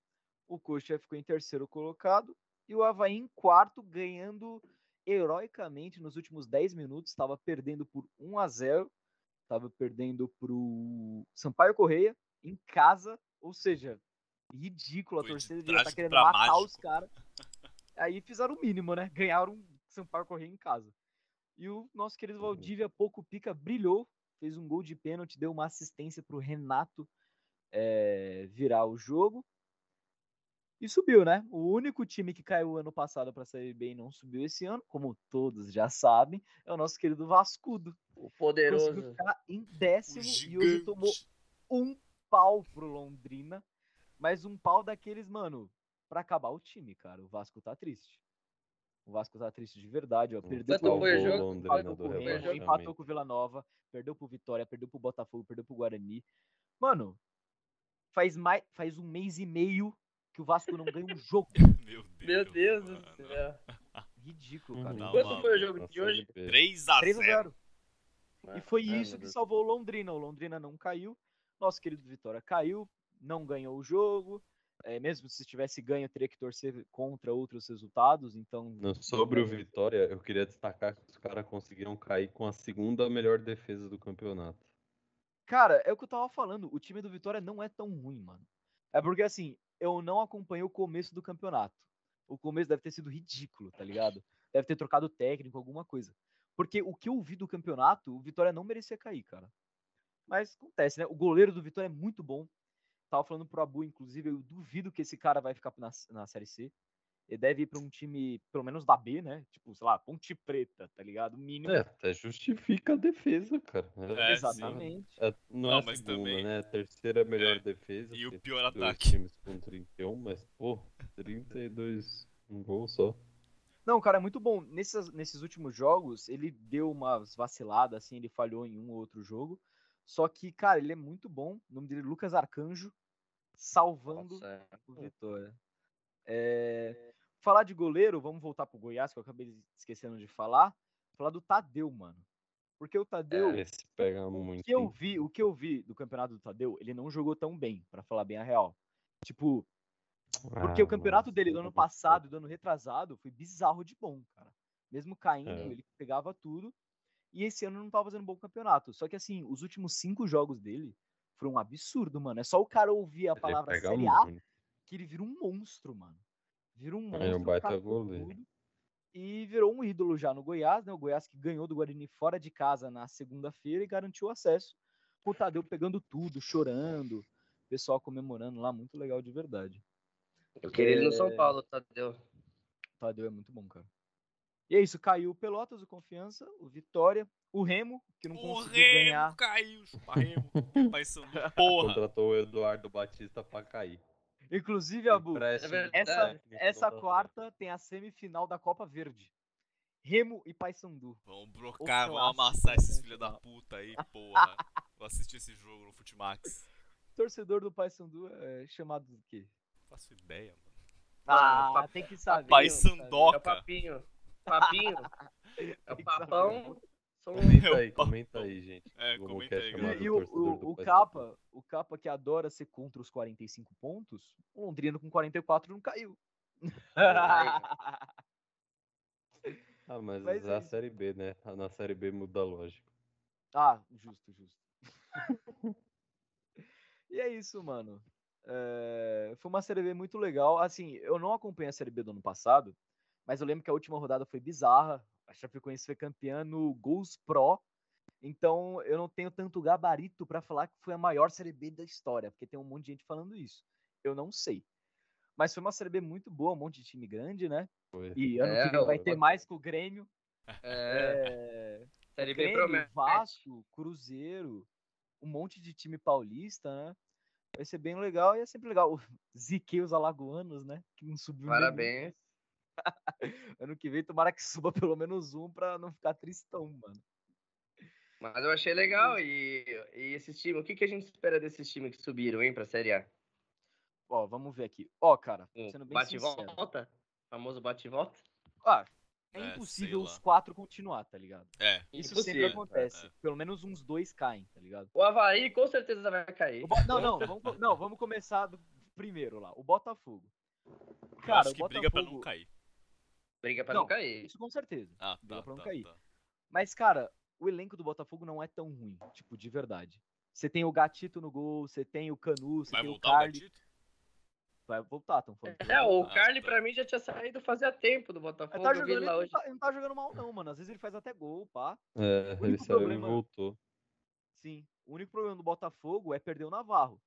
[SPEAKER 4] o Coxa ficou em terceiro colocado e o Havaí em quarto, ganhando heroicamente nos últimos 10 minutos, estava perdendo por 1 a 0 estava perdendo pro Sampaio Correia em casa, ou seja, ridículo, a
[SPEAKER 1] Foi de
[SPEAKER 4] torcida já tá
[SPEAKER 1] trágico
[SPEAKER 4] querendo
[SPEAKER 1] pra
[SPEAKER 4] matar os
[SPEAKER 1] mágico.
[SPEAKER 4] caras. Aí fizeram o mínimo, né? Ganharam o Sampaio Correia em casa. E o nosso
[SPEAKER 1] Uhum.
[SPEAKER 4] querido Valdívia, pouco pica, brilhou, fez um gol de pênalti, deu uma assistência pro Renato é, virar o jogo. E subiu, né? O único time que caiu ano passado para a Série B e não subiu esse ano, como todos já sabem, é o nosso querido Vascudo.
[SPEAKER 2] O
[SPEAKER 4] Conseguiu
[SPEAKER 2] poderoso.
[SPEAKER 4] ficar em
[SPEAKER 1] O
[SPEAKER 4] décimo e hoje
[SPEAKER 1] gigante.
[SPEAKER 4] tomou um pau pro Londrina, mas um pau daqueles, mano, para acabar o time, cara. O Vasco tá triste. O Vasco tá triste de verdade, ó. Perdeu
[SPEAKER 2] Quanto
[SPEAKER 4] pro
[SPEAKER 2] então
[SPEAKER 3] Salvou
[SPEAKER 2] foi o
[SPEAKER 3] o
[SPEAKER 2] jogo?
[SPEAKER 3] Londrina
[SPEAKER 4] empatou
[SPEAKER 3] do
[SPEAKER 4] com o Remo,
[SPEAKER 3] rebaixamento.
[SPEAKER 4] empatou com o Vila Nova, perdeu pro Vitória, perdeu pro Botafogo, perdeu pro Guarani. Mano, faz mais, faz um mês e meio que o Vasco não ganha um jogo.
[SPEAKER 1] Meu Deus.
[SPEAKER 2] Meu Deus do
[SPEAKER 1] mano.
[SPEAKER 2] céu.
[SPEAKER 3] Uhum.
[SPEAKER 4] Ridículo, cara.
[SPEAKER 1] Não,
[SPEAKER 2] Quanto
[SPEAKER 1] mano,
[SPEAKER 2] foi o jogo de
[SPEAKER 3] na
[SPEAKER 2] hoje?
[SPEAKER 3] Série B.
[SPEAKER 1] 3x0.
[SPEAKER 4] 3x0. E foi
[SPEAKER 2] Ai,
[SPEAKER 4] isso
[SPEAKER 2] né? É, meu
[SPEAKER 4] que
[SPEAKER 2] Deus.
[SPEAKER 4] salvou o Londrina. O Londrina não caiu. Nosso querido Vitória caiu, não ganhou o jogo. É, mesmo se tivesse ganho, teria que torcer contra outros resultados. Então,
[SPEAKER 3] Não, Sobre o Vitória, eu queria destacar que os caras conseguiram cair com a segunda melhor defesa do campeonato.
[SPEAKER 4] Cara, é o que eu tava falando. O time do Vitória não é tão ruim, mano. É porque, assim, eu não acompanhei o começo do campeonato. O começo deve ter sido ridículo, tá ligado? Deve ter trocado técnico, alguma coisa. Porque o que eu vi do campeonato, o Vitória não merecia cair, cara. Mas acontece, né? O goleiro do Vitória é muito bom. Tava falando pro Abu, inclusive, eu duvido que esse cara vai ficar na, na Série C. Ele deve ir pra um time, pelo menos da B, né? Tipo, sei lá, Ponte Preta, tá ligado? O mínimo.
[SPEAKER 3] É, até justifica a defesa, cara.
[SPEAKER 1] É, sim.
[SPEAKER 4] Exatamente.
[SPEAKER 3] É, não,
[SPEAKER 1] Não,
[SPEAKER 3] é a
[SPEAKER 1] mas
[SPEAKER 3] segunda,
[SPEAKER 1] também- É,
[SPEAKER 3] né? A terceira melhor defesa.
[SPEAKER 1] E o
[SPEAKER 3] porque
[SPEAKER 1] pior
[SPEAKER 3] dois
[SPEAKER 1] ataque.
[SPEAKER 3] times com 31, mas, pô, 32, um gol só.
[SPEAKER 4] Não, cara, é muito bom. Nessas- nesses últimos jogos, ele deu umas vaciladas, assim, ele falhou em um ou outro jogo. Só que, cara, ele é muito bom. O nome dele é Lucas Arcanjo, salvando
[SPEAKER 2] Nossa, é
[SPEAKER 4] o Vitória. É, Falar de goleiro, vamos voltar pro Goiás, que eu acabei esquecendo de falar. Falar do Tadeu, mano. Porque o Tadeu,
[SPEAKER 3] Esse pega
[SPEAKER 4] o
[SPEAKER 3] muito.
[SPEAKER 4] que eu
[SPEAKER 3] hein?
[SPEAKER 4] vi, o que eu vi do campeonato do Tadeu, ele não jogou tão bem, pra falar bem a real. Tipo, porque
[SPEAKER 3] Ah,
[SPEAKER 4] o campeonato
[SPEAKER 3] mano,
[SPEAKER 4] dele do
[SPEAKER 3] eu
[SPEAKER 4] ano
[SPEAKER 3] não
[SPEAKER 4] passado e do ano retrasado foi bizarro de bom, cara. Mesmo caindo,
[SPEAKER 3] É.
[SPEAKER 4] ele pegava tudo. E esse ano não tava fazendo um bom campeonato. Só que assim, os últimos cinco jogos dele foram um absurdo, mano. É só o cara ouvir a
[SPEAKER 3] Ele
[SPEAKER 4] palavra
[SPEAKER 3] pega
[SPEAKER 4] Série A
[SPEAKER 3] muito.
[SPEAKER 4] que ele vira um monstro, mano. Vira um
[SPEAKER 3] É, um
[SPEAKER 4] monstro.
[SPEAKER 3] baita
[SPEAKER 4] catou
[SPEAKER 3] goleiro.
[SPEAKER 4] tudo, E virou um ídolo já no Goiás, né? O Goiás que ganhou do Guarani fora de casa na segunda-feira e garantiu o acesso. Com o Tadeu pegando tudo, chorando, o pessoal comemorando lá, muito legal de verdade.
[SPEAKER 2] Eu queria ele no São Paulo, tá, Tadeu.
[SPEAKER 4] Tadeu é muito bom, cara. E é isso, caiu o Pelotas, o Confiança, o Vitória, o Remo, que não
[SPEAKER 1] O
[SPEAKER 4] conseguiu
[SPEAKER 1] Remo
[SPEAKER 4] um ganhar.
[SPEAKER 1] caiu, chupa Remo. Pai Sandu, é um- porra.
[SPEAKER 3] Contratou o Eduardo Batista pra né, cair.
[SPEAKER 4] Inclusive, Abu,
[SPEAKER 3] Empréstimo
[SPEAKER 2] É verdade.
[SPEAKER 4] essa,
[SPEAKER 3] técnico,
[SPEAKER 4] essa
[SPEAKER 3] total.
[SPEAKER 4] quarta tem a semifinal da Copa Verde. Remo e Paysandu.
[SPEAKER 1] Vão blocar, vão
[SPEAKER 4] clássico,
[SPEAKER 1] amassar esses
[SPEAKER 4] né,
[SPEAKER 1] filhos da
[SPEAKER 4] final.
[SPEAKER 1] puta aí, porra. Vou assistir esse jogo no Futimax.
[SPEAKER 4] Torcedor do Paysandu é chamado do quê?
[SPEAKER 1] Não faço ideia, mano.
[SPEAKER 2] Ah,
[SPEAKER 4] Ah, tem que
[SPEAKER 2] É
[SPEAKER 4] saber.
[SPEAKER 2] o
[SPEAKER 1] Paysandoca.
[SPEAKER 2] papinho. Papinho. É o papão. Sou um-
[SPEAKER 3] Comenta aí,
[SPEAKER 1] Opa.
[SPEAKER 3] comenta aí, gente.
[SPEAKER 1] É,
[SPEAKER 3] Como
[SPEAKER 1] comenta
[SPEAKER 3] que é
[SPEAKER 1] aí,
[SPEAKER 4] E-
[SPEAKER 1] galera.
[SPEAKER 3] chamado
[SPEAKER 4] E, o,
[SPEAKER 3] torcedor do
[SPEAKER 4] o, o
[SPEAKER 3] Paysandu.
[SPEAKER 4] Capa, o Capa que adora ser contra os 45 pontos, o Londrino com 44 não caiu.
[SPEAKER 3] É, Ah, mas,
[SPEAKER 4] Mas
[SPEAKER 3] a
[SPEAKER 4] é.
[SPEAKER 3] Série B, né? Na Série B muda a lógica.
[SPEAKER 4] Ah, justo, justo. e é isso, mano. É, foi uma Série B muito legal. Assim, eu não acompanhei a Série B do ano passado, mas eu lembro que a última rodada foi bizarra. A Chapecoense foi campeã no Gols Pro. Então, eu não tenho tanto gabarito pra falar que foi a maior Série B da história, porque tem um monte de gente falando isso. Eu não sei. Mas foi uma Série B muito boa, um monte de time grande, né?
[SPEAKER 3] Foi.
[SPEAKER 4] E ano que
[SPEAKER 2] É,
[SPEAKER 4] vem vai
[SPEAKER 3] ó,
[SPEAKER 4] ter mais com o Grêmio.
[SPEAKER 2] É,
[SPEAKER 4] É,
[SPEAKER 2] série B
[SPEAKER 4] Grêmio,
[SPEAKER 2] promete.
[SPEAKER 4] Vasco, Cruzeiro, um monte de time paulista, né? Vai ser bem legal e é sempre legal. Ziquei os alagoanos, né? Que não subiu nenhum.
[SPEAKER 2] Parabéns.
[SPEAKER 4] Ano que vem, tomara que suba pelo menos um pra não ficar tristão, mano.
[SPEAKER 2] Mas eu achei legal. E, e esses times, o que, que a gente espera desses times que subiram, hein, pra Série A?
[SPEAKER 4] Ó, vamos ver aqui. Ó, cara,
[SPEAKER 2] Um
[SPEAKER 4] sendo bem
[SPEAKER 2] bate e
[SPEAKER 4] sincero.
[SPEAKER 2] volta? Famoso bate e volta?
[SPEAKER 4] Ah,
[SPEAKER 1] É,
[SPEAKER 4] é
[SPEAKER 1] sei
[SPEAKER 4] impossível
[SPEAKER 1] lá.
[SPEAKER 4] os quatro continuar, tá ligado?
[SPEAKER 1] É.
[SPEAKER 4] Isso
[SPEAKER 2] Impossível.
[SPEAKER 4] sempre acontece.
[SPEAKER 1] É.
[SPEAKER 4] Pelo menos uns dois caem, tá ligado?
[SPEAKER 2] O Havaí com certeza vai cair.
[SPEAKER 4] O Bo- Não, não, vamos, co- não, vamos começar do primeiro lá. O Botafogo. Cara,
[SPEAKER 1] acho que
[SPEAKER 4] o
[SPEAKER 1] briga pra não
[SPEAKER 4] Botafogo-
[SPEAKER 1] cair.
[SPEAKER 2] Briga pra
[SPEAKER 4] Não.
[SPEAKER 2] não cair.
[SPEAKER 4] Isso com certeza.
[SPEAKER 1] Ah,
[SPEAKER 4] Briga
[SPEAKER 1] tá,
[SPEAKER 4] pra não
[SPEAKER 1] tá,
[SPEAKER 4] cair.
[SPEAKER 1] tá.
[SPEAKER 4] Mas, cara, o elenco do Botafogo não é tão ruim, tipo, de verdade. Você tem o Gatito no gol, você tem o Canu, você
[SPEAKER 1] Vai
[SPEAKER 4] tem o
[SPEAKER 1] voltar o
[SPEAKER 4] Carli.
[SPEAKER 1] Gatito?
[SPEAKER 4] Vai voltar, tão falando.
[SPEAKER 2] É, o
[SPEAKER 1] Ah,
[SPEAKER 2] Carly
[SPEAKER 1] tá.
[SPEAKER 2] pra mim já tinha saído fazia tempo do
[SPEAKER 4] Ele
[SPEAKER 2] Botafogo.
[SPEAKER 4] tá
[SPEAKER 2] eu vi
[SPEAKER 4] jogando,
[SPEAKER 2] ele
[SPEAKER 4] ele
[SPEAKER 2] lá
[SPEAKER 4] não
[SPEAKER 2] hoje.
[SPEAKER 4] tá, ele não tá jogando mal, não, mano. Às vezes ele faz até gol, pá.
[SPEAKER 3] É,
[SPEAKER 4] único
[SPEAKER 3] ele saiu
[SPEAKER 4] problema-
[SPEAKER 3] e voltou.
[SPEAKER 4] Sim. O único problema do Botafogo é perder o Navarro.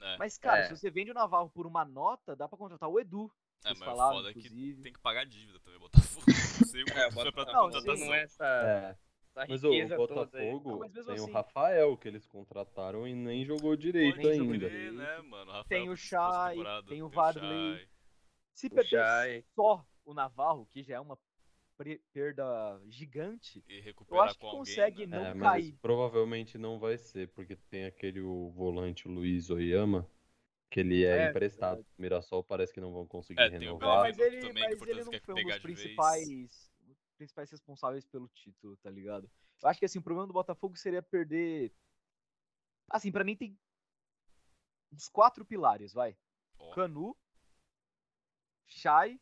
[SPEAKER 1] É.
[SPEAKER 4] Mas, cara,
[SPEAKER 2] É.
[SPEAKER 4] se você vende o Navarro por uma nota, dá pra contratar o Edu.
[SPEAKER 1] É,
[SPEAKER 4] Vocês
[SPEAKER 1] mas o
[SPEAKER 4] falaram,
[SPEAKER 1] foda é que
[SPEAKER 4] inclusive.
[SPEAKER 1] tem que pagar dívida também, Botafogo. Não sei o que
[SPEAKER 2] É, o
[SPEAKER 1] foi pra
[SPEAKER 4] Não,
[SPEAKER 2] Botafogo
[SPEAKER 1] contratação.
[SPEAKER 2] não é essa,
[SPEAKER 3] É,
[SPEAKER 2] essa
[SPEAKER 3] mas o,
[SPEAKER 2] riqueza toda aí.
[SPEAKER 4] Ah,
[SPEAKER 3] Botafogo
[SPEAKER 4] mas mesmo
[SPEAKER 3] tem
[SPEAKER 4] assim- é,
[SPEAKER 3] o Rafael que eles contrataram e nem jogou direito
[SPEAKER 1] Pode
[SPEAKER 4] jogou
[SPEAKER 3] ainda.
[SPEAKER 1] crer, né, mano? Rafael
[SPEAKER 4] Tem o
[SPEAKER 1] fez uma
[SPEAKER 4] Chay,
[SPEAKER 1] temporada,
[SPEAKER 4] tem o
[SPEAKER 1] Chay.
[SPEAKER 4] Varley. Se perder
[SPEAKER 2] Chay.
[SPEAKER 4] só o Navarro, que já é uma pre- perda gigante,
[SPEAKER 1] E
[SPEAKER 4] eu
[SPEAKER 1] recuperar
[SPEAKER 4] acho que
[SPEAKER 1] com alguém,
[SPEAKER 4] consegue
[SPEAKER 1] né?
[SPEAKER 4] não
[SPEAKER 3] É, mas
[SPEAKER 4] cair.
[SPEAKER 3] provavelmente não vai ser, porque tem aquele o volante o Luiz Oyama, que ele é,
[SPEAKER 4] É,
[SPEAKER 3] emprestado. pro Mirassol parece que não vão conseguir
[SPEAKER 1] É, tem o Pelo
[SPEAKER 4] Ah,
[SPEAKER 3] renovar.
[SPEAKER 4] mas
[SPEAKER 1] menos
[SPEAKER 4] ele,
[SPEAKER 1] também que o
[SPEAKER 4] mas ele
[SPEAKER 1] Fortaleza
[SPEAKER 4] não
[SPEAKER 1] quer
[SPEAKER 4] foi um dos
[SPEAKER 1] pegar de vez.
[SPEAKER 4] principais, principais responsáveis pelo título, tá ligado? Eu acho que assim, o problema do Botafogo seria perder. Assim, pra mim tem uns quatro pilares, vai.
[SPEAKER 1] Ó,
[SPEAKER 4] Canu, Chay,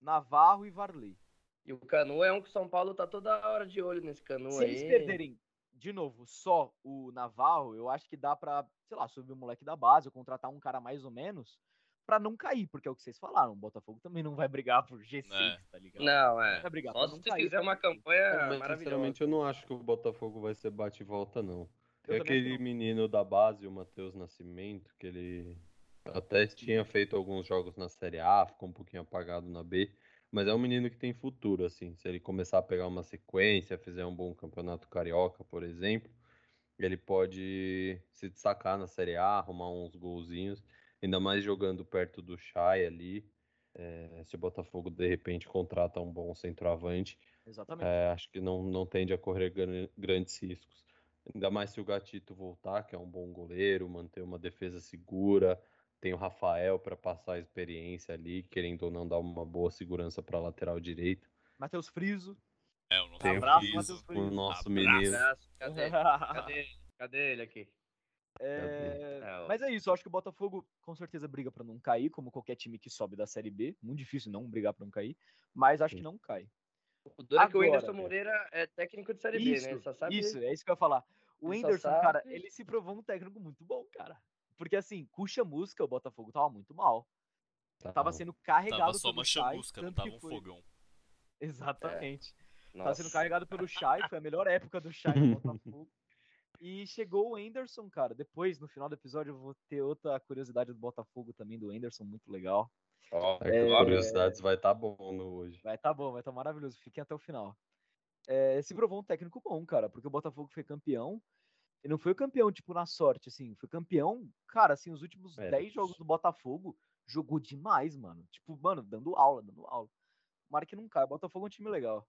[SPEAKER 4] Navarro e Varley.
[SPEAKER 2] E o Canu é um que o São Paulo tá toda hora de olho nesse Canu
[SPEAKER 4] Se
[SPEAKER 2] aí.
[SPEAKER 4] eles perderem, de novo, só o Navarro, eu acho que dá pra, sei lá, subir o moleque da base ou contratar um cara mais ou menos pra não cair, porque é o que vocês falaram. O Botafogo também não vai brigar por G6,
[SPEAKER 1] É.
[SPEAKER 4] tá ligado?
[SPEAKER 2] Não, é.
[SPEAKER 4] Vai brigar
[SPEAKER 2] Só
[SPEAKER 4] pra
[SPEAKER 2] se
[SPEAKER 4] não
[SPEAKER 2] você
[SPEAKER 4] cair,
[SPEAKER 2] fizer
[SPEAKER 4] tá
[SPEAKER 2] uma
[SPEAKER 4] ligado?
[SPEAKER 2] campanha
[SPEAKER 3] Mas,
[SPEAKER 2] maravilhosa.
[SPEAKER 3] sinceramente, eu não acho que o Botafogo vai ser bate e volta, não. Tem
[SPEAKER 4] Eu também acho que
[SPEAKER 3] aquele
[SPEAKER 4] não.
[SPEAKER 3] menino da base, o Matheus Nascimento, que ele até tinha feito alguns jogos na Série A, ficou um pouquinho apagado na B, mas é um menino que tem futuro, assim. Se ele começar a pegar uma sequência, fizer um bom campeonato carioca, por exemplo, ele pode se destacar na Série A, arrumar uns golzinhos, ainda mais jogando perto do Chay ali. É, se o Botafogo de repente contrata um bom centroavante,
[SPEAKER 4] Exatamente.
[SPEAKER 3] é, acho que não, não tende a correr gran- grandes riscos. Ainda mais se o Gatito voltar, que é um bom goleiro, manter uma defesa segura. Tem o Rafael para passar a experiência ali, querendo ou não dar uma boa segurança para a lateral direita.
[SPEAKER 4] Matheus Friso.
[SPEAKER 1] É, o nosso
[SPEAKER 3] Tem um o
[SPEAKER 4] né? abraço,
[SPEAKER 1] Friso.
[SPEAKER 4] Matheus Friso.
[SPEAKER 3] O nosso
[SPEAKER 1] Abraço.
[SPEAKER 2] Um
[SPEAKER 3] menino.
[SPEAKER 2] Abraço, cadê? Cadê ele? Cadê ele aqui?
[SPEAKER 4] É,
[SPEAKER 2] Não.
[SPEAKER 4] Mas é isso, eu acho que o Botafogo com certeza briga pra não cair, como qualquer time que sobe da Série B. Muito difícil não brigar pra não cair, mas acho que
[SPEAKER 3] Sim.
[SPEAKER 4] não cai.
[SPEAKER 2] O duro é que o
[SPEAKER 4] Agora,
[SPEAKER 2] Whindersson
[SPEAKER 4] cara.
[SPEAKER 2] Moreira é técnico de Série B, né?
[SPEAKER 4] Isso,
[SPEAKER 2] Ele Só sabe
[SPEAKER 4] isso, é isso que eu ia falar. O
[SPEAKER 2] Ele só
[SPEAKER 4] Anderson, cara,
[SPEAKER 2] sabe-
[SPEAKER 4] ele se provou um técnico muito bom, cara. Porque assim, cuxa música, o Botafogo tava muito mal.
[SPEAKER 3] Tá
[SPEAKER 4] Tava
[SPEAKER 3] bom.
[SPEAKER 4] sendo carregado
[SPEAKER 1] Tava só
[SPEAKER 4] pelo
[SPEAKER 1] uma
[SPEAKER 4] Chay,
[SPEAKER 1] chamusca, não
[SPEAKER 4] tanto
[SPEAKER 1] tava
[SPEAKER 4] que
[SPEAKER 1] um
[SPEAKER 4] foi-
[SPEAKER 1] fogão.
[SPEAKER 4] Exatamente. Tava
[SPEAKER 2] Nossa.
[SPEAKER 4] Tá sendo carregado pelo Chay, foi a melhor época do Chay no Botafogo. E chegou o Anderson, cara. Depois, no final do episódio, eu vou ter outra curiosidade do Botafogo também, do Anderson, muito legal.
[SPEAKER 2] Ó,
[SPEAKER 3] É que
[SPEAKER 4] É.
[SPEAKER 3] o Curiosidades vai estar tá bom no hoje.
[SPEAKER 4] Vai tá bom, vai tá maravilhoso. Fiquem até o final. É, se provou um técnico bom, cara, porque o Botafogo foi campeão. Ele não foi campeão, tipo, na sorte, assim. Foi campeão, cara, assim, os últimos
[SPEAKER 3] É,
[SPEAKER 4] 10 jogos do Botafogo, jogou demais, mano. Tipo, mano, dando aula, dando aula. Tomara que não cai. Botafogo é um time legal.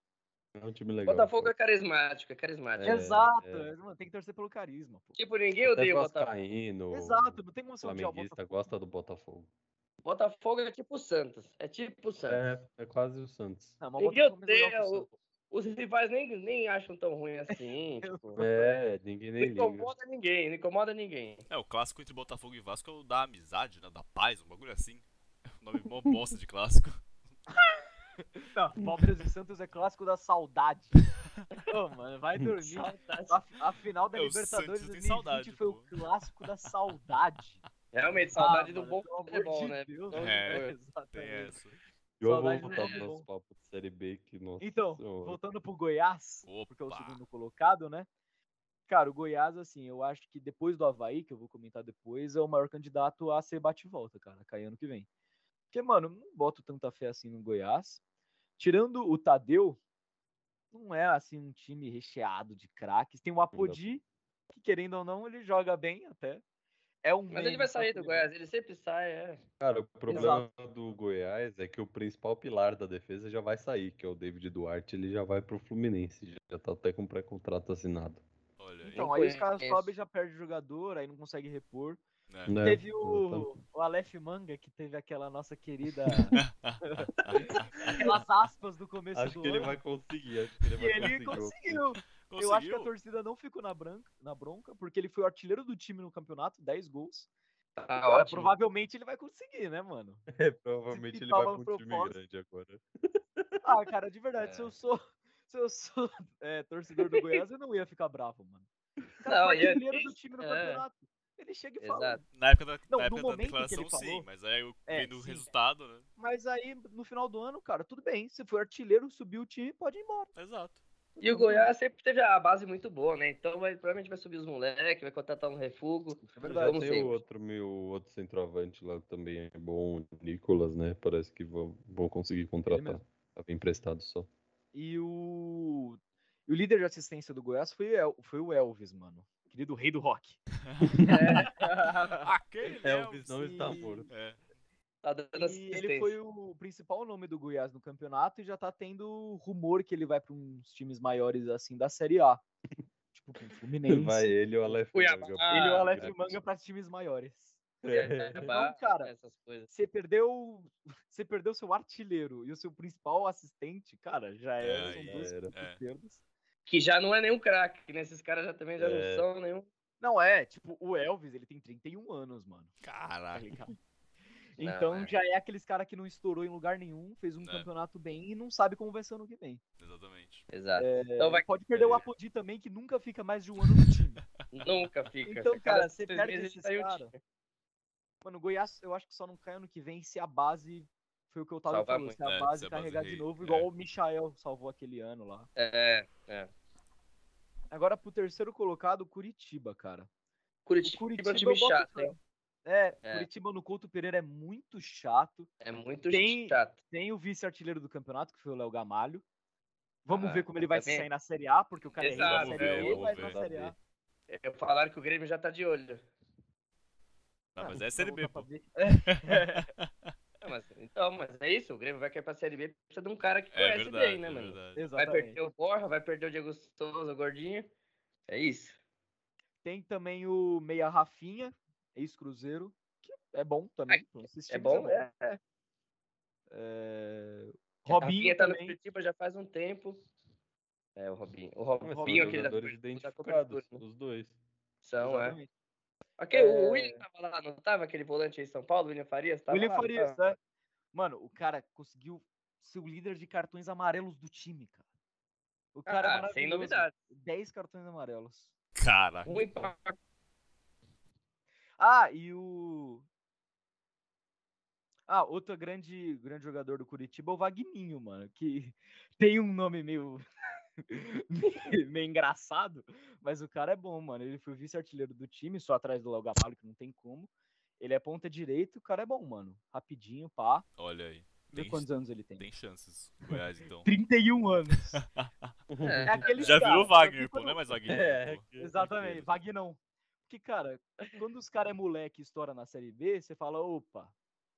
[SPEAKER 3] É um time legal.
[SPEAKER 2] Botafogo é carismático, é carismático.
[SPEAKER 3] É.
[SPEAKER 4] Exato, mano, tem que torcer pelo carisma, pô.
[SPEAKER 2] Tipo, ninguém
[SPEAKER 3] Até
[SPEAKER 2] odeia o Botafogo.
[SPEAKER 3] vascaíno,
[SPEAKER 4] Exato, não tem como você odiar
[SPEAKER 3] tipo,
[SPEAKER 4] o
[SPEAKER 3] Flamenguista
[SPEAKER 4] Botafogo.
[SPEAKER 3] gosta do Botafogo.
[SPEAKER 2] Botafogo é tipo o Santos. É tipo o Santos.
[SPEAKER 3] É, é quase o Santos.
[SPEAKER 4] Não, mas o
[SPEAKER 2] Ninguém
[SPEAKER 4] Botafogo é melhor que o
[SPEAKER 2] odeia.
[SPEAKER 4] Santos.
[SPEAKER 2] o- Os rivais nem, nem acham tão ruim assim. tipo,
[SPEAKER 3] É, ninguém
[SPEAKER 2] não
[SPEAKER 3] nem liga.
[SPEAKER 2] incomoda ninguém, não incomoda ninguém.
[SPEAKER 1] É, o clássico entre Botafogo e Vasco é o da amizade, né? Da paz, um bagulho assim. Um nome mó bosta de clássico.
[SPEAKER 4] Não, Palmeiras e Santos é clássico da saudade. Ô, mano, vai dormir. A, a final da
[SPEAKER 1] É, o
[SPEAKER 4] Libertadores
[SPEAKER 1] Santos tem
[SPEAKER 4] 2020
[SPEAKER 1] saudade,
[SPEAKER 4] foi
[SPEAKER 1] pô.
[SPEAKER 4] o clássico da saudade.
[SPEAKER 2] Realmente, saudade
[SPEAKER 4] Ah,
[SPEAKER 2] do
[SPEAKER 4] mano,
[SPEAKER 2] bom
[SPEAKER 4] pelo amor
[SPEAKER 2] futebol,
[SPEAKER 4] de
[SPEAKER 2] né?
[SPEAKER 4] Deus,
[SPEAKER 1] É,
[SPEAKER 4] mano,
[SPEAKER 1] Tem
[SPEAKER 4] exatamente.
[SPEAKER 1] essa.
[SPEAKER 3] E eu vou
[SPEAKER 4] Saudade
[SPEAKER 3] voltar
[SPEAKER 4] do
[SPEAKER 3] pro nosso
[SPEAKER 4] Botafogo.
[SPEAKER 3] papo de Série B, que nossa
[SPEAKER 4] Então,
[SPEAKER 3] senhora.
[SPEAKER 4] voltando pro Goiás, porque é o
[SPEAKER 1] Opa.
[SPEAKER 4] segundo colocado, né? Cara, o Goiás, assim, eu acho que depois do Havaí, que eu vou comentar depois, é o maior candidato a ser bate-volta, cara, cair ano que vem. Porque, mano, eu não boto tanta fé assim no Goiás. Tirando o Tadeu, não é assim um time recheado de craques. Tem o Apodi, que querendo ou não, ele joga bem até. É um
[SPEAKER 2] Mas
[SPEAKER 4] meme,
[SPEAKER 2] ele vai
[SPEAKER 4] só
[SPEAKER 2] sair
[SPEAKER 4] que
[SPEAKER 2] do
[SPEAKER 4] ele-
[SPEAKER 2] Goiás, ele sempre sai, é.
[SPEAKER 3] Cara, o problema do Goiás é que o principal pilar da defesa já vai sair, que é o David Duarte, ele já vai pro Fluminense, já tá até com pré-contrato assinado.
[SPEAKER 1] Olha aí.
[SPEAKER 4] Então, aí os
[SPEAKER 2] Conheço.
[SPEAKER 4] caras sobem, já perde jogador, aí não consegue repor.
[SPEAKER 1] né?
[SPEAKER 3] Né? Exatamente.
[SPEAKER 4] teve o, o Aleph Manga, que teve aquela nossa querida. aquelas aspas do começo
[SPEAKER 3] Acho
[SPEAKER 4] do
[SPEAKER 3] que ele
[SPEAKER 4] ano.
[SPEAKER 3] vai conseguir, acho que ele
[SPEAKER 4] E
[SPEAKER 3] vai
[SPEAKER 4] ele
[SPEAKER 3] conseguir.
[SPEAKER 4] conseguiu.
[SPEAKER 1] Conseguiu?
[SPEAKER 4] Eu acho que a torcida não ficou na, branca, na bronca, porque ele foi o artilheiro do time no campeonato, 10 gols.
[SPEAKER 2] Tá
[SPEAKER 4] Cara,
[SPEAKER 2] ótimo.
[SPEAKER 4] provavelmente ele vai conseguir, né, mano?
[SPEAKER 3] É, provavelmente ele vai
[SPEAKER 4] tava
[SPEAKER 3] pra um
[SPEAKER 4] no
[SPEAKER 3] time
[SPEAKER 4] propósito.
[SPEAKER 3] grande agora.
[SPEAKER 4] Ah, cara, de verdade,
[SPEAKER 2] É.
[SPEAKER 4] se eu sou, se eu sou é, torcedor do Goiás, eu não ia ficar bravo, mano. O cara
[SPEAKER 2] Não,
[SPEAKER 4] foi
[SPEAKER 2] ia-
[SPEAKER 4] artilheiro do time no
[SPEAKER 2] é.
[SPEAKER 4] campeonato. Ele chega e fala.
[SPEAKER 2] Exato.
[SPEAKER 1] Na época da, na
[SPEAKER 4] Não, do
[SPEAKER 1] época da
[SPEAKER 4] momento que ele
[SPEAKER 1] declaração, sim,
[SPEAKER 4] falou.
[SPEAKER 1] mas aí eu
[SPEAKER 4] É,
[SPEAKER 1] vendo o
[SPEAKER 4] sim.
[SPEAKER 1] resultado, né?
[SPEAKER 4] Mas aí, no final do ano, cara, tudo bem. Se for artilheiro, subiu o time, pode ir embora.
[SPEAKER 1] Exato.
[SPEAKER 2] E o Goiás sempre teve a base muito boa, né? Então vai, provavelmente vai subir os moleques, vai contratar um refugo.
[SPEAKER 3] É verdade,
[SPEAKER 2] Vamos
[SPEAKER 3] tem
[SPEAKER 2] ver.
[SPEAKER 3] o outro, meu, outro centroavante lá que também é bom, o Nicolas, né? Parece que vão, vão conseguir contratar.
[SPEAKER 4] mesmo.
[SPEAKER 3] Tava emprestado só.
[SPEAKER 4] E o, e o líder de assistência do Goiás foi, o El- foi o Elvis, mano. Querido rei do rock.
[SPEAKER 1] Aquele
[SPEAKER 3] Elvis É, não
[SPEAKER 4] está
[SPEAKER 3] está
[SPEAKER 4] sim.
[SPEAKER 3] morto.
[SPEAKER 4] morto.
[SPEAKER 1] É.
[SPEAKER 2] Tá dando
[SPEAKER 4] E
[SPEAKER 2] assistência.
[SPEAKER 4] ele foi o principal nome do Goiás no campeonato e já tá tendo rumor que ele vai pra uns times maiores assim da Série A. tipo, com o Fluminense.
[SPEAKER 3] Vai ele e o Aleph
[SPEAKER 2] Cuiabá.
[SPEAKER 3] Manga.
[SPEAKER 4] Ele e o
[SPEAKER 2] Ah,
[SPEAKER 4] Aleph Manga pra times maiores.
[SPEAKER 2] Cuiabá,
[SPEAKER 4] né? cara.
[SPEAKER 2] Essas coisas.
[SPEAKER 4] Você perdeu, você perdeu seu artilheiro e o seu principal assistente, cara, já é,
[SPEAKER 1] É,
[SPEAKER 4] são
[SPEAKER 1] aí
[SPEAKER 4] dois
[SPEAKER 3] era.
[SPEAKER 4] pontos esquerdos.
[SPEAKER 2] Que já não é nenhum craque, né? Esses caras já também já
[SPEAKER 3] É.
[SPEAKER 2] não são nenhum.
[SPEAKER 4] Não é, tipo, o Elvis, ele tem 31 anos, mano. tá
[SPEAKER 1] Caraca.
[SPEAKER 4] ligado? Então
[SPEAKER 2] é.
[SPEAKER 4] já é aqueles cara que não estourou em lugar nenhum, fez um
[SPEAKER 1] É.
[SPEAKER 4] campeonato bem e não sabe como vai ser ano que vem.
[SPEAKER 1] Exatamente.
[SPEAKER 2] Exato.
[SPEAKER 4] É,
[SPEAKER 2] Então vai-
[SPEAKER 4] Pode perder o
[SPEAKER 3] É.
[SPEAKER 4] Apodi também, que nunca fica mais de um ano no time.
[SPEAKER 2] Nunca fica.
[SPEAKER 4] Então,
[SPEAKER 2] A cada
[SPEAKER 4] cara, você
[SPEAKER 2] seis
[SPEAKER 4] perde
[SPEAKER 2] meses
[SPEAKER 4] esses
[SPEAKER 2] sai o
[SPEAKER 4] cara.
[SPEAKER 2] time.
[SPEAKER 4] Mano, o Goiás, eu acho que só não cai ano que vem se a base. Foi o que eu tava
[SPEAKER 2] Salvar
[SPEAKER 4] falando, se a
[SPEAKER 1] muito. É,
[SPEAKER 4] base
[SPEAKER 1] se a base
[SPEAKER 4] carregar de
[SPEAKER 1] rei-
[SPEAKER 4] novo,
[SPEAKER 1] é.
[SPEAKER 4] igual o Michael salvou aquele ano lá.
[SPEAKER 2] É,
[SPEAKER 4] Agora pro terceiro colocado, o Curitiba, cara. O
[SPEAKER 2] Curitiba,
[SPEAKER 4] Curitiba,
[SPEAKER 2] é um time
[SPEAKER 4] eu boto
[SPEAKER 2] chato,
[SPEAKER 4] fé.
[SPEAKER 2] hein?
[SPEAKER 4] É,
[SPEAKER 2] É.
[SPEAKER 4] Curitiba no Couto Pereira é muito chato.
[SPEAKER 2] É muito
[SPEAKER 4] Tem-
[SPEAKER 2] chato.
[SPEAKER 4] Tem o vice-artilheiro do campeonato, que foi o Léo Gamalho. Vamos
[SPEAKER 2] Ah,
[SPEAKER 4] ver como ele vai se
[SPEAKER 2] também.
[SPEAKER 4] sair na Série A, porque o cara
[SPEAKER 2] Exato,
[SPEAKER 4] é rei da Série
[SPEAKER 2] é,
[SPEAKER 4] B,
[SPEAKER 1] vamos
[SPEAKER 4] mas
[SPEAKER 1] ver,
[SPEAKER 4] na
[SPEAKER 3] vamos
[SPEAKER 4] Série A.
[SPEAKER 2] É, Falaram que o Grêmio já tá de olho. Tá
[SPEAKER 1] Não, mas
[SPEAKER 4] Ah, vai
[SPEAKER 1] é Série B,
[SPEAKER 4] voltar
[SPEAKER 1] pô.
[SPEAKER 4] pra B.
[SPEAKER 2] É, mas- então, mas é isso. O Grêmio vai cair pra Série B, precisa de um cara que
[SPEAKER 1] É
[SPEAKER 2] conhece
[SPEAKER 1] verdade,
[SPEAKER 2] bem, né,
[SPEAKER 1] é
[SPEAKER 2] mano?
[SPEAKER 1] verdade.
[SPEAKER 2] Vai
[SPEAKER 4] Exatamente.
[SPEAKER 2] perder o Borja, vai perder o Diego Souza, o Gordinho. É isso.
[SPEAKER 4] Tem também o Meia Rafinha, ex-Cruzeiro, que é bom também. esses
[SPEAKER 2] É
[SPEAKER 4] times
[SPEAKER 2] bom, é.
[SPEAKER 4] É,
[SPEAKER 2] Rafinha
[SPEAKER 4] Robinho
[SPEAKER 2] tá no
[SPEAKER 4] também.
[SPEAKER 2] Curitiba já faz um tempo. É, o Robinho. O Robinho,
[SPEAKER 3] São
[SPEAKER 4] Robinho,
[SPEAKER 2] aquele da,
[SPEAKER 3] jogadores
[SPEAKER 2] cobertura- da
[SPEAKER 3] identificados,
[SPEAKER 2] cobertura, né?
[SPEAKER 3] os dois.
[SPEAKER 2] São, é.
[SPEAKER 4] Exatamente.
[SPEAKER 2] Ok,
[SPEAKER 4] É.
[SPEAKER 2] o William tava lá, não tava? Aquele volante aí em São Paulo, o William Farias? Tava
[SPEAKER 4] William
[SPEAKER 2] Tá lá, não
[SPEAKER 4] Farias,
[SPEAKER 2] tava?
[SPEAKER 4] né? Mano, o cara conseguiu ser o líder de cartões amarelos do time, cara. O cara é
[SPEAKER 2] Ah, sem
[SPEAKER 4] maravilhoso.
[SPEAKER 2] novidade.
[SPEAKER 4] 10 cartões amarelos.
[SPEAKER 1] Caraca.
[SPEAKER 2] Ruim pra
[SPEAKER 4] Ah, e o. Ah, outro grande, grande jogador do Curitiba é o Vagninho, mano, que tem um nome meio... meio engraçado, mas o cara é bom, mano. Ele foi o vice-artilheiro do time, só atrás do Léo Gamalho, que não tem como. Ele é ponta direito, o cara é bom, mano. Rapidinho, pá.
[SPEAKER 1] Olha aí.
[SPEAKER 4] Vê
[SPEAKER 1] Tem-
[SPEAKER 4] quantos anos ele tem. um
[SPEAKER 1] Tem chances, Goiás, então.
[SPEAKER 6] 31 anos.
[SPEAKER 2] É.
[SPEAKER 6] É aquele
[SPEAKER 1] Já
[SPEAKER 6] cara,
[SPEAKER 4] "Ah,
[SPEAKER 1] virou Wagner, pô,
[SPEAKER 6] quando-
[SPEAKER 1] não é mais Wagner.
[SPEAKER 3] É,
[SPEAKER 1] pô.
[SPEAKER 4] tranquilo.
[SPEAKER 6] Exatamente, Vagnão.
[SPEAKER 4] Porque, cara, quando os caras é moleque e estoura na Série B, você fala, opa,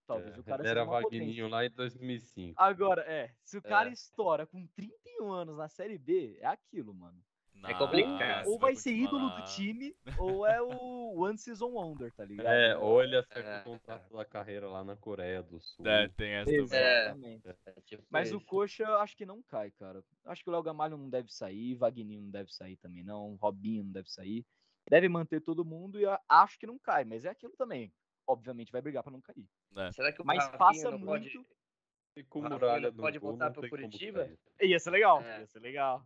[SPEAKER 4] talvez
[SPEAKER 3] É,
[SPEAKER 4] o cara
[SPEAKER 3] ele
[SPEAKER 4] seja
[SPEAKER 3] era
[SPEAKER 4] uma potência.
[SPEAKER 3] Vagninho lá em 2005.
[SPEAKER 4] Agora, é, se o cara
[SPEAKER 3] É.
[SPEAKER 4] estoura com 31 anos na Série B, é aquilo, mano.
[SPEAKER 1] Nossa,
[SPEAKER 2] É
[SPEAKER 3] É,
[SPEAKER 2] complicado.
[SPEAKER 4] ou vai, ser
[SPEAKER 1] continuar
[SPEAKER 4] ídolo
[SPEAKER 1] lá.
[SPEAKER 4] do time, ou é o One Season Wonder, tá ligado?
[SPEAKER 3] É, ou ele acerta
[SPEAKER 2] É.
[SPEAKER 3] o contrato da carreira lá na Coreia do Sul.
[SPEAKER 1] É, tem essa também.
[SPEAKER 4] Exatamente.
[SPEAKER 2] É, tipo
[SPEAKER 4] Mas o
[SPEAKER 2] isso.
[SPEAKER 4] Coxa, eu acho que não cai, cara. Acho que o Léo Gamalho não deve sair, Vagninho não deve sair também, não. Robinho não deve sair. Deve manter todo mundo e eu acho que não cai, mas é aquilo também. Obviamente vai brigar pra não cair.
[SPEAKER 2] Será que o
[SPEAKER 4] Mas
[SPEAKER 2] Rafinha
[SPEAKER 4] passa
[SPEAKER 2] não
[SPEAKER 4] muito.
[SPEAKER 2] pode-
[SPEAKER 3] E com
[SPEAKER 2] Rafinha
[SPEAKER 3] muralha
[SPEAKER 2] não
[SPEAKER 3] no
[SPEAKER 2] pode
[SPEAKER 3] gol,
[SPEAKER 2] voltar
[SPEAKER 3] não
[SPEAKER 2] pro
[SPEAKER 3] tem como
[SPEAKER 2] Curitiba?
[SPEAKER 3] sair.
[SPEAKER 4] Ia ser legal.
[SPEAKER 2] É.
[SPEAKER 4] Ia ser legal.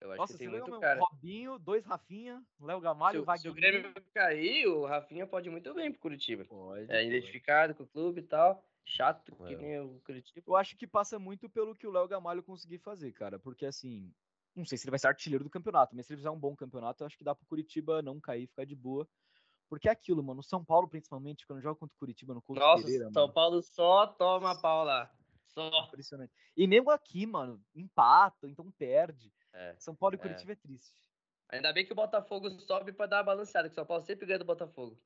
[SPEAKER 2] Eu acho
[SPEAKER 4] Nossa,
[SPEAKER 2] que
[SPEAKER 4] você
[SPEAKER 2] tem
[SPEAKER 4] legal
[SPEAKER 2] muito
[SPEAKER 4] mesmo.
[SPEAKER 2] cara.
[SPEAKER 4] Robinho, dois Rafinha, Léo Gamalho,
[SPEAKER 2] Se, o- se
[SPEAKER 4] Vagninho.
[SPEAKER 2] o Grêmio cair, o Rafinha pode muito bem pro Curitiba.
[SPEAKER 4] Pode,
[SPEAKER 2] É
[SPEAKER 4] pode.
[SPEAKER 2] identificado com o clube e tal. Chato que
[SPEAKER 3] É.
[SPEAKER 2] nem o Curitiba.
[SPEAKER 4] Eu acho que passa muito pelo que o Léo Gamalho conseguir fazer, cara. Porque assim, não sei se ele vai ser artilheiro do campeonato, mas se ele fizer um bom campeonato, eu acho que dá pro Curitiba não cair, ficar de boa. Porque é aquilo, mano. O São Paulo, principalmente, quando joga contra o Curitiba no Couto
[SPEAKER 2] Nossa,
[SPEAKER 4] Pereira,
[SPEAKER 2] São
[SPEAKER 4] mano,
[SPEAKER 2] Paulo só toma pau lá.
[SPEAKER 4] é
[SPEAKER 2] Só.
[SPEAKER 4] impressionante. E mesmo aqui, mano, empata, então perde.
[SPEAKER 2] É.
[SPEAKER 4] São Paulo e
[SPEAKER 2] É.
[SPEAKER 4] Curitiba é, triste.
[SPEAKER 2] Ainda bem que o Botafogo sobe pra dar uma balanceada, que o São Paulo sempre ganha do Botafogo.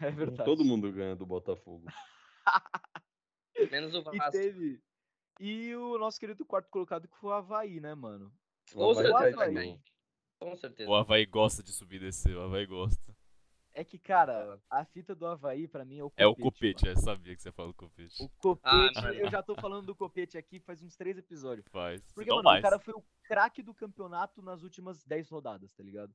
[SPEAKER 4] É verdade.
[SPEAKER 3] Todo mundo ganha do Botafogo.
[SPEAKER 2] Menos o
[SPEAKER 4] E
[SPEAKER 2] Vasco.
[SPEAKER 4] teve. E o nosso querido quarto colocado que foi o Havaí, né, mano?
[SPEAKER 2] Com
[SPEAKER 3] Vai cair de
[SPEAKER 2] certeza. né?
[SPEAKER 4] Havaí.
[SPEAKER 3] novo.
[SPEAKER 2] Com certeza.
[SPEAKER 1] O Havaí gosta de subir e descer, o Havaí gosta.
[SPEAKER 4] É que, cara, a fita do Havaí, pra mim, é o copete.
[SPEAKER 1] É o
[SPEAKER 4] mano.
[SPEAKER 1] Copete, eu sabia que você fala o Copete.
[SPEAKER 4] O copete,
[SPEAKER 2] Ah, mano.
[SPEAKER 4] eu já tô falando do copete aqui faz uns três episódios.
[SPEAKER 1] Faz.
[SPEAKER 4] Porque,
[SPEAKER 1] não
[SPEAKER 4] mano,
[SPEAKER 1] mais.
[SPEAKER 4] o cara foi o craque do campeonato nas últimas dez rodadas, tá ligado?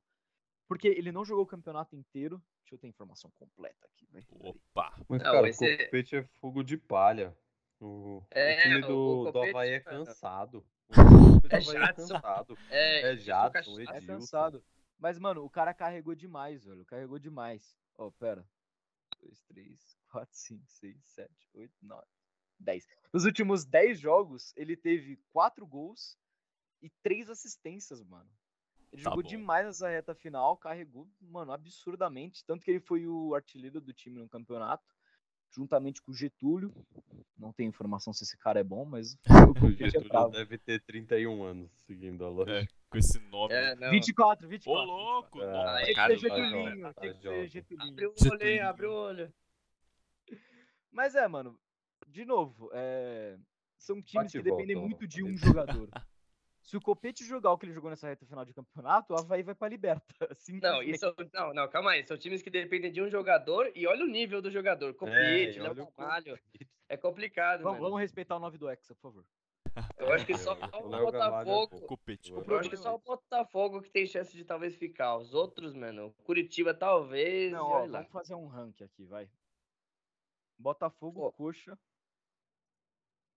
[SPEAKER 4] Porque ele não jogou o campeonato inteiro. Deixa eu ter a informação completa aqui, velho.
[SPEAKER 1] Opa!
[SPEAKER 3] Mas,
[SPEAKER 2] Não,
[SPEAKER 3] cara,
[SPEAKER 2] esse-
[SPEAKER 3] o Copete é fogo de palha. O, o
[SPEAKER 2] É,
[SPEAKER 3] time
[SPEAKER 2] o-
[SPEAKER 3] do,
[SPEAKER 2] o
[SPEAKER 3] do
[SPEAKER 2] Copete,
[SPEAKER 3] Havaí é
[SPEAKER 2] cara.
[SPEAKER 3] cansado. O time do
[SPEAKER 2] É
[SPEAKER 3] Havaí é
[SPEAKER 2] Jadson.
[SPEAKER 3] cansado.
[SPEAKER 2] É,
[SPEAKER 3] É
[SPEAKER 2] isso
[SPEAKER 3] Jadson,
[SPEAKER 2] fica chato.
[SPEAKER 4] É
[SPEAKER 3] Edilson.
[SPEAKER 4] cansado. Mas, mano, o cara carregou demais, velho. Carregou demais. Ó, pera. Um, Dois, três, quatro, cinco, seis, sete, oito, nove, dez. Nos últimos dez jogos, ele teve quatro gols e três assistências, mano. Ele
[SPEAKER 1] Tá
[SPEAKER 4] jogou
[SPEAKER 1] bom.
[SPEAKER 4] demais nessa reta final, carregou, mano, absurdamente. Tanto que ele foi o artilheiro do time no campeonato, juntamente com o Getúlio. Não tem informação se esse cara é bom, mas o
[SPEAKER 3] O
[SPEAKER 4] Copete é
[SPEAKER 3] Getúlio
[SPEAKER 4] bravo.
[SPEAKER 3] deve ter 31 anos, seguindo a lógica.
[SPEAKER 1] Com esse nome.
[SPEAKER 2] É, não.
[SPEAKER 4] 24, 24.
[SPEAKER 1] Ô, louco!
[SPEAKER 3] É.
[SPEAKER 1] nome,
[SPEAKER 2] Aí
[SPEAKER 1] cara,
[SPEAKER 4] Tem que ser
[SPEAKER 3] tá jovem,
[SPEAKER 4] Getulinho,
[SPEAKER 3] tá
[SPEAKER 4] tem que ser
[SPEAKER 3] jovem.
[SPEAKER 4] Getulinho.
[SPEAKER 2] Abre o
[SPEAKER 1] Getúlio.
[SPEAKER 2] olho, abre o olho.
[SPEAKER 4] Mas é, mano, de novo, é, são times
[SPEAKER 3] Bate e
[SPEAKER 4] que dependem
[SPEAKER 3] volta,
[SPEAKER 4] muito de um
[SPEAKER 3] Felipe.
[SPEAKER 4] jogador. Se o Copete jogar o que ele jogou nessa reta final de campeonato, o Havaí vai pra liberta. Assim
[SPEAKER 2] Não,
[SPEAKER 4] simplesmente.
[SPEAKER 2] isso, não, não, calma aí. São times que dependem de um jogador e olha o nível do jogador. Copete,
[SPEAKER 3] e
[SPEAKER 2] Léo
[SPEAKER 3] É, olha o
[SPEAKER 2] Gamalho. É complicado,
[SPEAKER 4] Vamos,
[SPEAKER 2] mano.
[SPEAKER 4] vamos respeitar o 9 do Hexa, por favor.
[SPEAKER 2] Eu acho que só
[SPEAKER 3] O
[SPEAKER 2] o
[SPEAKER 3] Léo Gamalho é
[SPEAKER 2] Botafogo.
[SPEAKER 3] pouco.
[SPEAKER 1] Copete.
[SPEAKER 3] Eu
[SPEAKER 2] Eu acho que só o Botafogo que tem chance de talvez ficar. Os outros, mano, o Curitiba talvez.
[SPEAKER 4] Não,
[SPEAKER 2] e
[SPEAKER 4] ó,
[SPEAKER 2] olha lá.
[SPEAKER 4] vamos fazer um rank aqui, vai. Botafogo,
[SPEAKER 2] Pô,
[SPEAKER 4] Coxa,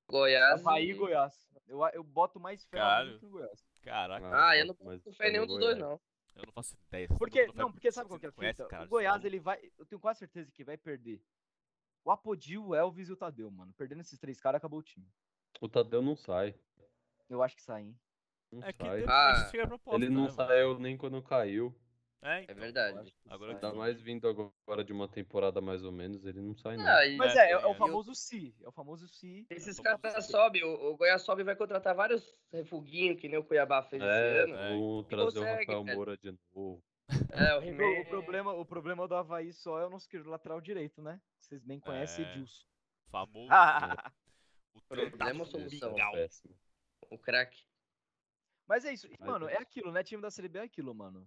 [SPEAKER 2] Goiás.
[SPEAKER 4] Havaí
[SPEAKER 2] e-
[SPEAKER 4] e Goiás. Eu, eu boto mais fé no Havaí
[SPEAKER 1] Caralho.
[SPEAKER 4] que no Goiás.
[SPEAKER 1] Caraca,
[SPEAKER 2] Ah, eu não
[SPEAKER 3] Mas
[SPEAKER 2] posso fé em nenhum dos dois, não.
[SPEAKER 1] eu não tá faço ideia. vocês
[SPEAKER 4] Porque,
[SPEAKER 1] tão falando-
[SPEAKER 4] não, porque sabe
[SPEAKER 1] vocês
[SPEAKER 4] qual que é a
[SPEAKER 1] conhecem,
[SPEAKER 4] fita?
[SPEAKER 1] cara,
[SPEAKER 4] o
[SPEAKER 1] vocês
[SPEAKER 4] Goiás,
[SPEAKER 1] falam-
[SPEAKER 4] ele vai. Eu tenho quase certeza que vai perder. O Apodi, o Elvis e o Tadeu, mano. Perdendo esses três caras, acabou o time.
[SPEAKER 3] O Tadeu não sai.
[SPEAKER 4] Eu acho que sai, hein?
[SPEAKER 3] Não
[SPEAKER 1] É que
[SPEAKER 3] sai.
[SPEAKER 1] depois
[SPEAKER 2] Ah,
[SPEAKER 1] chega a proposta,
[SPEAKER 3] Ele não
[SPEAKER 1] né, mano?
[SPEAKER 3] saiu nem quando caiu.
[SPEAKER 1] É,
[SPEAKER 2] É
[SPEAKER 1] então.
[SPEAKER 4] Eu
[SPEAKER 2] verdade.
[SPEAKER 4] acho que
[SPEAKER 1] Agora
[SPEAKER 4] sai.
[SPEAKER 1] que
[SPEAKER 3] Ainda mais vindo agora de uma temporada mais ou menos, ele não sai, não.
[SPEAKER 2] Ah, e
[SPEAKER 4] Mas
[SPEAKER 1] É,
[SPEAKER 4] é, é,
[SPEAKER 1] tá
[SPEAKER 4] o
[SPEAKER 1] ligado?
[SPEAKER 4] famoso se. É o famoso se.
[SPEAKER 2] esses
[SPEAKER 1] eu tô
[SPEAKER 2] caras
[SPEAKER 1] pensando.
[SPEAKER 2] sobem. O, o Goiás sobe e vai contratar vários refuguinhos que nem o Cuiabá fez esse
[SPEAKER 3] É,
[SPEAKER 2] ano.
[SPEAKER 1] é,
[SPEAKER 3] vou
[SPEAKER 2] então.
[SPEAKER 3] trazer
[SPEAKER 2] Consegue,
[SPEAKER 3] o Rafael
[SPEAKER 2] velho.
[SPEAKER 3] Moura de novo.
[SPEAKER 2] É, o
[SPEAKER 4] O,
[SPEAKER 2] He-Man.
[SPEAKER 4] o problema, o problema do Havaí só é o nosso querido lateral direito, né? Vocês bem conhecem, Ah,
[SPEAKER 1] É.
[SPEAKER 4] Edilson.
[SPEAKER 1] Famoso. O
[SPEAKER 2] Problema
[SPEAKER 1] tretaço
[SPEAKER 2] ou solução?
[SPEAKER 1] Tá
[SPEAKER 2] é.
[SPEAKER 1] legal.
[SPEAKER 3] Tá Péssimo.
[SPEAKER 2] O craque.
[SPEAKER 4] Mas é isso. E,
[SPEAKER 3] Ai,
[SPEAKER 4] mano, é
[SPEAKER 3] Deus.
[SPEAKER 4] aquilo, né? Time da Série B é aquilo, mano.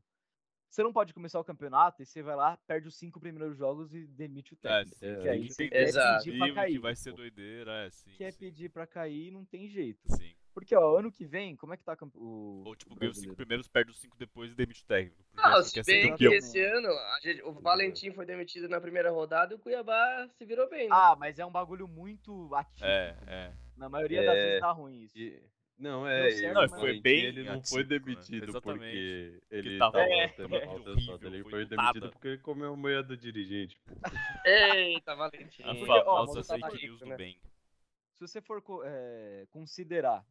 [SPEAKER 4] Você não pode começar o campeonato e você vai lá, perde os cinco primeiros jogos e demite o
[SPEAKER 1] É,
[SPEAKER 4] técnico.
[SPEAKER 1] sim,
[SPEAKER 3] É,
[SPEAKER 4] que
[SPEAKER 1] tem
[SPEAKER 4] aí
[SPEAKER 1] que
[SPEAKER 4] você
[SPEAKER 1] entender
[SPEAKER 4] quer
[SPEAKER 2] Exato.
[SPEAKER 4] pedir
[SPEAKER 1] esse
[SPEAKER 4] pra
[SPEAKER 1] time
[SPEAKER 4] cair.
[SPEAKER 1] que vai ser doideira, é, sim.
[SPEAKER 4] Quer
[SPEAKER 1] sim,
[SPEAKER 4] pedir pra cair, não tem jeito.
[SPEAKER 1] sim.
[SPEAKER 4] Porque, ó, ano que vem, como é que tá campe- o.
[SPEAKER 1] Ou tipo,
[SPEAKER 4] o
[SPEAKER 1] ganha os cinco
[SPEAKER 4] brasileiro?
[SPEAKER 1] primeiros, perde os cinco depois e demite o técnico. porque
[SPEAKER 2] Ah,
[SPEAKER 1] essa
[SPEAKER 2] se
[SPEAKER 1] quer ser
[SPEAKER 2] bem que
[SPEAKER 1] campeão.
[SPEAKER 2] esse ano a gente- o Valentim foi demitido na primeira rodada e o Cuiabá se virou bem. Né?
[SPEAKER 4] Ah, mas é um bagulho muito ativo.
[SPEAKER 1] É, é.
[SPEAKER 4] Na maioria das
[SPEAKER 3] É.
[SPEAKER 4] vezes dá ruim isso.
[SPEAKER 3] E- Não, é.
[SPEAKER 4] Deu certo,
[SPEAKER 3] o
[SPEAKER 4] Não,
[SPEAKER 1] foi
[SPEAKER 3] Valentim,
[SPEAKER 1] bem
[SPEAKER 3] Ele não
[SPEAKER 1] atípico,
[SPEAKER 3] foi
[SPEAKER 1] né?
[SPEAKER 3] demitido
[SPEAKER 1] Exatamente.
[SPEAKER 3] porque ele
[SPEAKER 1] tava
[SPEAKER 3] tava
[SPEAKER 1] lá,
[SPEAKER 3] tendo
[SPEAKER 1] tava
[SPEAKER 3] mal
[SPEAKER 1] horrível,
[SPEAKER 3] testado. Ele
[SPEAKER 1] foi
[SPEAKER 3] foi
[SPEAKER 1] nada.
[SPEAKER 3] demitido porque comeu meia do dirigente.
[SPEAKER 4] Ah,
[SPEAKER 2] Eita, Valentim.
[SPEAKER 1] A
[SPEAKER 4] Porque, ó,
[SPEAKER 1] famosa
[SPEAKER 4] vamos falar
[SPEAKER 1] fake
[SPEAKER 2] disso,
[SPEAKER 1] news do
[SPEAKER 2] né?
[SPEAKER 1] bem.
[SPEAKER 4] Se você for co- eh, considerar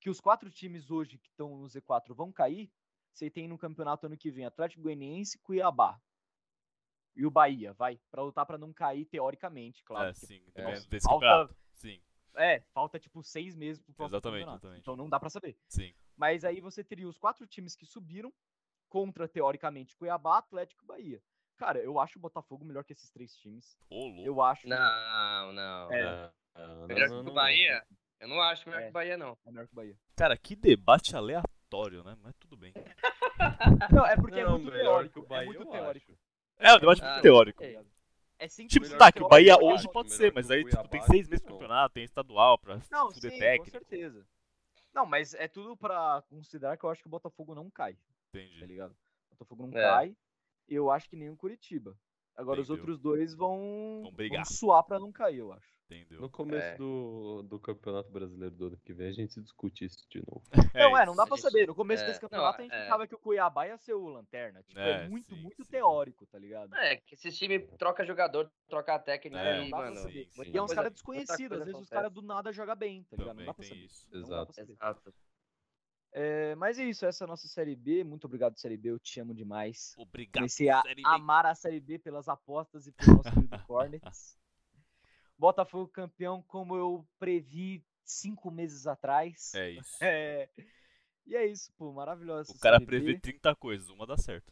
[SPEAKER 4] que os quatro times hoje que estão no Z4 vão cair, você tem no campeonato ano que vem Atlético Goianiense, Cuiabá, e o Bahia, vai, Pra lutar pra não cair teoricamente, claro.
[SPEAKER 1] É,
[SPEAKER 4] porque
[SPEAKER 1] sim, dependendo desse
[SPEAKER 4] falta-
[SPEAKER 1] campeonato. Sim,
[SPEAKER 4] É, falta tipo seis meses pro próximo
[SPEAKER 1] Exatamente,
[SPEAKER 4] campeonato.
[SPEAKER 1] exatamente.
[SPEAKER 4] Então não dá pra saber.
[SPEAKER 1] sim.
[SPEAKER 4] Mas aí você teria os quatro times que subiram contra, teoricamente, Cuiabá, Atlético e Bahia. Cara, eu acho o Botafogo melhor que esses três times.
[SPEAKER 1] Ô, louco.
[SPEAKER 4] Eu acho
[SPEAKER 2] Não, não.
[SPEAKER 4] É.
[SPEAKER 3] Não, não,
[SPEAKER 2] Melhor
[SPEAKER 3] não,
[SPEAKER 2] que o
[SPEAKER 3] não.
[SPEAKER 2] Bahia? Eu não acho melhor
[SPEAKER 4] É.
[SPEAKER 2] que o Bahia, não.
[SPEAKER 4] é melhor que o Bahia.
[SPEAKER 1] Cara, que debate aleatório, né? Mas tudo bem.
[SPEAKER 4] Não, é porque
[SPEAKER 3] Não,
[SPEAKER 4] é muito
[SPEAKER 3] melhor que
[SPEAKER 4] teórico.
[SPEAKER 3] o Bahia,
[SPEAKER 4] é muito
[SPEAKER 3] eu
[SPEAKER 4] teórico.
[SPEAKER 1] É, um debate
[SPEAKER 2] Ah,
[SPEAKER 1] muito teórico.
[SPEAKER 2] É.
[SPEAKER 4] É simples.
[SPEAKER 1] Tipo,
[SPEAKER 3] Melhor
[SPEAKER 1] tá, que
[SPEAKER 3] que
[SPEAKER 1] o
[SPEAKER 3] o
[SPEAKER 1] Bahia
[SPEAKER 3] Cuiabá,
[SPEAKER 1] hoje pode
[SPEAKER 3] melhor
[SPEAKER 1] ser,
[SPEAKER 3] que
[SPEAKER 1] mas
[SPEAKER 3] o
[SPEAKER 1] aí tipo, tem
[SPEAKER 3] Cuiabá,
[SPEAKER 1] seis meses de
[SPEAKER 3] não.
[SPEAKER 1] campeonato, tem estadual pra
[SPEAKER 4] Não,
[SPEAKER 1] fuder
[SPEAKER 4] sim, com
[SPEAKER 1] técnico.
[SPEAKER 4] certeza. Não, mas é tudo pra considerar que eu acho que o Botafogo não cai, tá
[SPEAKER 1] Entendi.
[SPEAKER 4] ligado? O Botafogo não
[SPEAKER 2] É.
[SPEAKER 4] cai. E eu acho que nem o Curitiba. Agora os
[SPEAKER 1] Entendeu.
[SPEAKER 4] outros dois vão,
[SPEAKER 1] Vão brigar.
[SPEAKER 4] suar pra não cair, eu acho.
[SPEAKER 1] Entendeu?
[SPEAKER 3] No começo
[SPEAKER 2] É.
[SPEAKER 3] do, do Campeonato Brasileiro do ano que vem, a gente discute isso de novo.
[SPEAKER 4] não, é, não dá
[SPEAKER 2] isso,
[SPEAKER 4] pra
[SPEAKER 2] gente.
[SPEAKER 4] saber. No começo
[SPEAKER 2] É,
[SPEAKER 4] desse
[SPEAKER 2] não,
[SPEAKER 4] campeonato a gente
[SPEAKER 2] é.
[SPEAKER 4] achava que o Cuiabá ia ser o Lanterna. Tipo, é,
[SPEAKER 1] É,
[SPEAKER 4] muito,
[SPEAKER 1] sim,
[SPEAKER 4] muito
[SPEAKER 1] sim.
[SPEAKER 4] teórico, tá ligado?
[SPEAKER 2] É, que esse time troca jogador, troca técnica
[SPEAKER 1] É,
[SPEAKER 2] aí,
[SPEAKER 4] não dá pra
[SPEAKER 2] mano.
[SPEAKER 4] saber.
[SPEAKER 1] sim,
[SPEAKER 2] muita
[SPEAKER 4] E é uns
[SPEAKER 2] coisa-
[SPEAKER 4] caras
[SPEAKER 2] muita
[SPEAKER 4] desconhecidos.
[SPEAKER 2] coisa
[SPEAKER 4] Às vezes os
[SPEAKER 2] acontece.
[SPEAKER 4] caras do nada jogam bem, tá ligado? Não
[SPEAKER 1] Também
[SPEAKER 4] dá pra
[SPEAKER 1] tem
[SPEAKER 4] saber.
[SPEAKER 1] isso.
[SPEAKER 4] Não dá
[SPEAKER 3] Exato.
[SPEAKER 4] pra saber.
[SPEAKER 2] Exato.
[SPEAKER 4] É, mas é isso, essa é a nossa Série B. Muito obrigado, Série B. Eu te amo demais.
[SPEAKER 1] Obrigado.
[SPEAKER 4] Comecei a
[SPEAKER 1] Série B.
[SPEAKER 4] amar a Série B pelas apostas e pelo nosso querido Hornets. Botafogo campeão, como eu previ cinco meses atrás.
[SPEAKER 1] É isso.
[SPEAKER 4] É. E é isso, pô, maravilhosa.
[SPEAKER 1] O
[SPEAKER 4] essa
[SPEAKER 1] cara
[SPEAKER 4] Série B.
[SPEAKER 1] prevê 30 coisas, uma dá certo.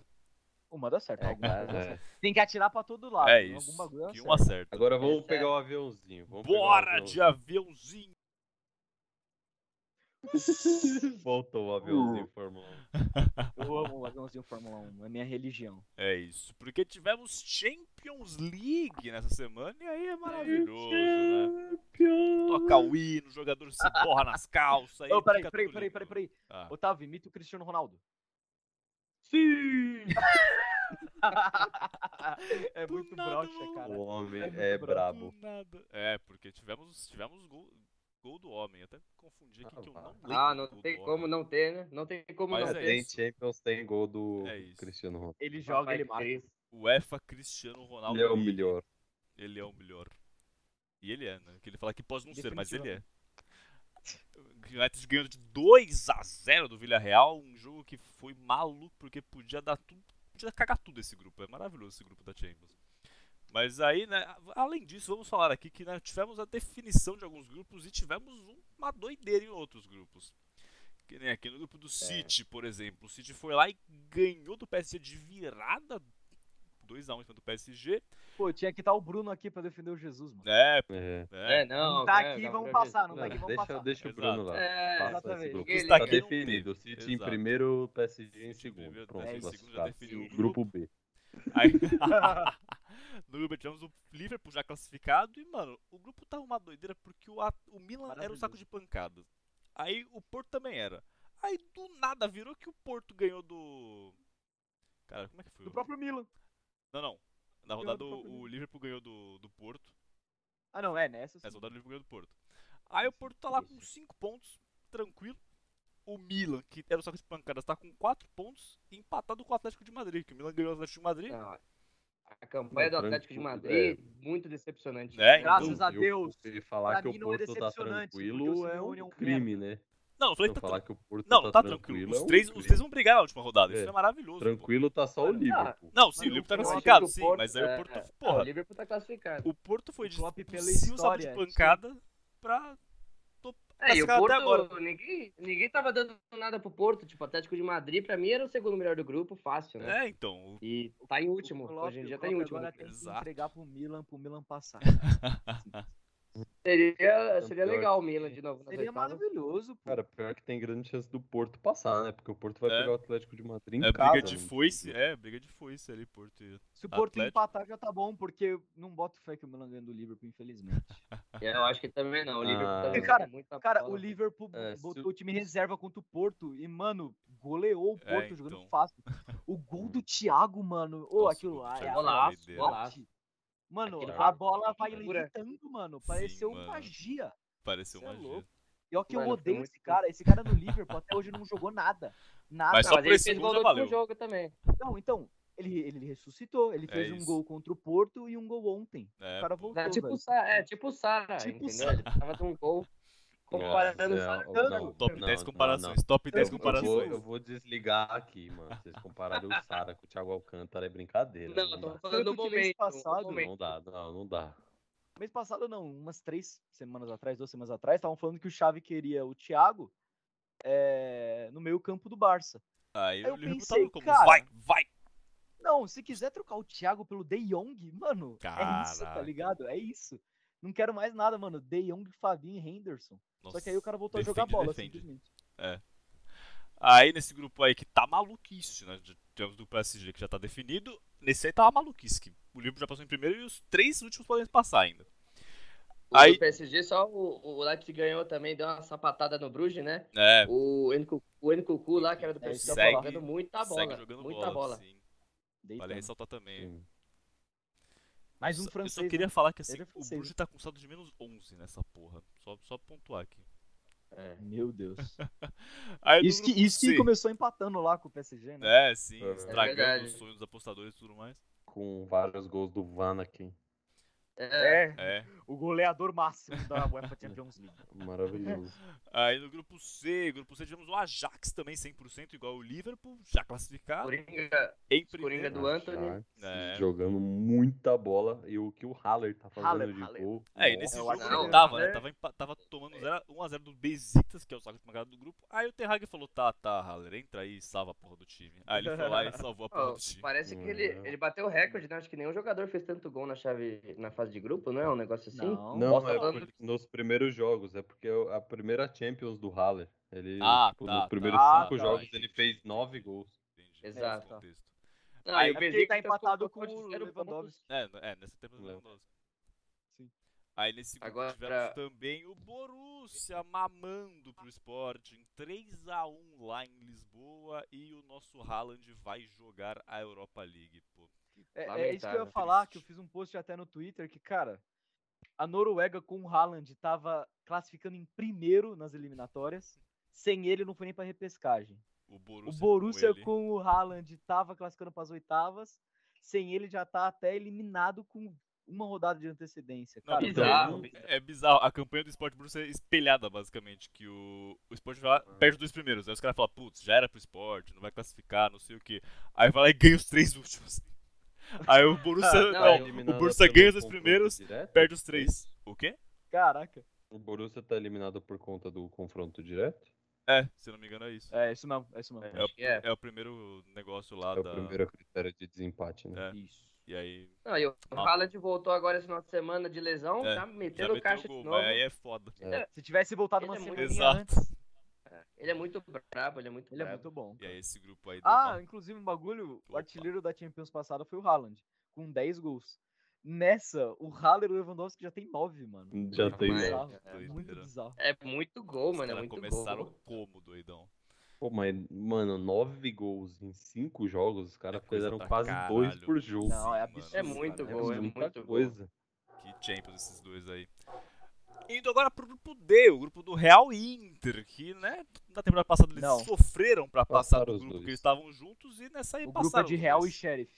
[SPEAKER 4] Uma dá certo.
[SPEAKER 2] É,
[SPEAKER 4] alguma
[SPEAKER 2] cara,
[SPEAKER 4] dá
[SPEAKER 3] é.
[SPEAKER 4] certo. Tem que atirar pra todo lado.
[SPEAKER 1] É
[SPEAKER 4] né?
[SPEAKER 1] isso.
[SPEAKER 4] Algum bagulho dá
[SPEAKER 1] Que
[SPEAKER 4] certo.
[SPEAKER 1] um acerta.
[SPEAKER 3] Agora vamos
[SPEAKER 2] É.
[SPEAKER 3] pegar o aviãozinho. Vamos pegar o
[SPEAKER 1] Bora de
[SPEAKER 3] aviãozinho.
[SPEAKER 1] aviãozinho.
[SPEAKER 3] Voltou o
[SPEAKER 1] Hum.
[SPEAKER 3] aviãozinho, Fórmula 1.
[SPEAKER 4] Eu amo o aviãozinho Fórmula 1, é minha religião.
[SPEAKER 1] É isso. Porque tivemos Champions League nessa semana e aí é maravilhoso, né? Toca o hino, o jogador se borra nas calças. aí
[SPEAKER 4] Ô, peraí,
[SPEAKER 1] fica
[SPEAKER 4] peraí,
[SPEAKER 1] tudo
[SPEAKER 4] peraí,
[SPEAKER 1] lindo.
[SPEAKER 4] peraí, peraí.
[SPEAKER 1] Ah.
[SPEAKER 4] Otávio, imita o Cristiano Ronaldo.
[SPEAKER 3] Sim!
[SPEAKER 4] é
[SPEAKER 1] Do
[SPEAKER 4] muito
[SPEAKER 1] nada,
[SPEAKER 4] broxa,
[SPEAKER 1] mano.
[SPEAKER 4] cara.
[SPEAKER 3] O homem
[SPEAKER 4] É muito
[SPEAKER 3] é brabo.
[SPEAKER 4] brabo.
[SPEAKER 1] Do nada. É, porque tivemos, tivemos gol, gol do homem. Até me confundi aqui
[SPEAKER 3] Ah,
[SPEAKER 1] que eu
[SPEAKER 3] vá.
[SPEAKER 1] não lembro.
[SPEAKER 2] Ah, não
[SPEAKER 1] do gol
[SPEAKER 2] tem
[SPEAKER 1] do
[SPEAKER 2] como
[SPEAKER 1] homem.
[SPEAKER 2] não ter, né? Não tem como não
[SPEAKER 1] Mas é
[SPEAKER 2] ter.
[SPEAKER 3] tem
[SPEAKER 1] isso.
[SPEAKER 3] Champions, tem gol do
[SPEAKER 1] É isso.
[SPEAKER 3] Cristiano Ronaldo.
[SPEAKER 4] Ele joga, ele
[SPEAKER 2] Rapaz,
[SPEAKER 4] mata.
[SPEAKER 2] Cris.
[SPEAKER 1] UEFA Cristiano Ronaldo.
[SPEAKER 3] Ele é o melhor.
[SPEAKER 1] Ele é o melhor. E ele é, né? Que ele fala que pode não ser, mas ele é. O United ganhou de 2 a 0 do Villarreal, um jogo que foi maluco porque podia dar tudo, podia cagar tudo esse grupo. É maravilhoso esse grupo da Champions. Mas aí, né, além disso, vamos falar aqui que né, tivemos a definição de alguns grupos e tivemos uma doideira em outros grupos. Que nem aqui no grupo do City, por exemplo. O City foi lá e ganhou do PSG de virada 2x1 em cima do PSG.
[SPEAKER 4] Pô, tinha que estar o Bruno aqui pra defender o Jesus, mano.
[SPEAKER 1] É,
[SPEAKER 3] É.
[SPEAKER 1] é,
[SPEAKER 2] É, não.
[SPEAKER 4] tá
[SPEAKER 2] né,
[SPEAKER 4] aqui,
[SPEAKER 2] não,
[SPEAKER 4] vamos
[SPEAKER 2] não,
[SPEAKER 4] passar,
[SPEAKER 2] não.
[SPEAKER 4] não tá aqui, vamos
[SPEAKER 3] deixa,
[SPEAKER 4] passar.
[SPEAKER 3] deixa o
[SPEAKER 1] Exato.
[SPEAKER 3] Bruno lá.
[SPEAKER 2] É,
[SPEAKER 3] Passa
[SPEAKER 4] exatamente.
[SPEAKER 3] esse grupo.
[SPEAKER 2] Ninguém
[SPEAKER 1] Está
[SPEAKER 3] Tá
[SPEAKER 2] liga.
[SPEAKER 1] aqui não tem.
[SPEAKER 3] definido. City em
[SPEAKER 1] Exato.
[SPEAKER 3] primeiro, o PSG em
[SPEAKER 1] City em primeiro,
[SPEAKER 3] segundo. Pronto,
[SPEAKER 4] PSG em
[SPEAKER 1] segundo, já
[SPEAKER 3] classificado.
[SPEAKER 1] definiu o grupo.
[SPEAKER 3] Grupo B.
[SPEAKER 1] Aí- no grupo tivemos o Liverpool já classificado. E, mano, o grupo tava uma doideira porque o, a- o Milan era um
[SPEAKER 4] Maravilhoso.
[SPEAKER 1] saco de pancada. Aí o Porto também era. Aí do nada virou que o Porto ganhou do. Cara, como é que foi?
[SPEAKER 4] Do próprio Milan.
[SPEAKER 1] Não, não. Na
[SPEAKER 4] Ganhou
[SPEAKER 1] rodada
[SPEAKER 4] do
[SPEAKER 1] o,
[SPEAKER 4] próprio
[SPEAKER 1] o Liverpool ganhou do, do Porto.
[SPEAKER 4] Ah, não, é nessa. sim.
[SPEAKER 1] Essa rodada o Liverpool ganhou do Porto. Aí o Porto tá lá com 5 pontos, tranquilo. O Milan, que era o saco de pancadas, tá com 4 pontos, empatado com o Atlético de Madrid. Que o Milan ganhou o Atlético de Madrid.
[SPEAKER 3] É.
[SPEAKER 2] Não, A campanha do
[SPEAKER 3] Não,
[SPEAKER 2] Atlético de
[SPEAKER 3] tranquilo,
[SPEAKER 2] Madrid, muito decepcionante.
[SPEAKER 1] É,
[SPEAKER 4] Graças
[SPEAKER 3] Então,
[SPEAKER 4] a
[SPEAKER 3] eu-
[SPEAKER 4] Deus.
[SPEAKER 3] E
[SPEAKER 4] Pra
[SPEAKER 3] falar que
[SPEAKER 4] mim
[SPEAKER 3] o
[SPEAKER 4] não é
[SPEAKER 3] Porto tá
[SPEAKER 4] decepcionante, porque
[SPEAKER 3] tranquilo
[SPEAKER 4] o
[SPEAKER 3] é
[SPEAKER 4] Simeone é um
[SPEAKER 3] um crime, né?
[SPEAKER 1] Não, eu falei
[SPEAKER 3] Não
[SPEAKER 1] que tá
[SPEAKER 3] falar que o Porto
[SPEAKER 1] Não, tá tranquilo.
[SPEAKER 3] tranquilo. é
[SPEAKER 1] Os
[SPEAKER 3] um
[SPEAKER 1] três, os
[SPEAKER 3] crime.
[SPEAKER 1] três vão brigar na última rodada.
[SPEAKER 3] É.
[SPEAKER 1] Isso é maravilhoso. pô.
[SPEAKER 3] Tranquilo tá só o Liverpool.
[SPEAKER 1] Não, sim, o
[SPEAKER 4] Mas o
[SPEAKER 1] Liverpool tá
[SPEAKER 4] Porto- é
[SPEAKER 1] classificado,
[SPEAKER 2] o
[SPEAKER 1] sim,
[SPEAKER 2] Porto-
[SPEAKER 1] mas aí o
[SPEAKER 2] é,
[SPEAKER 1] Porto,
[SPEAKER 2] Não, o
[SPEAKER 1] porra,
[SPEAKER 2] Liverpool tá classificado.
[SPEAKER 1] o Porto foi
[SPEAKER 4] O
[SPEAKER 1] de
[SPEAKER 4] Klopp, pela
[SPEAKER 1] se o saco de
[SPEAKER 4] história,
[SPEAKER 1] pancada pra
[SPEAKER 2] É, e o
[SPEAKER 1] classificado
[SPEAKER 2] Porto,
[SPEAKER 1] até agora.
[SPEAKER 2] Ninguém, ninguém tava dando nada pro Porto. Tipo, o Atlético de Madrid, pra mim, era o segundo melhor do grupo, fácil, né?
[SPEAKER 1] É, então, o-
[SPEAKER 2] E tá em último.
[SPEAKER 4] O Klopp-
[SPEAKER 2] Hoje em dia
[SPEAKER 4] o
[SPEAKER 2] tá
[SPEAKER 4] Klopp
[SPEAKER 2] em último.
[SPEAKER 4] Agora é tem que
[SPEAKER 1] Exato. Tá
[SPEAKER 4] entregar pro Milan, pro Milan passar.
[SPEAKER 2] Seria, seria
[SPEAKER 3] Então, pior
[SPEAKER 2] legal o Milan de novo. né? nas
[SPEAKER 4] Seria
[SPEAKER 2] oitavas.
[SPEAKER 4] é maravilhoso, pô.
[SPEAKER 3] Cara, pior que tem grande chance do Porto passar, né? Porque o Porto vai
[SPEAKER 1] É.
[SPEAKER 3] pegar o Atlético de Madrid em
[SPEAKER 1] é
[SPEAKER 3] casa.
[SPEAKER 1] briga de
[SPEAKER 3] né?
[SPEAKER 1] foice, é, briga de foice ali, Porto. e-
[SPEAKER 4] Se o Porto
[SPEAKER 1] Atlético.
[SPEAKER 4] empatar já tá bom, porque eu não boto fé que o Milan ganha do Liverpool, infelizmente.
[SPEAKER 2] É, Eu acho que também não. O Liverpool
[SPEAKER 3] Ah.
[SPEAKER 2] tá jogando
[SPEAKER 4] Cara,
[SPEAKER 2] muita
[SPEAKER 4] Cara,
[SPEAKER 1] né?
[SPEAKER 2] bola.
[SPEAKER 4] o Liverpool
[SPEAKER 3] É, se
[SPEAKER 4] botou
[SPEAKER 3] o-
[SPEAKER 4] o time reserva contra o Porto e, mano, goleou o
[SPEAKER 1] É,
[SPEAKER 4] Porto jogando
[SPEAKER 1] então. Hum.
[SPEAKER 4] fácil. O gol do Thiago, mano,
[SPEAKER 1] Nossa,
[SPEAKER 4] ô,
[SPEAKER 1] o
[SPEAKER 4] aquilo
[SPEAKER 1] gol do
[SPEAKER 4] lá é
[SPEAKER 1] Thiago
[SPEAKER 2] Golaço,
[SPEAKER 1] é doideira.
[SPEAKER 2] golaço.
[SPEAKER 4] arte. Mano,
[SPEAKER 2] Aquilo
[SPEAKER 4] a
[SPEAKER 2] lá-
[SPEAKER 4] bola vai
[SPEAKER 2] Loucura.
[SPEAKER 4] levitando, mano.
[SPEAKER 1] é Sim,
[SPEAKER 4] Pareceu
[SPEAKER 1] mano.
[SPEAKER 4] magia.
[SPEAKER 1] Pareceu
[SPEAKER 4] Cê é
[SPEAKER 1] magia.
[SPEAKER 4] louco. E ó que eu
[SPEAKER 2] Mano, foi
[SPEAKER 4] odeio
[SPEAKER 2] muito
[SPEAKER 4] esse cara. Esse cara no Liverpool até hoje não jogou nada. Nada.
[SPEAKER 1] Mas
[SPEAKER 2] Não,
[SPEAKER 1] É só
[SPEAKER 2] mas
[SPEAKER 1] por
[SPEAKER 2] ele
[SPEAKER 1] esse
[SPEAKER 2] fez
[SPEAKER 1] gol já
[SPEAKER 2] no último
[SPEAKER 1] valeu.
[SPEAKER 2] jogo também.
[SPEAKER 4] Não, então, ele, ele ressuscitou. Ele
[SPEAKER 1] É
[SPEAKER 4] fez um
[SPEAKER 1] isso.
[SPEAKER 4] gol contra o Porto e um gol ontem.
[SPEAKER 1] É,
[SPEAKER 4] o cara
[SPEAKER 1] pô.
[SPEAKER 4] voltou,
[SPEAKER 2] É tipo,
[SPEAKER 4] velho.
[SPEAKER 2] o Sa- é tipo o Sara,
[SPEAKER 4] Tipo o
[SPEAKER 2] entendeu? Ele tava de um gol. Comparando
[SPEAKER 3] Nossa,
[SPEAKER 2] o
[SPEAKER 3] é,
[SPEAKER 2] Saracano.
[SPEAKER 3] não.
[SPEAKER 1] né? Top 10
[SPEAKER 3] não,
[SPEAKER 1] comparações, top 10
[SPEAKER 3] Eu vou,
[SPEAKER 1] comparações.
[SPEAKER 3] eu vou desligar aqui, mano. Vocês compararam o Sara com o Thiago Alcântara, é brincadeira.
[SPEAKER 2] Não, eu
[SPEAKER 3] não,
[SPEAKER 2] tô falando do
[SPEAKER 4] Tanto que mês
[SPEAKER 2] momento. do
[SPEAKER 4] passado-
[SPEAKER 2] momento.
[SPEAKER 3] não dá, não, não dá.
[SPEAKER 4] Mês passado, não, umas três semanas atrás, duas semanas atrás, estavam falando que o Xavi queria o Thiago é, no meio campo do Barça.
[SPEAKER 1] Aí
[SPEAKER 4] eu
[SPEAKER 1] o Liverpool
[SPEAKER 4] pensei,
[SPEAKER 1] tava como,
[SPEAKER 4] cara,
[SPEAKER 1] vai, vai.
[SPEAKER 4] Não, se quiser trocar o Thiago pelo De Jong, mano, é isso, tá
[SPEAKER 1] Caraca.
[SPEAKER 4] ligado? É isso. Não quero mais nada, mano. De Jong, Fabinho e Henderson. Só que aí o cara voltou a jogar
[SPEAKER 1] defende,
[SPEAKER 4] bola, assim,
[SPEAKER 1] defende.
[SPEAKER 4] simplesmente.
[SPEAKER 1] Aí nesse grupo aí que tá maluquice, né? Já Temos do PSG que já tá definido. Nesse aí tá uma maluquice, que o Liverpool já passou em primeiro e os três últimos podem passar ainda.
[SPEAKER 2] O
[SPEAKER 1] Aí-
[SPEAKER 2] PSG só o, o Leipzig ganhou também, deu uma sapatada no Bruges, né?
[SPEAKER 1] É,
[SPEAKER 2] O Nkuku, o Nkuku lá, que era do
[SPEAKER 4] É,
[SPEAKER 2] PSG,
[SPEAKER 4] segue-
[SPEAKER 2] tava jogando muita bola.
[SPEAKER 1] segue jogando
[SPEAKER 2] muita bola.
[SPEAKER 1] sim. Vale
[SPEAKER 4] Deitando.
[SPEAKER 1] ressaltar também.
[SPEAKER 3] Sim.
[SPEAKER 4] Mais um
[SPEAKER 1] Só-
[SPEAKER 4] francês.
[SPEAKER 1] Eu só
[SPEAKER 4] né?
[SPEAKER 1] queria falar que assim,
[SPEAKER 4] Ele é
[SPEAKER 1] o
[SPEAKER 4] francês,
[SPEAKER 1] Bruges tá com saldo de menos 11 nessa porra. Só, só pontuar aqui.
[SPEAKER 2] É.
[SPEAKER 4] Meu Deus.
[SPEAKER 1] Aí no
[SPEAKER 4] Isso que,
[SPEAKER 1] grupo
[SPEAKER 4] isso que
[SPEAKER 1] C.
[SPEAKER 4] começou empatando lá com o PSG, né?
[SPEAKER 1] É, sim,
[SPEAKER 3] É
[SPEAKER 1] estragando
[SPEAKER 2] verdade.
[SPEAKER 1] os sonhos dos apostadores e tudo mais.
[SPEAKER 3] Com vários gols do Van aqui.
[SPEAKER 2] É.
[SPEAKER 1] É.
[SPEAKER 4] O goleador máximo da UEFA Champions League.
[SPEAKER 3] Maravilhoso.
[SPEAKER 1] Aí no grupo C, grupo C tivemos o Ajax também 100% igual o Liverpool, já classificado.
[SPEAKER 2] É, Coringa,
[SPEAKER 1] Em
[SPEAKER 2] Coringa
[SPEAKER 1] primeiro.
[SPEAKER 2] do Anthony.
[SPEAKER 3] Ajax,
[SPEAKER 1] É.
[SPEAKER 3] Jogando muita bola. E o que o Haller tá fazendo
[SPEAKER 4] Haller,
[SPEAKER 3] de
[SPEAKER 4] Haller.
[SPEAKER 3] gol.
[SPEAKER 1] É, e nesse
[SPEAKER 4] É, o
[SPEAKER 1] jogo
[SPEAKER 4] Ajax
[SPEAKER 1] ele
[SPEAKER 4] ganhou,
[SPEAKER 1] tava, né?
[SPEAKER 2] né?
[SPEAKER 1] Tava, empa- tava tomando 0 1x0 do Besiktas, que é o saco de pancada do grupo. Aí o Terrag falou, tá, tá, Haller, entra aí e salva a porra do time. Aí ele foi lá e salvou a porra
[SPEAKER 2] Ó,
[SPEAKER 1] do time.
[SPEAKER 2] parece que ele,
[SPEAKER 3] Não.
[SPEAKER 2] ele bateu o recorde, né? Acho que nenhum jogador fez tanto gol na chave na fase de grupo, não é? Um negócio assim.
[SPEAKER 4] Não.
[SPEAKER 3] Não,
[SPEAKER 2] Mostra
[SPEAKER 3] é
[SPEAKER 2] lá no-
[SPEAKER 3] porque nos primeiros jogos, é porque é a primeira Champions do Haller. Ele,
[SPEAKER 1] Ah,
[SPEAKER 3] tipo,
[SPEAKER 1] tá,
[SPEAKER 3] nos
[SPEAKER 1] tá.
[SPEAKER 3] primeiros
[SPEAKER 4] Ah,
[SPEAKER 3] cinco
[SPEAKER 4] tá,
[SPEAKER 3] jogos,
[SPEAKER 1] entendi.
[SPEAKER 3] ele fez nove gols.
[SPEAKER 1] Entendi,
[SPEAKER 2] Exato.
[SPEAKER 1] esse é contexto.
[SPEAKER 2] Não,
[SPEAKER 4] Ah,
[SPEAKER 2] e
[SPEAKER 4] é
[SPEAKER 2] o
[SPEAKER 4] porque ele
[SPEAKER 2] Besiktas
[SPEAKER 4] tá empatado
[SPEAKER 2] pontuou
[SPEAKER 4] com o
[SPEAKER 2] zero pontos.
[SPEAKER 4] Lewandowski.
[SPEAKER 1] É, n- é, nessa temporada do
[SPEAKER 3] Lembro.
[SPEAKER 1] Lewandowski.
[SPEAKER 4] Sim.
[SPEAKER 1] Aí nesse grupo
[SPEAKER 2] Agora-
[SPEAKER 1] tivemos também o Borussia mamando pro Sporting 3x1 lá em Lisboa e o nosso Haaland vai jogar a Europa League, pô.
[SPEAKER 4] É, é isso que eu
[SPEAKER 2] Lamentável,
[SPEAKER 4] ia falar,
[SPEAKER 1] triste.
[SPEAKER 4] que eu fiz um post até no Twitter, que, cara, a Noruega com o Haaland tava classificando em primeiro nas eliminatórias. Sem ele, não foi nem pra repescagem.
[SPEAKER 1] O Borussia,
[SPEAKER 4] o Borussia
[SPEAKER 1] ele.
[SPEAKER 4] com o Haaland tava classificando pras oitavas. Sem ele, já tá até eliminado com uma rodada de antecedência.
[SPEAKER 1] Não,
[SPEAKER 4] Cara,
[SPEAKER 3] então,
[SPEAKER 2] Bizarro.
[SPEAKER 1] É bizarro, a campanha do Sport Borussia é espelhada, basicamente, que o, o Sport vai lá, perde os dois primeiros, aí os caras falam, putz, já era pro Sport, não vai classificar, não sei o que. Aí vai lá e ganha os três últimos. Aí o Borussia,
[SPEAKER 2] não,
[SPEAKER 3] Tá
[SPEAKER 1] não,
[SPEAKER 2] é
[SPEAKER 1] o Borussia ganha os dois primeiros, perde os
[SPEAKER 3] três.
[SPEAKER 1] três. O quê?
[SPEAKER 4] Caraca.
[SPEAKER 3] O Borussia tá eliminado por conta do confronto direto?
[SPEAKER 1] É, se não me engano é isso.
[SPEAKER 4] É isso mesmo, é isso mesmo.
[SPEAKER 1] É o,
[SPEAKER 2] É.
[SPEAKER 1] é o primeiro negócio lá
[SPEAKER 3] é o
[SPEAKER 1] da.
[SPEAKER 3] primeiro critério de desempate, né?
[SPEAKER 1] É.
[SPEAKER 4] Isso.
[SPEAKER 1] E aí.
[SPEAKER 2] Não, e o
[SPEAKER 1] Ah.
[SPEAKER 2] Haaland voltou agora esse final de semana de lesão, tá
[SPEAKER 1] É, Já
[SPEAKER 2] metendo
[SPEAKER 1] meteu
[SPEAKER 2] caixa
[SPEAKER 1] o gol,
[SPEAKER 2] de novo.
[SPEAKER 1] mas aí é foda.
[SPEAKER 4] Se tivesse voltado
[SPEAKER 2] Ele
[SPEAKER 4] uma
[SPEAKER 2] é muito-
[SPEAKER 4] semana
[SPEAKER 1] Exato.
[SPEAKER 4] antes,
[SPEAKER 2] Ele é muito brabo, ele é muito
[SPEAKER 4] ele é
[SPEAKER 2] brabo.
[SPEAKER 4] muito bom.
[SPEAKER 1] E aí esse grupo aí. deu
[SPEAKER 4] Ah,
[SPEAKER 1] uma-
[SPEAKER 4] inclusive um bagulho, o
[SPEAKER 1] Opa.
[SPEAKER 4] artilheiro da Champions passada foi o Haaland, com 10 gols. Nessa, o Haller e o Lewandowski já tem 9, mano.
[SPEAKER 3] Já tem.
[SPEAKER 2] Mas-
[SPEAKER 3] né?
[SPEAKER 4] bizarro,
[SPEAKER 1] é,
[SPEAKER 4] muito
[SPEAKER 1] doideira.
[SPEAKER 4] bizarro.
[SPEAKER 2] É muito
[SPEAKER 4] então,
[SPEAKER 2] gol,
[SPEAKER 1] Os
[SPEAKER 2] mano, é
[SPEAKER 1] caras
[SPEAKER 2] muito
[SPEAKER 1] começaram
[SPEAKER 2] gol.
[SPEAKER 1] como, doidão?
[SPEAKER 3] Pô, mas, mano, nove gols em cinco jogos, os caras
[SPEAKER 1] É coisa
[SPEAKER 3] fizeram
[SPEAKER 1] pra
[SPEAKER 3] quase dois
[SPEAKER 1] caralho.
[SPEAKER 3] por jogo.
[SPEAKER 4] Não, é
[SPEAKER 1] Sim,
[SPEAKER 4] absurdo.
[SPEAKER 2] É
[SPEAKER 1] mano,
[SPEAKER 2] muito
[SPEAKER 1] cara,
[SPEAKER 3] É
[SPEAKER 2] gol, é
[SPEAKER 3] muita
[SPEAKER 2] muito gol.
[SPEAKER 3] coisa.
[SPEAKER 1] Que Champions esses dois aí. Indo agora pro grupo D, o grupo do Real e Inter, que, né, na temporada passada eles
[SPEAKER 4] Não.
[SPEAKER 1] sofreram pra passar do
[SPEAKER 3] Passaram os
[SPEAKER 1] grupo
[SPEAKER 3] dois.
[SPEAKER 1] que eles estavam juntos e nessa aí
[SPEAKER 4] O grupo é
[SPEAKER 1] passaram.
[SPEAKER 4] de
[SPEAKER 1] os
[SPEAKER 4] Real e
[SPEAKER 1] dois.
[SPEAKER 4] Sheriff.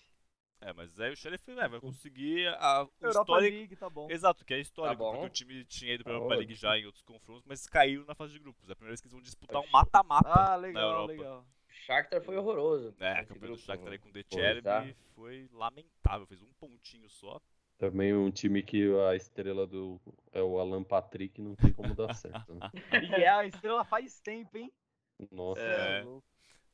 [SPEAKER 1] É, mas aí o Sheriff né, vai conseguir a, o
[SPEAKER 4] Europa
[SPEAKER 1] histórico
[SPEAKER 4] League, tá bom.
[SPEAKER 1] Exato, que é histórico,
[SPEAKER 2] Tá bom.
[SPEAKER 1] porque o time tinha ido pra
[SPEAKER 3] Tá
[SPEAKER 1] Europa League
[SPEAKER 3] ótimo.
[SPEAKER 1] já em outros confrontos, mas caiu na fase de grupos. É a primeira vez que eles vão disputar um mata-mata.
[SPEAKER 4] Ah,
[SPEAKER 1] na
[SPEAKER 4] legal,
[SPEAKER 1] Europa.
[SPEAKER 4] legal.
[SPEAKER 2] O Shakhtar foi horroroso.
[SPEAKER 1] é, a
[SPEAKER 2] nesse
[SPEAKER 1] campanha do
[SPEAKER 2] grupo,
[SPEAKER 1] Shakhtar
[SPEAKER 2] mano.
[SPEAKER 1] aí com o De
[SPEAKER 2] Pô,
[SPEAKER 1] Cherby
[SPEAKER 2] bizarro.
[SPEAKER 1] foi lamentável, fez um pontinho só.
[SPEAKER 3] Também um time que a estrela do é o Alan Patrick não tem como dar certo. Né?
[SPEAKER 4] E é a estrela faz tempo, hein?
[SPEAKER 3] Nossa,
[SPEAKER 4] Cê
[SPEAKER 1] É.
[SPEAKER 4] louco.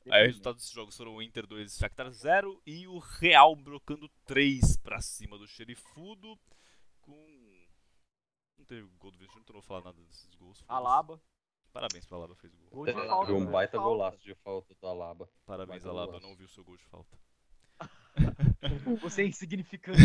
[SPEAKER 1] Aí tá- o resultado desses jogos foram o Inter 2, Shakhtar 0 e o Real brocando 3 pra cima do Xerifudo com... Não teve gol do Vinícius, não vou falar nada desses gols. foda-se.
[SPEAKER 4] Alaba.
[SPEAKER 1] Parabéns pra Alaba, fez o gol.
[SPEAKER 4] Gol de
[SPEAKER 2] É,
[SPEAKER 4] falta.
[SPEAKER 3] Deu um
[SPEAKER 4] né?
[SPEAKER 3] baita
[SPEAKER 4] Falta.
[SPEAKER 3] golaço de falta da Laba.
[SPEAKER 1] Parabéns,
[SPEAKER 3] baita
[SPEAKER 1] Alaba,
[SPEAKER 3] golaço.
[SPEAKER 1] não vi o seu gol de falta.
[SPEAKER 4] Você é insignificante.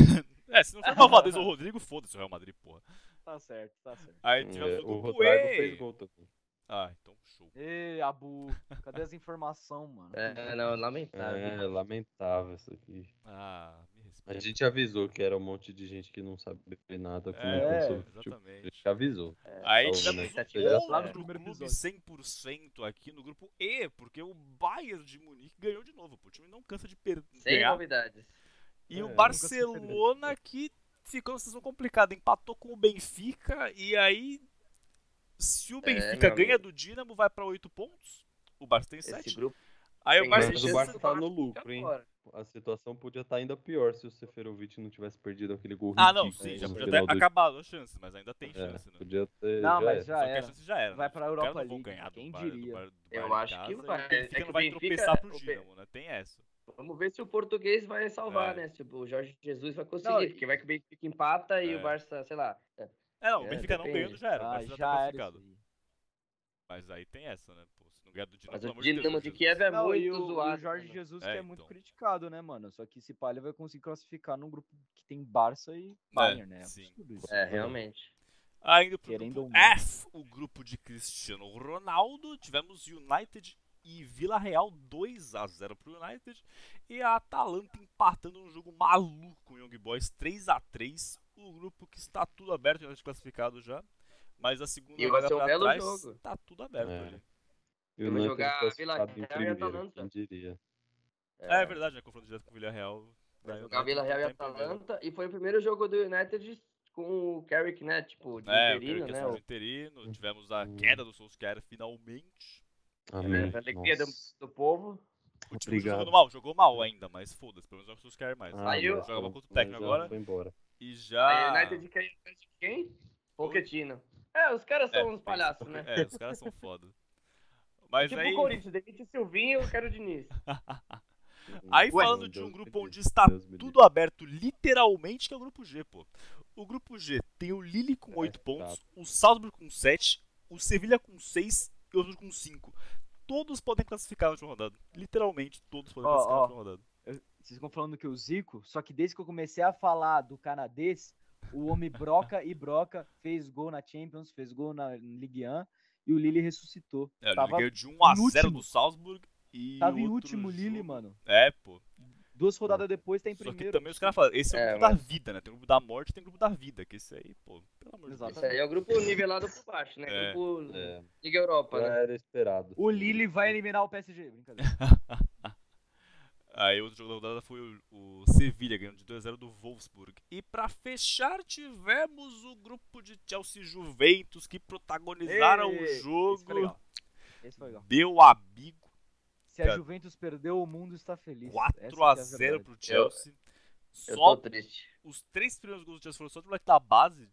[SPEAKER 1] É, se não for o Malvadez ou o Rodrigo, foda-se o Real Madrid, porra.
[SPEAKER 4] tá certo, tá certo.
[SPEAKER 1] Aí tivemos
[SPEAKER 3] É, o
[SPEAKER 1] o grupo
[SPEAKER 3] Rodrigo
[SPEAKER 1] E.
[SPEAKER 3] fez gol também.
[SPEAKER 1] Ah, então show.
[SPEAKER 4] Ê, Abu, cadê as informações, mano?
[SPEAKER 2] É, não, lamentável.
[SPEAKER 3] É, lamentável isso aqui.
[SPEAKER 1] Ah, me
[SPEAKER 3] A
[SPEAKER 2] É.
[SPEAKER 1] respeita.
[SPEAKER 3] gente avisou que era um monte de gente que não sabe nada comentando
[SPEAKER 4] É,
[SPEAKER 3] sobre futebol. A
[SPEAKER 1] exatamente.
[SPEAKER 3] gente avisou.
[SPEAKER 1] Aí
[SPEAKER 3] Tá
[SPEAKER 1] tivemos
[SPEAKER 3] ouvindo, né?
[SPEAKER 1] outro
[SPEAKER 4] Lá no
[SPEAKER 1] clube
[SPEAKER 4] primeiro episódio.
[SPEAKER 1] 100% aqui no grupo E, porque o Bayern de Munique ganhou de novo. pô. O time não cansa de perder.
[SPEAKER 2] Sem novidades.
[SPEAKER 1] E
[SPEAKER 3] É,
[SPEAKER 1] o
[SPEAKER 3] nunca se
[SPEAKER 1] Barcelona que ficou numa situação complicada. Empatou com o Benfica e aí Se o
[SPEAKER 2] É,
[SPEAKER 1] Benfica
[SPEAKER 2] meu
[SPEAKER 1] ganha do Dinamo, vai pra 8 pontos. O Barça tem
[SPEAKER 2] Esse
[SPEAKER 1] 7.
[SPEAKER 2] grupo.
[SPEAKER 1] Aí o
[SPEAKER 2] tem
[SPEAKER 1] Barça
[SPEAKER 2] mais
[SPEAKER 3] Mas o
[SPEAKER 2] chance
[SPEAKER 3] Barça
[SPEAKER 2] do
[SPEAKER 3] tá
[SPEAKER 2] Barça
[SPEAKER 3] no
[SPEAKER 2] ficar
[SPEAKER 3] lucro, hein?
[SPEAKER 2] fora.
[SPEAKER 3] A situação podia estar ainda pior se o Seferovic não tivesse perdido aquele gol.
[SPEAKER 1] Ah, não,
[SPEAKER 3] ridículo
[SPEAKER 1] sim,
[SPEAKER 3] no
[SPEAKER 1] já podia
[SPEAKER 3] final
[SPEAKER 1] ter
[SPEAKER 3] do-
[SPEAKER 1] acabado as chances, mas ainda tem
[SPEAKER 3] É,
[SPEAKER 1] chance, né?
[SPEAKER 3] podia ter. já
[SPEAKER 4] Não,
[SPEAKER 3] é.
[SPEAKER 4] mas
[SPEAKER 3] era.
[SPEAKER 1] Só
[SPEAKER 4] já
[SPEAKER 1] que a
[SPEAKER 4] era.
[SPEAKER 1] chance já era.
[SPEAKER 4] Vai
[SPEAKER 1] né?
[SPEAKER 4] pra
[SPEAKER 1] Os caras
[SPEAKER 4] Europa
[SPEAKER 1] não vão
[SPEAKER 4] League,
[SPEAKER 1] ganhar do
[SPEAKER 4] quem
[SPEAKER 1] Bar- do
[SPEAKER 4] diria?
[SPEAKER 1] Bar- do
[SPEAKER 2] Eu
[SPEAKER 1] Bar em
[SPEAKER 2] acho que
[SPEAKER 1] casa,
[SPEAKER 2] vai.
[SPEAKER 1] e O Benfica
[SPEAKER 2] É que
[SPEAKER 1] não
[SPEAKER 2] o
[SPEAKER 1] vai
[SPEAKER 2] Benfica-
[SPEAKER 1] tropeçar pro
[SPEAKER 2] o Ben-
[SPEAKER 1] Dinamo, né? Tem essa.
[SPEAKER 2] Vamos ver se o português vai salvar,
[SPEAKER 1] É.
[SPEAKER 2] né? Se o Jorge Jesus vai conseguir,
[SPEAKER 4] Não, e-
[SPEAKER 2] porque vai que o Benfica empata e
[SPEAKER 1] É.
[SPEAKER 2] o Barça, sei lá.
[SPEAKER 1] É, não, o
[SPEAKER 2] É,
[SPEAKER 1] Benfica não
[SPEAKER 2] depende.
[SPEAKER 1] ganhando já era, o
[SPEAKER 4] Ah,
[SPEAKER 1] Barça já
[SPEAKER 4] já
[SPEAKER 1] tá
[SPEAKER 4] era
[SPEAKER 1] classificado.
[SPEAKER 4] isso aí.
[SPEAKER 1] Mas aí tem essa, né? Pô, se não ganhar do Dinamo,
[SPEAKER 2] Mas
[SPEAKER 1] pelo
[SPEAKER 2] o
[SPEAKER 1] amor de Deus,
[SPEAKER 2] Dinamo
[SPEAKER 1] né,
[SPEAKER 2] de
[SPEAKER 1] Jesus?
[SPEAKER 2] Kiev é
[SPEAKER 4] Não, e
[SPEAKER 2] muito
[SPEAKER 4] o,
[SPEAKER 2] zoado.
[SPEAKER 4] o Jorge
[SPEAKER 2] mano.
[SPEAKER 4] Jesus
[SPEAKER 1] É,
[SPEAKER 4] que é muito
[SPEAKER 1] então.
[SPEAKER 4] criticado, né, mano? Só que esse pá, ele vai conseguir classificar num grupo que tem Barça e Bayern, né?
[SPEAKER 1] É, sim.
[SPEAKER 4] Absurdo isso.
[SPEAKER 2] É, realmente.
[SPEAKER 1] Ainda pro
[SPEAKER 4] Querendo
[SPEAKER 1] grupo
[SPEAKER 4] ou não.
[SPEAKER 1] F, o grupo de Cristiano Ronaldo, tivemos United e Vila Real 2 a 0 pro United e a Atalanta empatando um jogo maluco com o Young Boys 3 a 3, o grupo que está tudo aberto, já tá classificado já. Mas a segunda
[SPEAKER 2] E vai
[SPEAKER 1] vaga
[SPEAKER 2] ser um
[SPEAKER 1] pra
[SPEAKER 2] belo
[SPEAKER 1] trás
[SPEAKER 2] jogo.
[SPEAKER 1] tá tudo aberto
[SPEAKER 3] É.
[SPEAKER 1] ali.
[SPEAKER 3] E o
[SPEAKER 2] Vamos
[SPEAKER 3] Nantes
[SPEAKER 2] jogar
[SPEAKER 3] classificado
[SPEAKER 2] Vila
[SPEAKER 3] em
[SPEAKER 2] Real e
[SPEAKER 3] primeiro,
[SPEAKER 2] Atalanta.
[SPEAKER 3] quem diria.
[SPEAKER 1] É, verdade, né? Confronto direto com o Vila Real.
[SPEAKER 2] Vai
[SPEAKER 1] Né,
[SPEAKER 2] jogar
[SPEAKER 1] United
[SPEAKER 2] Vila Real e
[SPEAKER 1] tá em primeiro.
[SPEAKER 2] Atalanta. E foi o primeiro jogo do United com o Carrick, né? Tipo, de
[SPEAKER 1] É, o
[SPEAKER 2] interino,
[SPEAKER 1] Carioca
[SPEAKER 2] né?
[SPEAKER 1] saiu do
[SPEAKER 2] O-
[SPEAKER 1] interino, tivemos a
[SPEAKER 3] Hum.
[SPEAKER 1] queda do Solskjaer finalmente.
[SPEAKER 3] Amém.
[SPEAKER 2] é a alegria do,
[SPEAKER 3] Nossa.
[SPEAKER 2] do povo.
[SPEAKER 1] O time
[SPEAKER 3] Obrigado.
[SPEAKER 1] Tipo, jogando mal, jogou mal ainda, mas foda-se, pelo menos não é o Solskjaer mais.
[SPEAKER 3] Ah,
[SPEAKER 2] Saiu.
[SPEAKER 3] mas
[SPEAKER 1] Joga
[SPEAKER 3] já-
[SPEAKER 1] mal contra o técnico
[SPEAKER 3] mas já
[SPEAKER 1] agora.
[SPEAKER 3] Foi embora.
[SPEAKER 1] E
[SPEAKER 2] Aí o
[SPEAKER 1] já.
[SPEAKER 2] United quer ir atrás de quem? Pochettino. É, os caras são
[SPEAKER 1] É,
[SPEAKER 2] uns palhaços, né?
[SPEAKER 1] É, os caras são foda. Mas
[SPEAKER 2] tipo
[SPEAKER 1] aí,
[SPEAKER 2] o Corinthians, demite o Silvinho, eu quero o Diniz.
[SPEAKER 1] aí
[SPEAKER 2] Ué,
[SPEAKER 1] falando de
[SPEAKER 3] Deus
[SPEAKER 1] um
[SPEAKER 3] me
[SPEAKER 1] grupo onde
[SPEAKER 3] livre,
[SPEAKER 1] está
[SPEAKER 3] Deus me livre.
[SPEAKER 1] tudo aberto, literalmente, que é o grupo G, pô. O grupo G tem o Lille
[SPEAKER 4] É,
[SPEAKER 1] com 8
[SPEAKER 4] tá.
[SPEAKER 1] pontos, o Salzburg com 7, o Sevilha com 6 e o outro com 5. Todos podem classificar na última rodada. Literalmente, todos podem
[SPEAKER 4] Ó,
[SPEAKER 1] classificar na
[SPEAKER 4] ó.
[SPEAKER 1] última rodada.
[SPEAKER 4] Vocês ficam falando que o Zico, só que desde que eu comecei a falar do canadês, o homem broca e broca fez gol na Champions, fez gol na Ligue 1 e o Lille ressuscitou.
[SPEAKER 1] É, ele
[SPEAKER 4] tava
[SPEAKER 1] ganhou de 1 a
[SPEAKER 4] em
[SPEAKER 1] 0
[SPEAKER 4] último.
[SPEAKER 1] do Salzburg e.
[SPEAKER 4] tava em
[SPEAKER 1] outro
[SPEAKER 4] último o Lille,
[SPEAKER 1] jogo-
[SPEAKER 4] mano.
[SPEAKER 1] É, pô.
[SPEAKER 4] Duas rodadas depois tá em
[SPEAKER 1] Só que
[SPEAKER 4] primeiro.
[SPEAKER 1] também os caras falam, esse é o
[SPEAKER 2] É,
[SPEAKER 1] grupo da vida, né? Tem o grupo da morte e tem o grupo da vida. Que esse aí, pô, pelo amor de Deus.
[SPEAKER 2] Isso aí é o grupo nivelado por baixo, né?
[SPEAKER 1] É.
[SPEAKER 2] Grupo
[SPEAKER 3] É,
[SPEAKER 2] Liga Europa,
[SPEAKER 3] já
[SPEAKER 2] né?
[SPEAKER 3] era esperado.
[SPEAKER 4] O Lille vai eliminar o PSG. Brincadeira.
[SPEAKER 1] Aí outro jogo da rodada foi o, o Sevilha ganhando de 2x0 do Wolfsburg. E pra fechar, tivemos o grupo de Chelsea e Juventus que protagonizaram
[SPEAKER 4] Ei,
[SPEAKER 1] o
[SPEAKER 4] Esse foi
[SPEAKER 1] jogo.
[SPEAKER 4] legal. Esse foi legal.
[SPEAKER 1] Deu abigo
[SPEAKER 4] Se
[SPEAKER 1] Cara.
[SPEAKER 4] a Juventus perdeu, o mundo está feliz. Essa que é a
[SPEAKER 1] 4x0
[SPEAKER 4] verdade.
[SPEAKER 1] pro Chelsea.
[SPEAKER 2] Eu
[SPEAKER 1] Só
[SPEAKER 2] tô triste.
[SPEAKER 1] os três primeiros gols do Chelsea foram só de moleque da base,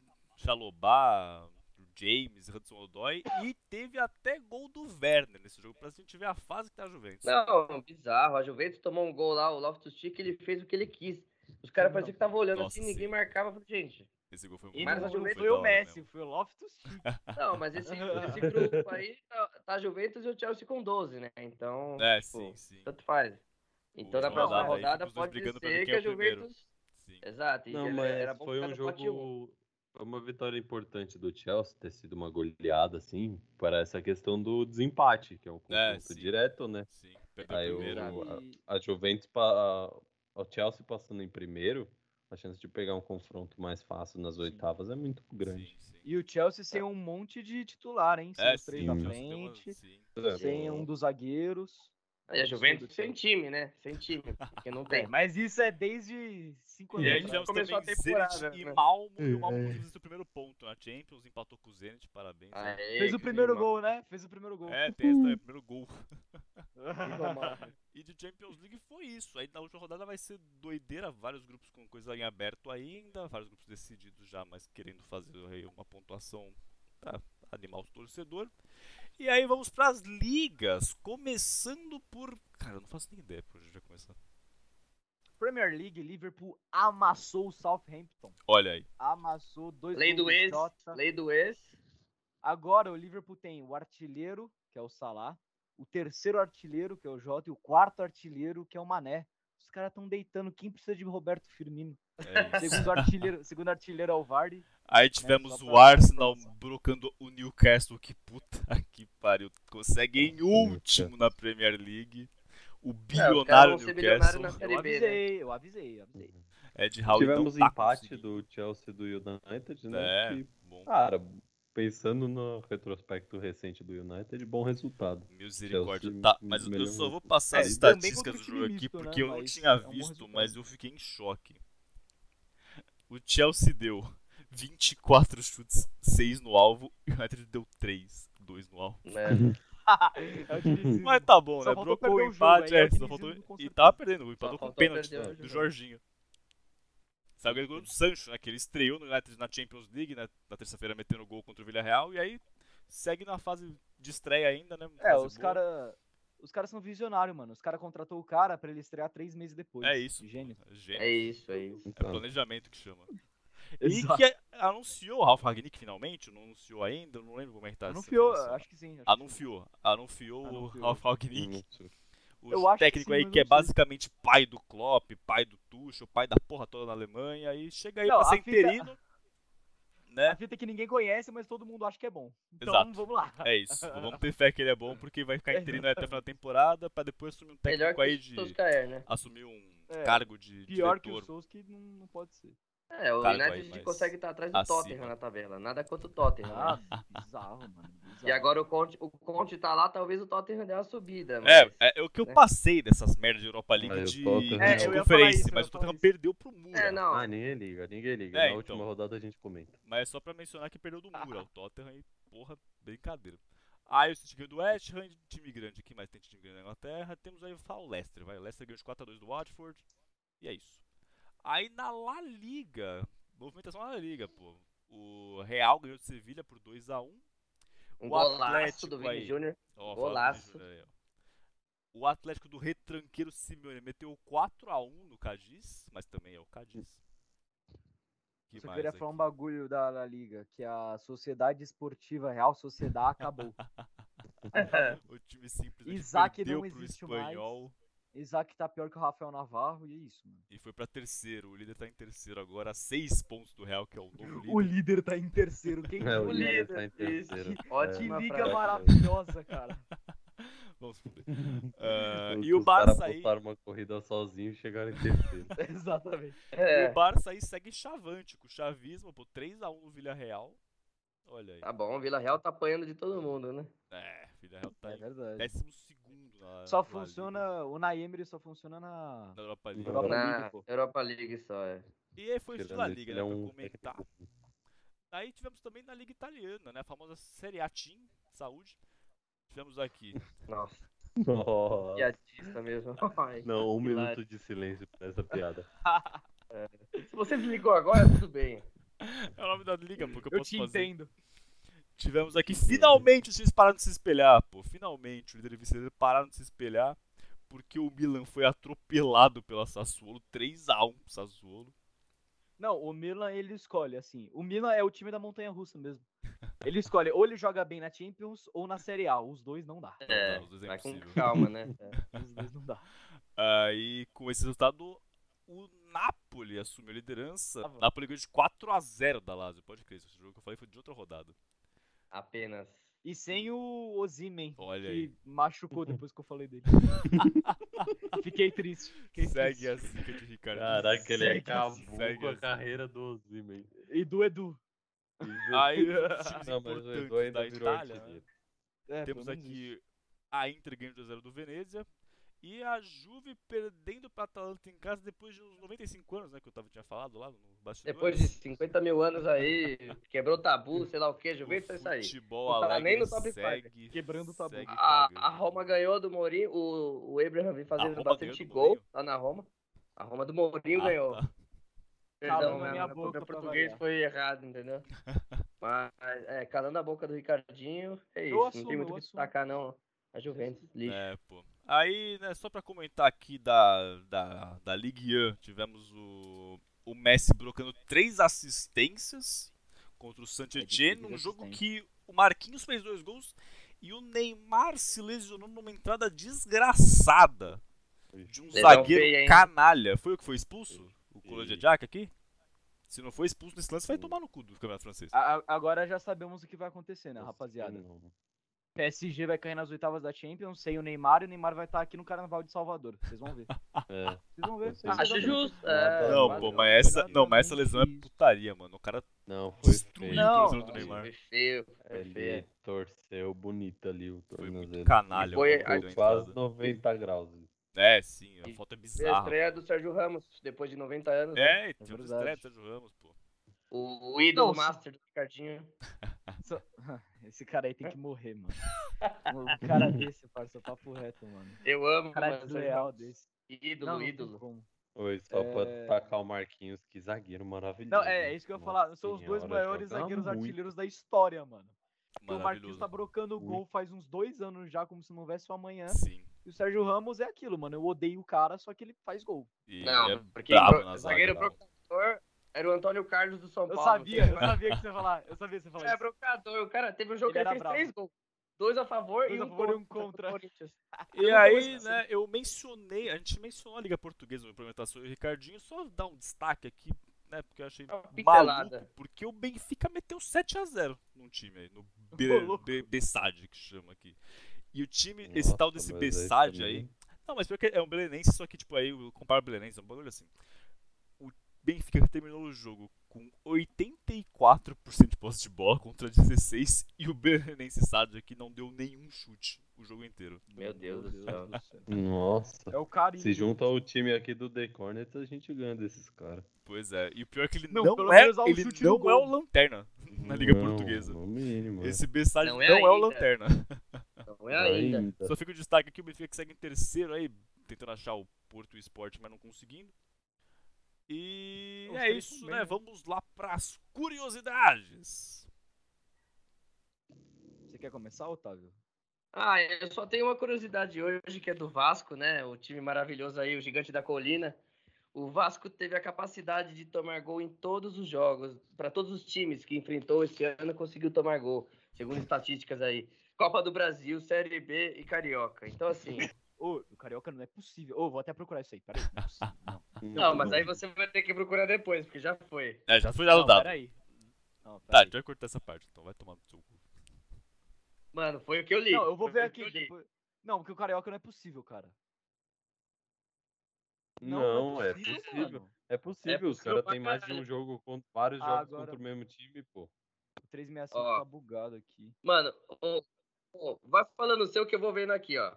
[SPEAKER 1] Xalobá, o James, Hudson Odoi, e teve até gol do Werner nesse jogo, pra gente ver a fase que tá a Juventus.
[SPEAKER 2] Não, bizarro. A Juventus tomou um gol lá, o Loftus Cheek, ele fez o que ele quis. Os caras pareciam que estavam olhando
[SPEAKER 1] Nossa,
[SPEAKER 2] assim, ninguém
[SPEAKER 1] sim.
[SPEAKER 2] marcava. Eu falei, Gente,
[SPEAKER 1] Esse gol foi muito
[SPEAKER 4] E
[SPEAKER 2] Mas a
[SPEAKER 1] bom,
[SPEAKER 4] não
[SPEAKER 2] Juventus
[SPEAKER 1] da
[SPEAKER 4] foi o
[SPEAKER 1] hora mesmo.
[SPEAKER 4] Messi, foi o Loftus.
[SPEAKER 2] não, mas esse, esse grupo aí tá, tá a Juventus e o Chelsea com 12, né? Então,
[SPEAKER 1] É,
[SPEAKER 2] tipo,
[SPEAKER 1] sim, sim.
[SPEAKER 2] tanto faz. Então, na
[SPEAKER 4] Não,
[SPEAKER 2] próxima
[SPEAKER 4] mas aí
[SPEAKER 1] fica
[SPEAKER 2] rodada
[SPEAKER 1] os dois
[SPEAKER 2] pode
[SPEAKER 1] brigando pra ver
[SPEAKER 2] ser que
[SPEAKER 1] quem é
[SPEAKER 2] a
[SPEAKER 1] o primeiro.
[SPEAKER 2] Juventus...
[SPEAKER 1] Sim.
[SPEAKER 2] Exato. e
[SPEAKER 3] Não,
[SPEAKER 2] era-
[SPEAKER 3] mas
[SPEAKER 2] era bom
[SPEAKER 3] foi
[SPEAKER 2] ficar
[SPEAKER 3] um
[SPEAKER 2] no pote um.
[SPEAKER 3] jogo. Foi uma vitória importante do Chelsea ter sido uma goleada, assim, para essa questão do desempate, que é um
[SPEAKER 1] É,
[SPEAKER 3] confronto
[SPEAKER 1] sim.
[SPEAKER 3] direto, né?
[SPEAKER 1] Sim, perdeu
[SPEAKER 3] Aí
[SPEAKER 1] o
[SPEAKER 3] o-
[SPEAKER 1] primeiro.
[SPEAKER 4] E-
[SPEAKER 3] A Juventus, pa- a- o Chelsea passando em primeiro, a chance de pegar um confronto mais fácil nas oitavas é muito grande.
[SPEAKER 1] Sim, sim.
[SPEAKER 4] E o Chelsea sem um monte de titular, hein? Sem
[SPEAKER 1] É,
[SPEAKER 4] os
[SPEAKER 1] sim,
[SPEAKER 4] três
[SPEAKER 1] o
[SPEAKER 4] na
[SPEAKER 1] Chelsea deu uma-
[SPEAKER 4] frente,
[SPEAKER 1] sim.
[SPEAKER 3] É,
[SPEAKER 4] sem um dos zagueiros.
[SPEAKER 2] E a Juventus sem
[SPEAKER 4] Absurdo,
[SPEAKER 2] time, né? Sem time, porque não
[SPEAKER 4] cara.
[SPEAKER 2] tem.
[SPEAKER 4] É, mas isso é desde cinco
[SPEAKER 1] E
[SPEAKER 4] anos
[SPEAKER 2] Sim.
[SPEAKER 1] aí
[SPEAKER 4] atrás.
[SPEAKER 1] tivemos
[SPEAKER 2] Começou a
[SPEAKER 1] também
[SPEAKER 2] temporada,
[SPEAKER 1] Zenit e
[SPEAKER 2] né?
[SPEAKER 1] Malmo, e
[SPEAKER 3] É,
[SPEAKER 1] o Malmo fez o primeiro ponto na Champions, empatou com o Zenit, parabéns.
[SPEAKER 2] Aê,
[SPEAKER 4] Fez o
[SPEAKER 2] que
[SPEAKER 4] primeiro
[SPEAKER 2] animal.
[SPEAKER 4] gol, né? Fez o primeiro gol.
[SPEAKER 1] É, tem esse também, primeiro gol.
[SPEAKER 2] Animal.
[SPEAKER 1] E de Champions League foi isso. Aí na última rodada vai ser doideira, vários grupos com coisa em aberto ainda, vários grupos decididos já, mas querendo fazer aí uma pontuação pra animar os torcedores. E aí vamos pras ligas, começando por. Cara, eu não faço nem ideia por onde a gente vai começar.
[SPEAKER 4] Premier League, Liverpool amassou o Southampton.
[SPEAKER 1] Olha aí.
[SPEAKER 4] Amassou dois
[SPEAKER 2] Lei
[SPEAKER 4] gols
[SPEAKER 2] do ex,
[SPEAKER 4] Jota.
[SPEAKER 2] lei do ex.
[SPEAKER 4] Agora o Liverpool tem o artilheiro, que é o Salah, o terceiro artilheiro, que é o Jota, e o quarto artilheiro, que é o Mané. Os caras estão deitando. Quem precisa de Roberto Firmino?
[SPEAKER 1] É isso.
[SPEAKER 4] Segundo artilheiro, segundo artilheiro é o Vardy.
[SPEAKER 1] Aí tivemos
[SPEAKER 4] só
[SPEAKER 1] o
[SPEAKER 4] pra-
[SPEAKER 1] Arsenal
[SPEAKER 4] pra-
[SPEAKER 1] brocando o Newcastle, que puta que pariu. Consegue em último na Premier League. O
[SPEAKER 2] É, os caras
[SPEAKER 1] bilionário
[SPEAKER 2] vão ser
[SPEAKER 1] Newcastle.
[SPEAKER 2] bilionário na- Série
[SPEAKER 4] Eu
[SPEAKER 2] B, né?
[SPEAKER 4] avisei, eu avisei, eu avisei.
[SPEAKER 1] Ed Howe
[SPEAKER 3] Tivemos
[SPEAKER 1] não tá
[SPEAKER 3] empate
[SPEAKER 1] conseguindo.
[SPEAKER 3] do Chelsea e do United, né?
[SPEAKER 1] É,
[SPEAKER 3] que,
[SPEAKER 1] bom.
[SPEAKER 3] cara, pensando no retrospecto recente do United, bom resultado.
[SPEAKER 1] Misericórdia.
[SPEAKER 3] Chelsea
[SPEAKER 1] Tá, mas eu
[SPEAKER 3] melhorou
[SPEAKER 1] só vou
[SPEAKER 3] muito.
[SPEAKER 1] passar
[SPEAKER 4] É,
[SPEAKER 1] as
[SPEAKER 4] e também
[SPEAKER 1] estatísticas
[SPEAKER 4] contra
[SPEAKER 1] do
[SPEAKER 4] o
[SPEAKER 1] jogo
[SPEAKER 4] time
[SPEAKER 1] aqui,
[SPEAKER 4] misto, né?
[SPEAKER 1] porque eu não
[SPEAKER 4] Mas
[SPEAKER 1] tinha
[SPEAKER 4] é um bom
[SPEAKER 1] visto,
[SPEAKER 4] resultado.
[SPEAKER 1] mas eu fiquei em choque. O Chelsea deu 24 chutes, 6 no alvo, e o United deu 3, 2 no alvo.
[SPEAKER 2] né?
[SPEAKER 6] É o dirigismo.
[SPEAKER 1] Mas tá bom,
[SPEAKER 6] Só
[SPEAKER 1] né?
[SPEAKER 6] faltou
[SPEAKER 1] Trocou o
[SPEAKER 6] perder o jogo,
[SPEAKER 1] empate,
[SPEAKER 6] aí é
[SPEAKER 1] é,
[SPEAKER 6] o
[SPEAKER 1] só
[SPEAKER 6] dirigismo
[SPEAKER 1] faltou...
[SPEAKER 6] com
[SPEAKER 1] E
[SPEAKER 6] certeza.
[SPEAKER 1] tava perdendo, empatou com o
[SPEAKER 2] faltou
[SPEAKER 1] pênalti
[SPEAKER 2] perder o
[SPEAKER 1] do
[SPEAKER 2] jogo.
[SPEAKER 1] Jorginho. Sabe aquele gol do Sancho, né? Que ele estreou no United na Champions League, né, na terça-feira metendo gol contra o Villarreal, e aí segue na fase de estreia ainda, né?
[SPEAKER 4] É,
[SPEAKER 1] fase
[SPEAKER 4] os
[SPEAKER 1] boa.
[SPEAKER 4] caras. Os caras são visionários, mano. Os caras contratou o cara pra ele estrear três meses depois.
[SPEAKER 1] É isso.
[SPEAKER 4] Gênio.
[SPEAKER 1] Gênio.
[SPEAKER 2] É isso, é isso.
[SPEAKER 1] É
[SPEAKER 3] Então,
[SPEAKER 1] planejamento que chama.
[SPEAKER 4] Exato.
[SPEAKER 1] E que anunciou o Ralf Ragnick finalmente, não anunciou ainda, eu não lembro como é que tá. essa
[SPEAKER 4] Anunciou,
[SPEAKER 1] situação.
[SPEAKER 4] acho que sim. acho que sim.
[SPEAKER 1] Anunciou, anunciou, o
[SPEAKER 4] Anunciou. Uhum.
[SPEAKER 1] Ralf Ragnick,
[SPEAKER 3] muito-
[SPEAKER 1] o
[SPEAKER 4] Eu acho que
[SPEAKER 1] técnico
[SPEAKER 4] sim,
[SPEAKER 1] aí
[SPEAKER 4] mas
[SPEAKER 1] que é
[SPEAKER 4] não sei.
[SPEAKER 1] basicamente pai do Klopp, pai do Tuchel, pai da porra toda na Alemanha, e chega aí
[SPEAKER 4] Não, tá-
[SPEAKER 1] pra ser
[SPEAKER 4] a fita-
[SPEAKER 1] interino, né?
[SPEAKER 4] A É fita que ninguém conhece, mas todo mundo acha que é bom. Então
[SPEAKER 1] Exato.
[SPEAKER 4] vamos lá.
[SPEAKER 1] É isso, vamos ter fé que ele é bom, porque vai ficar interino aí até o final da temporada, pra depois assumir um
[SPEAKER 2] Melhor
[SPEAKER 1] técnico aí
[SPEAKER 2] que
[SPEAKER 1] de...
[SPEAKER 2] o Toscaer, né?
[SPEAKER 1] assumir um
[SPEAKER 4] É,
[SPEAKER 1] cargo de
[SPEAKER 4] Pior que o
[SPEAKER 1] diretor.
[SPEAKER 4] Souls que não, não pode ser.
[SPEAKER 2] É, o
[SPEAKER 1] Cargo aí,
[SPEAKER 2] United
[SPEAKER 1] mas
[SPEAKER 2] consegue estar atrás do
[SPEAKER 1] acima.
[SPEAKER 2] Tottenham na tabela. Nada contra o Tottenham. né?
[SPEAKER 4] Ah, bizarro, mano. bizarro.
[SPEAKER 2] E agora o Conte, o Conte tá lá, talvez o Tottenham dê uma subida.
[SPEAKER 1] É,
[SPEAKER 2] Mas...
[SPEAKER 1] é, é o que eu
[SPEAKER 2] né?
[SPEAKER 1] passei dessas merdas de Europa League
[SPEAKER 3] Mas o
[SPEAKER 1] de,
[SPEAKER 3] Tottenham-
[SPEAKER 1] de
[SPEAKER 3] É, eu ia
[SPEAKER 6] falar
[SPEAKER 1] conferência,
[SPEAKER 6] isso, eu
[SPEAKER 1] mas
[SPEAKER 6] ia
[SPEAKER 1] o Tottenham
[SPEAKER 6] falar isso.
[SPEAKER 1] perdeu pro Mura.
[SPEAKER 2] É, não.
[SPEAKER 3] Ah, ninguém liga, ninguém liga.
[SPEAKER 1] É,
[SPEAKER 3] Na
[SPEAKER 1] então.
[SPEAKER 3] última rodada a gente comenta.
[SPEAKER 1] Mas é só pra mencionar que perdeu do Mura, o Tottenham e, porra, brincadeira. Aí o City ganhou do West Ham, time grande aqui, mas tem time grande na Inglaterra. Temos aí fala o Leicester, vai. O Leicester ganhou de 4x2 do Watford. E é isso. Aí na La Liga, movimentação na La Liga, pô. O Real ganhou de Sevilha por 2x1.
[SPEAKER 2] Um
[SPEAKER 1] o
[SPEAKER 2] golaço
[SPEAKER 1] Atlético
[SPEAKER 2] do Vini
[SPEAKER 1] aí.
[SPEAKER 2] Júnior.
[SPEAKER 4] Um
[SPEAKER 1] Ó,
[SPEAKER 2] Golaço.
[SPEAKER 1] fala do Vini Júnior aí, ó. O Atlético do retranqueiro Simeone meteu 4x1 no Cadiz, mas também é o Cadiz. Que
[SPEAKER 4] Só
[SPEAKER 1] mais
[SPEAKER 4] queria falar um
[SPEAKER 1] aqui?
[SPEAKER 4] bagulho da La Liga, que a Sociedade Esportiva Real Sociedade acabou.
[SPEAKER 2] É,
[SPEAKER 1] O time simplesmente
[SPEAKER 4] Isaac
[SPEAKER 1] perdeu
[SPEAKER 4] não
[SPEAKER 1] pro
[SPEAKER 4] existe
[SPEAKER 1] espanhol
[SPEAKER 4] Isaac tá pior que o Rafael Navarro e é isso, mano.
[SPEAKER 1] e foi pra terceiro. O líder tá em terceiro agora, a seis pontos do Real, que é o novo líder.
[SPEAKER 4] O líder tá em terceiro. Quem
[SPEAKER 3] É, o líder
[SPEAKER 4] diria?
[SPEAKER 2] líder, É.
[SPEAKER 3] tá em
[SPEAKER 2] isso.
[SPEAKER 3] terceiro.
[SPEAKER 1] É.
[SPEAKER 4] Que
[SPEAKER 2] Ótima
[SPEAKER 4] liga
[SPEAKER 2] frase.
[SPEAKER 4] maravilhosa, cara.
[SPEAKER 1] Vamos foder. Ah,
[SPEAKER 3] Os-
[SPEAKER 1] e o
[SPEAKER 3] os caras
[SPEAKER 1] Barça aí,
[SPEAKER 3] botaram uma corrida sozinho e chegaram em terceiro.
[SPEAKER 4] Exatamente.
[SPEAKER 1] o
[SPEAKER 2] É,
[SPEAKER 1] Barça aí segue chavante com o chavismo, pô, 3x1 no Villarreal. Olha aí.
[SPEAKER 2] Tá bom, o Vila Real tá apanhando de todo mundo, né?
[SPEAKER 1] É, o Villarreal tá
[SPEAKER 4] É
[SPEAKER 1] em
[SPEAKER 4] verdade.
[SPEAKER 1] décimo segundo na
[SPEAKER 4] Só
[SPEAKER 1] na Liga,
[SPEAKER 4] funciona. O Naemiri só funciona na.
[SPEAKER 1] na Europa
[SPEAKER 3] Na
[SPEAKER 1] League.
[SPEAKER 3] Europa
[SPEAKER 4] League,
[SPEAKER 2] Na
[SPEAKER 4] pô.
[SPEAKER 2] Europa League só, é.
[SPEAKER 1] E aí foi isso da
[SPEAKER 3] Tirando
[SPEAKER 1] Liga,
[SPEAKER 3] ele
[SPEAKER 1] né,
[SPEAKER 3] é
[SPEAKER 1] pra
[SPEAKER 3] um
[SPEAKER 1] comentar.
[SPEAKER 3] técnico.
[SPEAKER 1] Aí tivemos também na Liga Italiana, né, a famosa Serie A Team, saúde. Tivemos aqui
[SPEAKER 2] Nossa,
[SPEAKER 3] Nossa.
[SPEAKER 2] que artista mesmo. Ai,
[SPEAKER 3] Não, um
[SPEAKER 2] hilário.
[SPEAKER 3] minuto de silêncio pra essa piada.
[SPEAKER 2] Se você desligou agora, tudo bem.
[SPEAKER 1] É o nome da liga, porque eu,
[SPEAKER 6] Eu
[SPEAKER 1] posso
[SPEAKER 6] te
[SPEAKER 1] fazer.
[SPEAKER 6] entendo.
[SPEAKER 1] Tivemos aqui finalmente os times pararam de se espelhar, pô. Finalmente, o líder e o vice-líder pararam de se espelhar. Porque o Milan foi atropelado pela Sassuolo, 3x1 pro Sassuolo.
[SPEAKER 4] Não, o Milan ele escolhe, assim. O Milan é o time da montanha russa mesmo. Ele escolhe, ou ele joga bem na Champions ou na Série A. Os dois não dá.
[SPEAKER 2] É,
[SPEAKER 1] Não, os dois é
[SPEAKER 2] vai com
[SPEAKER 1] impossível.
[SPEAKER 2] calma, né?
[SPEAKER 4] Os dois não dá.
[SPEAKER 1] Aí, com esse resultado, o Napoli assumiu a liderança. O Napoli ganhou de 4x0 da Lazio, pode crer. Esse jogo que eu falei foi de outra rodada.
[SPEAKER 2] Apenas.
[SPEAKER 4] E sem o Ozimen,
[SPEAKER 1] Olha aí.
[SPEAKER 4] que machucou depois que eu falei dele. Fiquei triste. Fiquei
[SPEAKER 1] Segue assim
[SPEAKER 4] triste.
[SPEAKER 1] a zica de Ricardo.
[SPEAKER 3] Caraca, ele
[SPEAKER 4] Segue,
[SPEAKER 3] acabou
[SPEAKER 1] segue
[SPEAKER 3] com a
[SPEAKER 1] assim.
[SPEAKER 3] carreira do Ozyman.
[SPEAKER 4] E do Edu.
[SPEAKER 1] Aí,
[SPEAKER 3] é
[SPEAKER 1] os times
[SPEAKER 3] Não, mas o
[SPEAKER 1] importantes
[SPEAKER 3] Edu ainda
[SPEAKER 1] da
[SPEAKER 3] virou
[SPEAKER 1] Itália, né?
[SPEAKER 3] artilheiro.
[SPEAKER 4] É,
[SPEAKER 1] Temos
[SPEAKER 4] pelo menos isso.
[SPEAKER 1] aqui a Inter ganhando 2x0 do Venezia. E a Juve perdendo pra Atalanta em casa depois de uns 95 anos, né? Que eu tava, tinha falado lá no bastidor.
[SPEAKER 2] Depois de 50 mil anos aí, quebrou tabu, sei lá o que, Juventus é isso aí.
[SPEAKER 1] Futebol
[SPEAKER 2] Não tava
[SPEAKER 1] alegre
[SPEAKER 2] nem no top
[SPEAKER 1] segue,
[SPEAKER 4] Quebrando o tabu.
[SPEAKER 1] segue
[SPEAKER 2] A,
[SPEAKER 1] cagando.
[SPEAKER 2] a Roma ganhou do Mourinho, o, o Abraham vem
[SPEAKER 1] A
[SPEAKER 2] fazendo
[SPEAKER 1] Roma
[SPEAKER 2] bastante
[SPEAKER 1] ganhou do
[SPEAKER 2] gol
[SPEAKER 1] Mourinho?
[SPEAKER 2] lá na Roma. A Roma do
[SPEAKER 1] Ah,
[SPEAKER 2] Mourinho ganhou.
[SPEAKER 1] tá.
[SPEAKER 2] Perdão,
[SPEAKER 4] Calando
[SPEAKER 2] meu,
[SPEAKER 4] a minha
[SPEAKER 2] meu
[SPEAKER 4] boca pra
[SPEAKER 2] português
[SPEAKER 4] variar.
[SPEAKER 2] foi errado, entendeu? Mas, é, calando a boca do Ricardinho, é isso.
[SPEAKER 4] Eu
[SPEAKER 2] não
[SPEAKER 4] assumo,
[SPEAKER 2] tem muito o
[SPEAKER 4] eu
[SPEAKER 2] que
[SPEAKER 4] assumo.
[SPEAKER 2] destacar, não. A Juventus, lixo.
[SPEAKER 1] É, pô. Aí, né, só pra comentar aqui da, da, da Ligue 1, tivemos o, o Messi blocando três assistências contra o
[SPEAKER 2] É
[SPEAKER 1] Saint-Etienne,
[SPEAKER 2] difícil
[SPEAKER 1] num
[SPEAKER 2] de
[SPEAKER 1] jogo
[SPEAKER 2] assistência.
[SPEAKER 1] que o Marquinhos fez dois gols e o Neymar se lesionou numa entrada desgraçada de um
[SPEAKER 2] Lesão
[SPEAKER 1] zagueiro
[SPEAKER 2] feia, hein?
[SPEAKER 1] canalha. Foi o que foi expulso? O
[SPEAKER 3] Ih.
[SPEAKER 1] Colônia de Jack aqui? Se não foi expulso nesse lance, vai tomar no cu do Campeonato Francês.
[SPEAKER 2] Ah,
[SPEAKER 4] A- a- agora já sabemos o que vai acontecer, né,
[SPEAKER 3] Nossa,
[SPEAKER 4] rapaziada?
[SPEAKER 3] não.
[SPEAKER 4] PSG vai cair nas oitavas da Champions, sem o Neymar, e o Neymar vai estar aqui no Carnaval de Salvador. Vocês vão ver.
[SPEAKER 3] É,
[SPEAKER 4] Vocês vão ver.
[SPEAKER 3] Eu
[SPEAKER 4] vocês
[SPEAKER 2] Acho
[SPEAKER 4] vão ver.
[SPEAKER 2] justo.
[SPEAKER 3] Nada,
[SPEAKER 2] É,
[SPEAKER 1] não,
[SPEAKER 2] valeu.
[SPEAKER 1] pô, mas essa, não, mas essa
[SPEAKER 4] Exatamente
[SPEAKER 1] lesão é
[SPEAKER 4] isso.
[SPEAKER 1] putaria, mano. O cara
[SPEAKER 3] não, foi
[SPEAKER 1] destruiu
[SPEAKER 3] feio.
[SPEAKER 1] o
[SPEAKER 4] Não,
[SPEAKER 1] torcedor do
[SPEAKER 2] Nossa,
[SPEAKER 1] Neymar. É
[SPEAKER 2] Foi feio, foi
[SPEAKER 3] Ele
[SPEAKER 2] feio.
[SPEAKER 3] torceu bonito ali o
[SPEAKER 1] Foi muito
[SPEAKER 3] tornozelo.
[SPEAKER 1] canalha.
[SPEAKER 2] Foi
[SPEAKER 1] o bagulho
[SPEAKER 3] Ficou
[SPEAKER 1] da
[SPEAKER 3] quase
[SPEAKER 1] entrada.
[SPEAKER 3] 90 graus.
[SPEAKER 1] É, sim, a
[SPEAKER 2] E-
[SPEAKER 1] foto é
[SPEAKER 2] Foi a
[SPEAKER 1] bizarra.
[SPEAKER 2] estreia do Sérgio Ramos, depois de 90 anos. né?
[SPEAKER 1] É, é
[SPEAKER 4] verdade.
[SPEAKER 1] estreia do Sérgio Ramos, pô.
[SPEAKER 2] O, o ídolo
[SPEAKER 4] Não, se-
[SPEAKER 2] master do Ricardinho.
[SPEAKER 4] Só- Esse cara aí tem que morrer, mano. Um cara desse, parça, papo reto, mano.
[SPEAKER 2] Eu amo,
[SPEAKER 4] Um cara
[SPEAKER 2] mas
[SPEAKER 4] desleal desse.
[SPEAKER 2] ídolo,
[SPEAKER 4] Não, não tem
[SPEAKER 2] ídolo.
[SPEAKER 4] como.
[SPEAKER 3] Oi, só
[SPEAKER 4] É.
[SPEAKER 3] pra tacar o Marquinhos, que zagueiro maravilhoso.
[SPEAKER 4] Não, é, é isso que eu ia
[SPEAKER 3] Nossa
[SPEAKER 4] falar. São os dois
[SPEAKER 3] senhora,
[SPEAKER 4] maiores
[SPEAKER 3] joga
[SPEAKER 4] zagueiros
[SPEAKER 3] muito.
[SPEAKER 4] artilheiros da história, mano. Porque o Marquinhos
[SPEAKER 1] Maravilhoso.
[SPEAKER 4] tá brocando o gol
[SPEAKER 3] Muito.
[SPEAKER 4] faz uns dois anos já, como se não houvesse o amanhã.
[SPEAKER 1] Sim.
[SPEAKER 4] E o Sérgio Ramos é aquilo, mano. Eu odeio o cara, só que ele faz gol.
[SPEAKER 1] E
[SPEAKER 2] Não,
[SPEAKER 1] é
[SPEAKER 2] porque
[SPEAKER 1] brabo na
[SPEAKER 2] o
[SPEAKER 1] zaga,
[SPEAKER 2] zagueiro
[SPEAKER 1] brabo.
[SPEAKER 2] provocador era o Antônio Carlos do São
[SPEAKER 4] Eu
[SPEAKER 2] Paulo.
[SPEAKER 4] sabia, eu sabia que você ia falar. Eu sabia que você ia falar
[SPEAKER 2] É
[SPEAKER 4] isso.
[SPEAKER 2] provocador. O cara teve um jogo
[SPEAKER 4] Ele
[SPEAKER 2] que ele
[SPEAKER 4] era
[SPEAKER 2] fez
[SPEAKER 4] bravo.
[SPEAKER 2] três gols. Dois a favor,
[SPEAKER 4] Dois
[SPEAKER 2] e,
[SPEAKER 4] a
[SPEAKER 2] um
[SPEAKER 4] favor e um contra.
[SPEAKER 2] o Corinthians.
[SPEAKER 1] E aí, né, eu mencionei, a gente mencionou a Liga Portuguesa na implementação e o Ricardinho, só dar um destaque aqui, né, porque eu achei
[SPEAKER 2] É Uma
[SPEAKER 1] maluco,
[SPEAKER 2] pincelada.
[SPEAKER 1] porque o Benfica meteu 7x0 num time aí, no
[SPEAKER 4] Ô, louco.
[SPEAKER 1] Be- Be- Bessade, que chama aqui. E o time, esse tal desse
[SPEAKER 3] mas esse
[SPEAKER 1] Bessade aí,
[SPEAKER 3] também-
[SPEAKER 1] Não, mas pior que é um Belenense, só que, tipo, aí eu comparo o Belenense, é um bagulho assim. O Benfica terminou o jogo com 84% de posse de bola contra 16% e o Belenense Sádio aqui não deu nenhum chute o jogo inteiro.
[SPEAKER 2] Meu Deus do céu.
[SPEAKER 3] Nossa.
[SPEAKER 4] É o carinho.
[SPEAKER 3] Se junta ao time aqui do The Cornets, a gente ganha desses caras.
[SPEAKER 1] Pois é, e o pior é que ele não,
[SPEAKER 4] Não, pelo
[SPEAKER 1] é,
[SPEAKER 4] menos há um
[SPEAKER 1] ele
[SPEAKER 4] chute no
[SPEAKER 1] não
[SPEAKER 4] gol.
[SPEAKER 1] é o Lanterna na Liga
[SPEAKER 3] Não,
[SPEAKER 1] Portuguesa.
[SPEAKER 3] No mínimo. é.
[SPEAKER 1] Esse Bessade não,
[SPEAKER 2] Não é
[SPEAKER 1] é o
[SPEAKER 2] ainda.
[SPEAKER 1] Lanterna.
[SPEAKER 2] Não é ainda.
[SPEAKER 1] Só fica o destaque aqui, o Benfica que segue em terceiro aí, tentando achar o Porto Esporte, mas não conseguindo. E
[SPEAKER 4] Os
[SPEAKER 1] é
[SPEAKER 4] três
[SPEAKER 1] isso,
[SPEAKER 4] tão bem,
[SPEAKER 1] né?
[SPEAKER 4] né?
[SPEAKER 1] Vamos lá pras curiosidades.
[SPEAKER 4] Você quer começar, Otávio?
[SPEAKER 2] Ah, eu só tenho uma curiosidade hoje, que é do Vasco, né? O time maravilhoso aí, o gigante da colina. O Vasco teve a capacidade de tomar gol em todos os jogos, para todos os times que enfrentou esse ano, conseguiu tomar gol, segundo estatísticas aí. Copa do Brasil, Série B e Carioca. Então, assim.
[SPEAKER 4] Ô, o Carioca não é possível. Ô, vou até procurar isso aí. Peraí, não é possível. Não,
[SPEAKER 2] Não, mas aí você vai ter que procurar depois, porque já foi.
[SPEAKER 1] É, já foi dado
[SPEAKER 4] não
[SPEAKER 1] o dado.
[SPEAKER 4] peraí. Não,
[SPEAKER 1] Tá, a
[SPEAKER 4] peraí.
[SPEAKER 1] gente vai cortar essa parte, então vai tomar no seu cu.
[SPEAKER 2] Mano, foi o que eu li.
[SPEAKER 4] Não, eu vou
[SPEAKER 2] Foi
[SPEAKER 4] ver
[SPEAKER 2] o que
[SPEAKER 4] aqui.
[SPEAKER 2] eu li.
[SPEAKER 4] depois. Não, porque o Carioca não é possível, cara.
[SPEAKER 3] Não, é
[SPEAKER 4] possível,
[SPEAKER 3] possível.
[SPEAKER 4] mano.
[SPEAKER 3] É possível, os
[SPEAKER 2] possível
[SPEAKER 3] caras
[SPEAKER 2] pra
[SPEAKER 3] têm mais de um
[SPEAKER 2] caralho.
[SPEAKER 3] jogo, contra, vários
[SPEAKER 4] Ah,
[SPEAKER 3] jogos
[SPEAKER 4] agora-
[SPEAKER 3] contra o mesmo time, pô.
[SPEAKER 4] O 365
[SPEAKER 2] Ó.
[SPEAKER 4] tá bugado aqui.
[SPEAKER 2] Mano, o- o- vai falando o seu que eu vou vendo aqui, ó.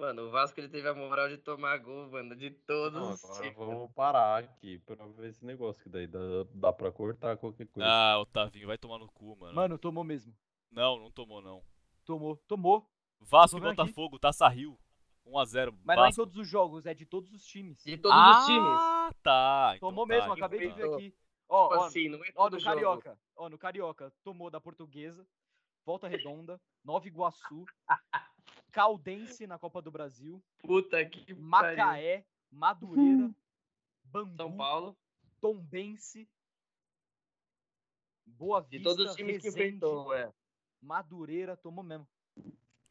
[SPEAKER 2] Mano, o Vasco ele teve a moral de tomar gol, mano, de todos
[SPEAKER 3] Não,
[SPEAKER 2] os
[SPEAKER 3] agora
[SPEAKER 2] times.
[SPEAKER 3] vamos parar aqui pra ver esse negócio, que daí dá, dá pra cortar qualquer coisa.
[SPEAKER 1] Ah, Otavinho, vai tomar no cu, mano.
[SPEAKER 4] Mano, tomou mesmo.
[SPEAKER 1] Não, não tomou, não.
[SPEAKER 4] Tomou, tomou.
[SPEAKER 1] Vasco e
[SPEAKER 4] Tô vendo
[SPEAKER 1] Botafogo, Taça Rio. 1x0.
[SPEAKER 4] Mas não é em
[SPEAKER 1] Vasco.
[SPEAKER 4] todos os jogos, é de todos os times.
[SPEAKER 2] De todos
[SPEAKER 1] ah,
[SPEAKER 2] os times.
[SPEAKER 1] tá. então
[SPEAKER 4] Tomou
[SPEAKER 1] tá,
[SPEAKER 4] mesmo,
[SPEAKER 1] então
[SPEAKER 4] acabei de
[SPEAKER 1] tá.
[SPEAKER 4] ver aqui. Ó,
[SPEAKER 2] Tipo
[SPEAKER 4] ó,
[SPEAKER 2] assim, não é
[SPEAKER 4] ó,
[SPEAKER 2] todo
[SPEAKER 4] no
[SPEAKER 2] jogo.
[SPEAKER 4] Carioca. Ó, no Carioca. Tomou da Portuguesa, Volta Redonda, Nova Iguaçu, Caldense na Copa do Brasil,
[SPEAKER 2] Puta que pariu.
[SPEAKER 4] Macaé, Madureira,
[SPEAKER 2] São
[SPEAKER 4] Bangu,
[SPEAKER 2] Paulo.
[SPEAKER 4] Tombense, Boa
[SPEAKER 2] De
[SPEAKER 4] Vista,
[SPEAKER 2] todos os times que
[SPEAKER 4] Resende,
[SPEAKER 2] enfrentou, é.
[SPEAKER 4] Madureira, tomou mesmo.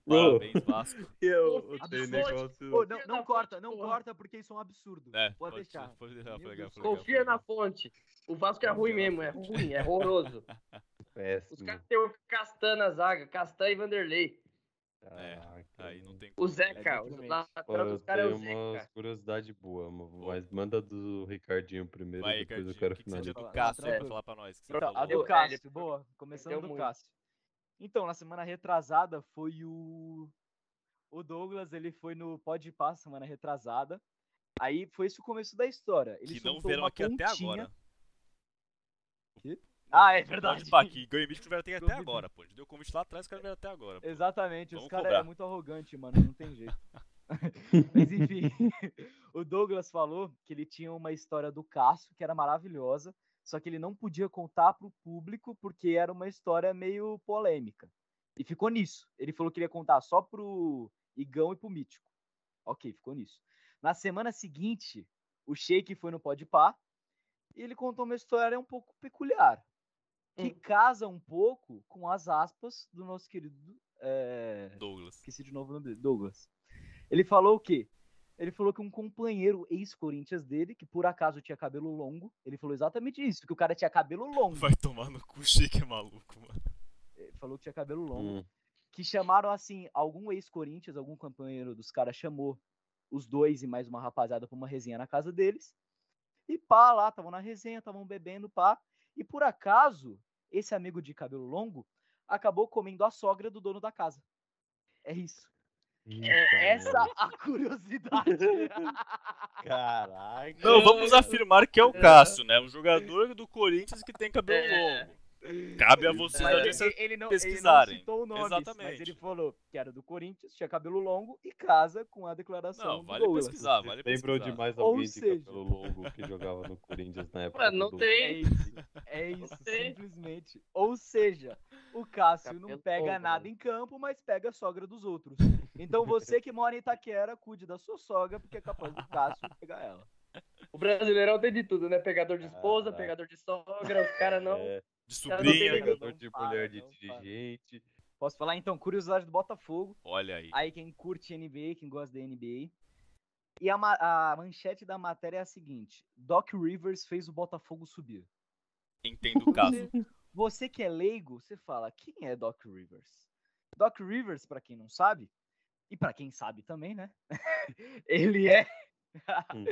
[SPEAKER 1] Parabéns, Vasco.
[SPEAKER 3] eu,
[SPEAKER 4] eu
[SPEAKER 3] tenho
[SPEAKER 4] tenho
[SPEAKER 3] negócio.
[SPEAKER 4] Ô, não,
[SPEAKER 2] Filha
[SPEAKER 4] não
[SPEAKER 2] da
[SPEAKER 4] corta, não
[SPEAKER 2] porra.
[SPEAKER 4] corta, porque isso é um absurdo.
[SPEAKER 1] É,
[SPEAKER 4] Pode deixar.
[SPEAKER 1] Pode deixar, foi
[SPEAKER 4] Meu
[SPEAKER 1] legal,
[SPEAKER 4] Deus.
[SPEAKER 1] foi legal, foi
[SPEAKER 2] Confia na
[SPEAKER 1] legal.
[SPEAKER 2] fonte. O Vasco é
[SPEAKER 1] Confia
[SPEAKER 2] ruim
[SPEAKER 1] na
[SPEAKER 2] mesmo, é
[SPEAKER 1] fonte.
[SPEAKER 2] ruim, é horroroso. Os
[SPEAKER 3] Péssimo.
[SPEAKER 2] caras têm o Castan na zaga, Castan e Vanderlei.
[SPEAKER 1] É,
[SPEAKER 3] Caraca.
[SPEAKER 1] Aí não tem
[SPEAKER 2] O
[SPEAKER 1] como.
[SPEAKER 2] Zeca, o
[SPEAKER 4] Exatamente.
[SPEAKER 3] É Pô,
[SPEAKER 2] lateral
[SPEAKER 3] eu
[SPEAKER 2] dos caras é o
[SPEAKER 3] tenho
[SPEAKER 2] Zeca.
[SPEAKER 3] umas curiosidades boas, mano, mas manda do Ricardinho primeiro,
[SPEAKER 1] Vai,
[SPEAKER 3] depois
[SPEAKER 1] Ricardinho,
[SPEAKER 3] eu quero
[SPEAKER 1] o que, que você tinha do
[SPEAKER 3] finalizar.
[SPEAKER 4] finalizar.
[SPEAKER 1] Cássio aí
[SPEAKER 2] É.
[SPEAKER 1] pra falar pra nós? Que você
[SPEAKER 4] Então, a
[SPEAKER 1] falou?
[SPEAKER 4] do
[SPEAKER 2] Ô,
[SPEAKER 4] Cássio,
[SPEAKER 2] Hélio,
[SPEAKER 4] boa. Começando
[SPEAKER 2] perdeu
[SPEAKER 4] do
[SPEAKER 2] muito.
[SPEAKER 4] Cássio. Então, na semana retrasada foi o. O Douglas, ele foi no Pode Pá, semana retrasada. Aí foi esse o começo da história. Ele
[SPEAKER 1] que não
[SPEAKER 4] soltou
[SPEAKER 1] vieram
[SPEAKER 4] uma
[SPEAKER 1] aqui até
[SPEAKER 4] continha-
[SPEAKER 1] agora.
[SPEAKER 4] Quê? Ah, é verdade.
[SPEAKER 1] Pode pá, que ganho e mítico vieram até
[SPEAKER 4] Duvido.
[SPEAKER 1] agora, pô. A gente deu o convite lá atrás, os caras vieram até agora. pô.
[SPEAKER 4] Exatamente, os
[SPEAKER 1] Vamos
[SPEAKER 4] caras
[SPEAKER 1] cobrar.
[SPEAKER 4] é muito arrogante, mano, não tem jeito. Mas enfim, o Douglas falou que ele tinha uma história do Cássio que era maravilhosa, só que ele não podia contar pro público porque era uma história meio polêmica. E ficou nisso. Ele falou que ele ia contar só pro Igão e pro Mítico. Ok, ficou nisso. Na semana seguinte, o Sheik foi no Podpah e ele contou uma história um pouco peculiar, que
[SPEAKER 2] Hum.
[SPEAKER 4] casa um pouco com as aspas do nosso querido eh,
[SPEAKER 1] Douglas.
[SPEAKER 4] esqueci de novo o nome dele, Douglas. Ele falou o quê? Ele falou que um companheiro ex-Corinthians dele, que por acaso tinha cabelo longo, ele falou exatamente isso, que o cara tinha cabelo longo.
[SPEAKER 1] Vai tomar no cu, Sheik é maluco, mano.
[SPEAKER 4] Ele falou que tinha cabelo longo.
[SPEAKER 3] Hum,
[SPEAKER 4] Que chamaram assim, algum ex-Corinthians, algum companheiro dos caras chamou os dois e mais uma rapaziada pra uma resenha na casa deles. E pá, lá, estavam na resenha, estavam bebendo, pá. E por acaso, esse amigo de cabelo longo acabou comendo a sogra do dono da casa. É isso. É essa a curiosidade. né?
[SPEAKER 3] Caraca.
[SPEAKER 1] Não, vamos afirmar que é o Cássio, né? Um jogador do Corinthians que tem cabelo longo. Cabe a vocês da
[SPEAKER 4] Mas ele-
[SPEAKER 1] audiência.
[SPEAKER 4] ele, não, ele
[SPEAKER 1] pesquisarem.
[SPEAKER 4] não citou o nome, mas
[SPEAKER 1] Exatamente.
[SPEAKER 4] ele falou que era do Corinthians, tinha cabelo longo e casa com a declaração
[SPEAKER 1] Não,
[SPEAKER 4] do
[SPEAKER 1] vale
[SPEAKER 4] Douglas.
[SPEAKER 1] pesquisar, Ah, vale
[SPEAKER 3] Lembrou
[SPEAKER 1] pesquisar.
[SPEAKER 3] de mais
[SPEAKER 4] Ou
[SPEAKER 3] alguém
[SPEAKER 4] seja-
[SPEAKER 3] de cabelo longo que jogava no Corinthians na época?
[SPEAKER 2] Mano, não
[SPEAKER 3] do-
[SPEAKER 4] É
[SPEAKER 2] tem.
[SPEAKER 4] isso, é isso,
[SPEAKER 2] sei.
[SPEAKER 4] simplesmente. Ou seja, o Cássio não
[SPEAKER 2] Cabelo
[SPEAKER 4] pega
[SPEAKER 2] longo, né?
[SPEAKER 4] nada
[SPEAKER 2] mano.
[SPEAKER 4] em campo, mas pega a sogra dos outros. Então você que mora em Itaquera, cuide da sua sogra, porque é capaz do Cássio pegar ela.
[SPEAKER 2] O Brasileirão tem de tudo, né? Pegador de esposa,
[SPEAKER 3] Caraca.
[SPEAKER 2] pegador de sogra, os caras não.
[SPEAKER 3] Ah, É,
[SPEAKER 1] De
[SPEAKER 2] Cara, não tem
[SPEAKER 1] sobrinha.
[SPEAKER 2] ninguém.
[SPEAKER 3] jogador
[SPEAKER 4] não
[SPEAKER 3] de
[SPEAKER 4] para,
[SPEAKER 3] mulher de
[SPEAKER 4] não para.
[SPEAKER 3] dirigente.
[SPEAKER 4] Posso falar então, curiosidade do Botafogo.
[SPEAKER 1] Olha aí.
[SPEAKER 4] Aí quem curte NBA, quem gosta da NBA. E a, ma- a manchete da matéria é a seguinte: Doc Rivers fez o Botafogo subir.
[SPEAKER 1] Entendo o caso.
[SPEAKER 4] Você que é leigo, você fala: quem é Doc Rivers? Doc Rivers, pra quem não sabe, e pra quem sabe também, né? ele é.
[SPEAKER 3] Hum.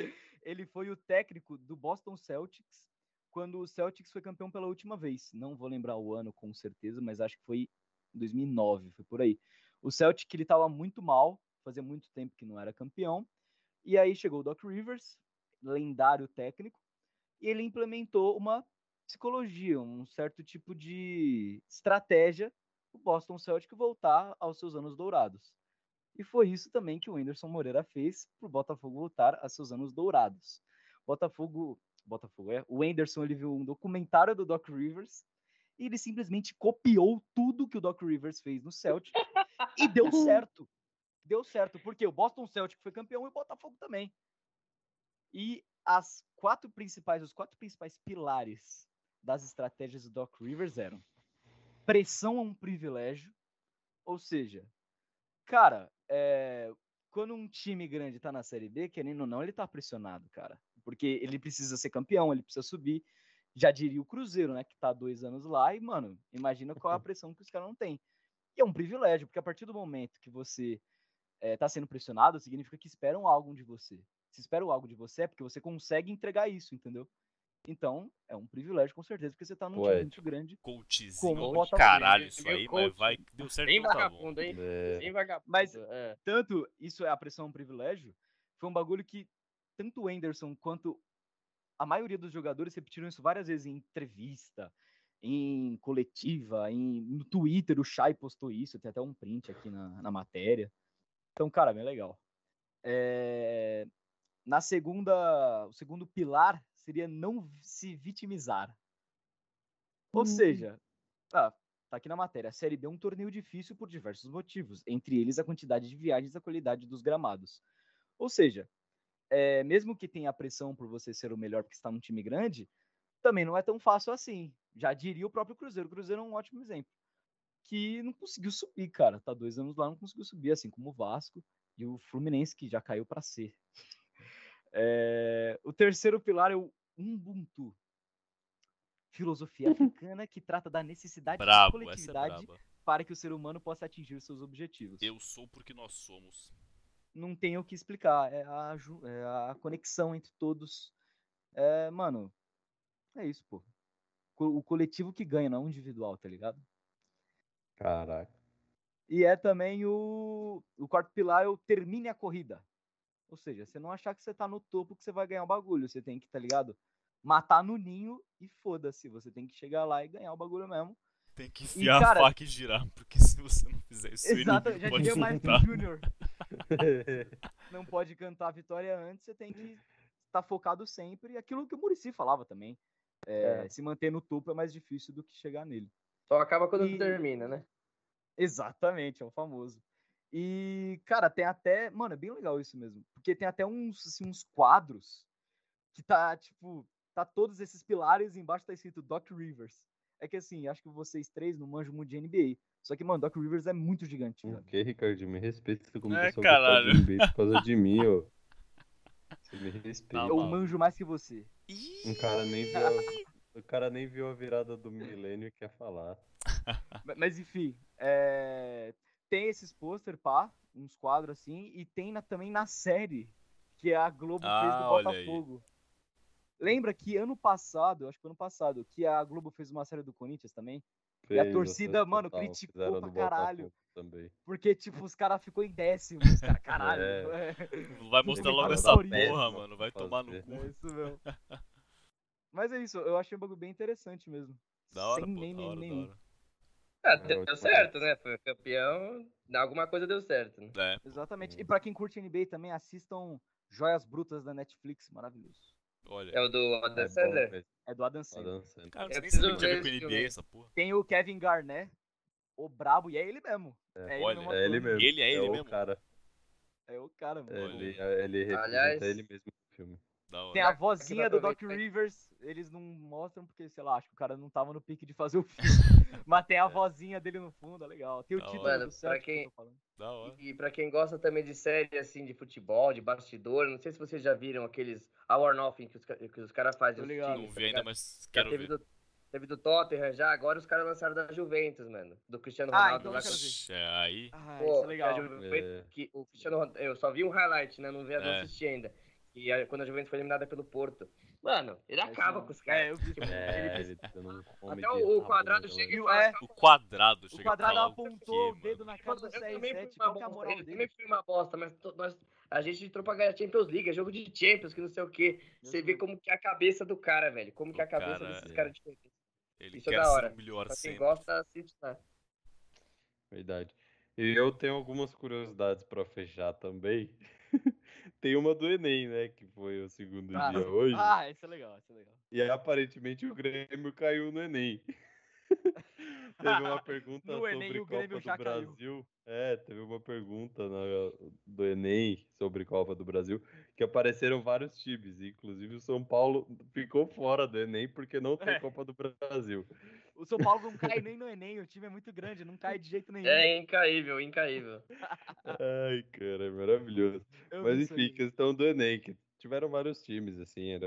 [SPEAKER 4] ele foi o técnico do Boston Celtics quando o Celtics foi campeão pela última vez. Não vou lembrar o ano com certeza, mas acho que foi 2009, foi por aí. O Celtic ele estava muito mal, fazia muito tempo que não era campeão. E aí chegou o Doc Rivers, lendário técnico, e ele implementou uma psicologia, um certo tipo de estratégia o Boston Celtic voltar aos seus anos dourados. E foi isso também que o Anderson Moreira fez para o Botafogo voltar a seus anos dourados. Botafogo, Botafogo é. O Anderson ele viu um documentário do Doc Rivers e ele simplesmente copiou tudo que o Doc Rivers fez no Celtic e deu certo. Deu certo porque o Boston Celtic foi campeão e o Botafogo também. E as quatro principais, os quatro principais pilares das estratégias do Doc Rivers eram pressão é um privilégio, ou seja, cara, é, quando um time grande tá na Série B, querendo ou não, ele tá pressionado, cara. Porque ele precisa ser campeão, ele precisa subir. Já diria o Cruzeiro, né? Que tá há dois anos lá e, mano, imagina qual é a pressão que os caras não têm. E é um privilégio, porque a partir do momento que você é, tá sendo pressionado, significa que esperam algo de você. Se esperam algo de você, é porque você consegue entregar isso, entendeu? Então, é um privilégio, com certeza, porque você tá num time muito
[SPEAKER 3] Poético.
[SPEAKER 4] grande.
[SPEAKER 1] Coachzinho.
[SPEAKER 4] Como
[SPEAKER 1] do
[SPEAKER 4] Botafogo.
[SPEAKER 1] Caralho, isso
[SPEAKER 2] Meu
[SPEAKER 1] aí,
[SPEAKER 2] coach.
[SPEAKER 1] mas vai que deu certo
[SPEAKER 2] Bem
[SPEAKER 1] então tá bom.
[SPEAKER 2] vagabundo, hein?
[SPEAKER 3] É.
[SPEAKER 2] Bem vagabundo.
[SPEAKER 4] Mas-
[SPEAKER 2] é.
[SPEAKER 4] tanto isso é a pressão é um privilégio, foi um bagulho que tanto o Anderson quanto a maioria dos jogadores repetiram isso várias vezes em entrevista, em coletiva, em, no Twitter, o Shai postou isso, tem até um print aqui na, na matéria. Então, cara, bem legal. É, na segunda, o segundo pilar seria não se vitimizar. Ou seja, ah, Tá aqui na matéria. A Série B é um torneio difícil por diversos motivos, entre eles a quantidade de viagens e a qualidade dos gramados. Ou seja, é, mesmo que tenha a pressão por você ser o melhor porque está num time grande, também não é tão fácil assim. Já diria o próprio Cruzeiro. O Cruzeiro é um ótimo exemplo. Que não conseguiu subir, cara. Tá dois anos lá, não conseguiu subir, assim como o Vasco e o Fluminense, que já caiu para C. É, o terceiro pilar é o Ubuntu. Filosofia africana que trata da necessidade de
[SPEAKER 1] Brabo, essa é
[SPEAKER 4] coletividade
[SPEAKER 1] braba.
[SPEAKER 4] para que o ser humano possa atingir os seus objetivos.
[SPEAKER 1] Eu sou porque nós somos.
[SPEAKER 4] Não tenho o que explicar. É a, ju- é a conexão entre todos. É, mano, é isso, pô. Co- O coletivo que ganha, não o individual, tá ligado?
[SPEAKER 3] Caraca.
[SPEAKER 4] E é também o, o quarto pilar, é o termine a corrida. Ou seja, você não achar que você tá no topo que você vai ganhar o bagulho. Você tem que, tá ligado? Matar no ninho e foda-se. Você tem que chegar lá e ganhar o bagulho mesmo.
[SPEAKER 1] Tem que enfiar
[SPEAKER 4] cara-
[SPEAKER 1] a faca e girar, porque se você não fizer isso,
[SPEAKER 4] Exato,
[SPEAKER 1] ele
[SPEAKER 4] já
[SPEAKER 1] pode
[SPEAKER 4] diria o Martin
[SPEAKER 1] voltar.
[SPEAKER 4] Júnior. não pode cantar a vitória antes, você tem que estar focado sempre. E aquilo que o Murici falava também. é, Se manter no topo é mais difícil do que chegar nele.
[SPEAKER 2] Só acaba quando
[SPEAKER 4] E-
[SPEAKER 2] termina, né?
[SPEAKER 4] Exatamente, é o famoso. E, cara, tem até. Mano, é bem legal isso mesmo. Porque tem até uns, assim, uns quadros que tá, tipo, tá todos esses pilares e embaixo tá escrito Doc Rivers. É que assim, acho que vocês três não manjam muito de NBA. Só que, mano, Doc Rivers é muito gigante,
[SPEAKER 3] O
[SPEAKER 4] velho.
[SPEAKER 3] que, Ricardo? Me respeita você começou
[SPEAKER 1] É,
[SPEAKER 3] a gostar
[SPEAKER 1] caralho. Tá
[SPEAKER 3] de NBA um por causa de mim, ó. Você me respeita.
[SPEAKER 4] Eu
[SPEAKER 1] Não.
[SPEAKER 4] manjo mais que você.
[SPEAKER 1] Ih,
[SPEAKER 3] Um cara nem viu a... O cara nem viu a virada do milênio e quer falar.
[SPEAKER 4] Ma- Mas enfim, é, tem esses pôster, pá, uns quadros assim, e tem na- também na série que é a Globo fez do
[SPEAKER 1] Ah, olha aí.
[SPEAKER 4] Botafogo. Lembra que ano passado, acho que foi ano passado, que a Globo fez uma série do Corinthians também? E a
[SPEAKER 3] Fez,
[SPEAKER 4] torcida,
[SPEAKER 3] acesso
[SPEAKER 4] mano,
[SPEAKER 3] total,
[SPEAKER 4] criticou
[SPEAKER 3] fizeram
[SPEAKER 4] pra
[SPEAKER 3] do Botafogo
[SPEAKER 4] caralho.
[SPEAKER 3] Também.
[SPEAKER 4] Porque, tipo, os caras ficou em décimo. Os caras, caralho.
[SPEAKER 3] É.
[SPEAKER 4] é.
[SPEAKER 1] Vai mostrar logo
[SPEAKER 4] Ele
[SPEAKER 1] essa
[SPEAKER 4] fala
[SPEAKER 1] porra,
[SPEAKER 4] por isso,
[SPEAKER 1] mano. Vai
[SPEAKER 3] fazer.
[SPEAKER 1] tomar no cu.
[SPEAKER 4] É isso mesmo. Mas é isso, eu achei um bagulho bem interessante mesmo.
[SPEAKER 1] Da hora,
[SPEAKER 4] Sem
[SPEAKER 1] pô.
[SPEAKER 4] meme
[SPEAKER 1] da hora,
[SPEAKER 4] nenhum.
[SPEAKER 1] da
[SPEAKER 2] Ah,
[SPEAKER 3] É,
[SPEAKER 2] deu
[SPEAKER 3] ótimo.
[SPEAKER 2] certo, né? Foi campeão, alguma coisa deu certo. né?
[SPEAKER 1] hora. É.
[SPEAKER 4] Exatamente.
[SPEAKER 3] Hum.
[SPEAKER 4] E pra quem curte NBA também, assistam Joias Brutas da Netflix, maravilhoso.
[SPEAKER 1] Olha.
[SPEAKER 2] É o do
[SPEAKER 3] É
[SPEAKER 2] Adam
[SPEAKER 3] bom,
[SPEAKER 2] Sandler?
[SPEAKER 3] fez
[SPEAKER 4] É do Adam Sandler.
[SPEAKER 3] Adam Sandler.
[SPEAKER 1] Cara, é não
[SPEAKER 2] Eu
[SPEAKER 1] sei nem
[SPEAKER 2] preciso
[SPEAKER 1] se tinha a ver
[SPEAKER 2] ver
[SPEAKER 1] com
[SPEAKER 2] esse
[SPEAKER 1] NBA
[SPEAKER 2] filme.
[SPEAKER 1] essa porra.
[SPEAKER 4] Tem o Kevin Garnett, o brabo, e é ele mesmo. É,
[SPEAKER 1] olha,
[SPEAKER 4] mesmo
[SPEAKER 3] É ele
[SPEAKER 4] atuando.
[SPEAKER 3] mesmo.
[SPEAKER 1] E ele é ele
[SPEAKER 3] o
[SPEAKER 1] mesmo?
[SPEAKER 3] Cara,
[SPEAKER 4] É o cara, mano.
[SPEAKER 1] Olha.
[SPEAKER 3] ele, é, ele representa
[SPEAKER 2] Aliás-
[SPEAKER 3] ele mesmo no filme.
[SPEAKER 1] Da
[SPEAKER 4] Tem
[SPEAKER 1] hora.
[SPEAKER 4] a vozinha do Doc
[SPEAKER 2] aproveitar.
[SPEAKER 4] Rivers, eles não mostram porque, sei lá, acho que o cara não tava no pique de fazer o filme. Mas tem a vozinha dele no fundo, é legal. Tem o
[SPEAKER 1] Da
[SPEAKER 4] título
[SPEAKER 1] hora.
[SPEAKER 4] do
[SPEAKER 2] Mano,
[SPEAKER 4] Celtic
[SPEAKER 2] pra quem-
[SPEAKER 4] que eu tô falando.
[SPEAKER 1] Da hora.
[SPEAKER 2] E pra quem gosta também de série, assim, de futebol, de bastidor, não sei se vocês já viram aqueles Hour Nothing que os, ca- que os caras fazem.
[SPEAKER 4] Tô
[SPEAKER 2] os
[SPEAKER 4] ligado.
[SPEAKER 2] times,
[SPEAKER 1] Não
[SPEAKER 2] tá
[SPEAKER 1] vi ainda,
[SPEAKER 2] ligado?
[SPEAKER 1] mas
[SPEAKER 2] Já
[SPEAKER 1] quero
[SPEAKER 2] teve
[SPEAKER 1] ver.
[SPEAKER 2] do, teve do Tottenham já, agora os caras lançaram da Juventus, mano. Do Cristiano
[SPEAKER 4] Ah,
[SPEAKER 2] Ronaldo
[SPEAKER 4] então
[SPEAKER 2] lá.
[SPEAKER 4] eu quero ver.
[SPEAKER 1] É, aí.
[SPEAKER 4] Ah,
[SPEAKER 2] Pô,
[SPEAKER 4] isso é
[SPEAKER 2] a
[SPEAKER 4] legal.
[SPEAKER 2] Juventus,
[SPEAKER 3] É.
[SPEAKER 2] que o Cristiano Ronaldo, eu só vi um highlight, né? Não vi, não
[SPEAKER 1] É.
[SPEAKER 2] assisti ainda. E a- quando a Juventus foi eliminada pelo Porto. Mano, ele
[SPEAKER 4] É isso
[SPEAKER 2] acaba
[SPEAKER 4] mesmo.
[SPEAKER 2] com os
[SPEAKER 4] É,
[SPEAKER 2] caras. tipo,
[SPEAKER 4] eu vi.
[SPEAKER 3] É, ele dando um come
[SPEAKER 2] Até o-
[SPEAKER 3] de
[SPEAKER 2] o,
[SPEAKER 3] rabo né,
[SPEAKER 2] quadrado
[SPEAKER 3] naquela-
[SPEAKER 2] chega e
[SPEAKER 4] galera.
[SPEAKER 2] fala,
[SPEAKER 4] É.
[SPEAKER 1] O quadrado
[SPEAKER 4] O
[SPEAKER 1] chega pra
[SPEAKER 4] quadrado
[SPEAKER 1] lá,
[SPEAKER 4] apontou
[SPEAKER 1] quê,
[SPEAKER 4] o dedo
[SPEAKER 1] mano?
[SPEAKER 4] na cara do
[SPEAKER 2] Eu também fui uma
[SPEAKER 4] CR7. Qual que é a
[SPEAKER 2] bosta,
[SPEAKER 4] moral
[SPEAKER 2] ele
[SPEAKER 4] dele?
[SPEAKER 2] também foi uma bosta, mas to- nós, a gente entrou pra ganhar Champions League, é jogo de Champions, que não sei o quê. Você vê como que é a cabeça do cara, velho. Como que é a
[SPEAKER 1] Do
[SPEAKER 2] cabeça
[SPEAKER 1] cara,
[SPEAKER 2] desses
[SPEAKER 1] é.
[SPEAKER 2] caras diferentes.
[SPEAKER 1] Ele
[SPEAKER 2] Isso é
[SPEAKER 1] quer
[SPEAKER 2] da hora.
[SPEAKER 1] ser o melhor
[SPEAKER 2] Pra quem
[SPEAKER 1] sempre.
[SPEAKER 2] gosta, assiste lá.
[SPEAKER 3] Verdade. E eu tenho algumas curiosidades pra fechar também. Tem uma do Enem, né? Que foi o segundo
[SPEAKER 4] Ah,
[SPEAKER 3] dia hoje.
[SPEAKER 4] Ah, isso é legal, isso é legal.
[SPEAKER 3] E aparentemente o Grêmio caiu no Enem. teve uma pergunta
[SPEAKER 4] No
[SPEAKER 3] sobre
[SPEAKER 4] Enem, o
[SPEAKER 3] Copa
[SPEAKER 4] Grêmio
[SPEAKER 3] do
[SPEAKER 4] já caiu.
[SPEAKER 3] Brasil. É, teve uma pergunta na- do Enem sobre Copa do Brasil, que apareceram vários times, inclusive o São Paulo ficou fora do Enem porque não tem
[SPEAKER 4] É.
[SPEAKER 3] Copa do Brasil.
[SPEAKER 4] O São Paulo não cai nem no Enem, o time é muito grande, não cai de jeito nenhum.
[SPEAKER 2] É incaível, incaível.
[SPEAKER 3] Ai, cara, é maravilhoso.
[SPEAKER 4] Eu
[SPEAKER 3] Mas
[SPEAKER 4] vi isso
[SPEAKER 3] enfim,
[SPEAKER 4] aí.
[SPEAKER 3] questão do Enem, que tiveram vários times, assim, era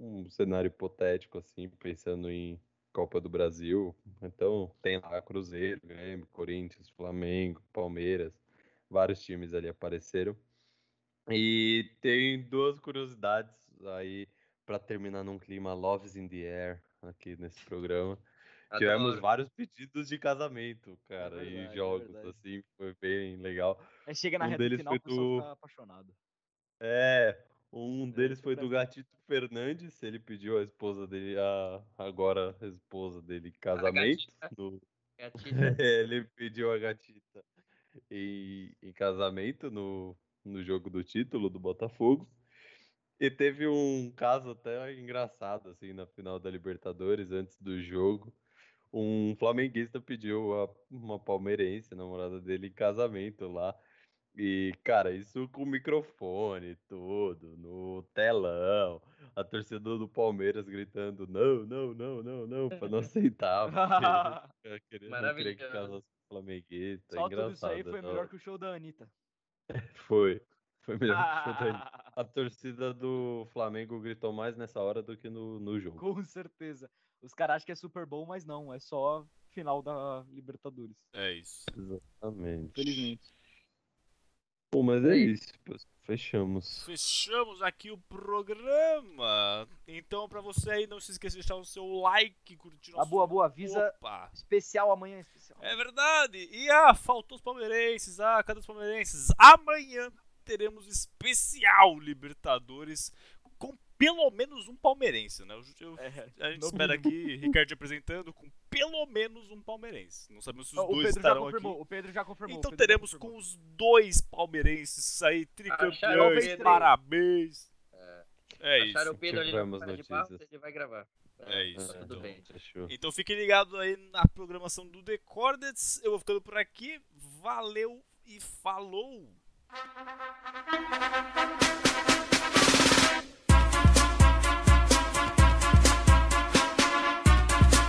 [SPEAKER 3] um cenário hipotético, assim, pensando em Copa do Brasil. Então, tem lá Cruzeiro, Grêmio, Corinthians, Flamengo, Palmeiras, vários times ali apareceram. E tem duas curiosidades aí para terminar num clima Loves in the Air aqui nesse programa. Tivemos
[SPEAKER 2] Adoro.
[SPEAKER 3] vários pedidos de casamento, cara,
[SPEAKER 4] verdade, é
[SPEAKER 3] e jogos,
[SPEAKER 4] verdade.
[SPEAKER 3] assim, foi bem legal.
[SPEAKER 4] Aí chega na
[SPEAKER 3] um
[SPEAKER 4] reta
[SPEAKER 3] deles
[SPEAKER 4] final, o
[SPEAKER 3] foi
[SPEAKER 4] pessoal
[SPEAKER 3] do-
[SPEAKER 4] fica apaixonado.
[SPEAKER 3] É, um deles foi do
[SPEAKER 4] Brasil.
[SPEAKER 3] Gatito Fernandes, ele pediu a esposa dele, a agora a esposa dele, em casamento.
[SPEAKER 2] gatita.
[SPEAKER 3] no-
[SPEAKER 2] É a Tita.
[SPEAKER 3] ele pediu a gatita em, em casamento no, no jogo do título do Botafogo. E teve um caso até engraçado, assim, na final da Libertadores, antes do jogo. Um flamenguista pediu a uma palmeirense, a namorada dele, em casamento lá. E, cara, isso com microfone, e tudo, no telão, a torcida do Palmeiras gritando não, não, não, não, não, pra não aceitar, porque ele eu queria, não queria que
[SPEAKER 2] Maravilhoso.
[SPEAKER 3] casasse com flamenguista.
[SPEAKER 4] Só tudo
[SPEAKER 3] É engraçado.
[SPEAKER 4] isso aí foi
[SPEAKER 3] da
[SPEAKER 4] melhor
[SPEAKER 3] hora.
[SPEAKER 4] que o show da Anitta.
[SPEAKER 3] Foi. Foi melhor
[SPEAKER 4] Ah.
[SPEAKER 3] que o show da Anitta. A torcida do Flamengo gritou mais nessa hora do que no, no jogo.
[SPEAKER 4] Com certeza. Os caras acham que é Super Bowl, mas não, é só final da Libertadores.
[SPEAKER 1] É isso.
[SPEAKER 3] Exatamente.
[SPEAKER 4] Infelizmente.
[SPEAKER 3] Bom, mas é isso. pessoal. Fechamos.
[SPEAKER 1] Fechamos aqui o programa. Então, pra você aí, não se esqueça de deixar o seu like, curtir
[SPEAKER 4] A
[SPEAKER 1] nosso...
[SPEAKER 4] Ah, boa, boa, avisa
[SPEAKER 1] Opa.
[SPEAKER 4] especial amanhã. Especial.
[SPEAKER 1] É verdade. E ah, faltou os palmeirenses. Ah, cadê os palmeirenses? Amanhã teremos especial Libertadores com pelo menos um palmeirense, né? Eu- eu-
[SPEAKER 4] É.
[SPEAKER 1] a gente
[SPEAKER 4] no
[SPEAKER 1] espera aqui Ricardo apresentando com pelo menos um palmeirense. Não sabemos se os
[SPEAKER 4] Não, O
[SPEAKER 1] dois
[SPEAKER 4] Pedro, já
[SPEAKER 1] estarão aqui.
[SPEAKER 4] confirmou, o Pedro já confirmou. o
[SPEAKER 1] Então
[SPEAKER 4] Pedro já
[SPEAKER 1] teremos
[SPEAKER 4] confirmou.
[SPEAKER 1] com os dois palmeirenses aí,
[SPEAKER 2] Acharam o
[SPEAKER 1] tricampeões,
[SPEAKER 2] Pedro.
[SPEAKER 1] parabéns. É,
[SPEAKER 2] Acharam
[SPEAKER 1] isso.
[SPEAKER 2] o Pedro ali na
[SPEAKER 3] Tivemos
[SPEAKER 2] cara de pau,
[SPEAKER 3] notícias.
[SPEAKER 2] ele vai gravar. Tá
[SPEAKER 1] É isso,
[SPEAKER 2] Tudo
[SPEAKER 1] então.
[SPEAKER 2] bem.
[SPEAKER 3] Fechou.
[SPEAKER 1] Então fique ligado aí na programação do Decordets. Eu vou ficando por aqui. Valeu e falou!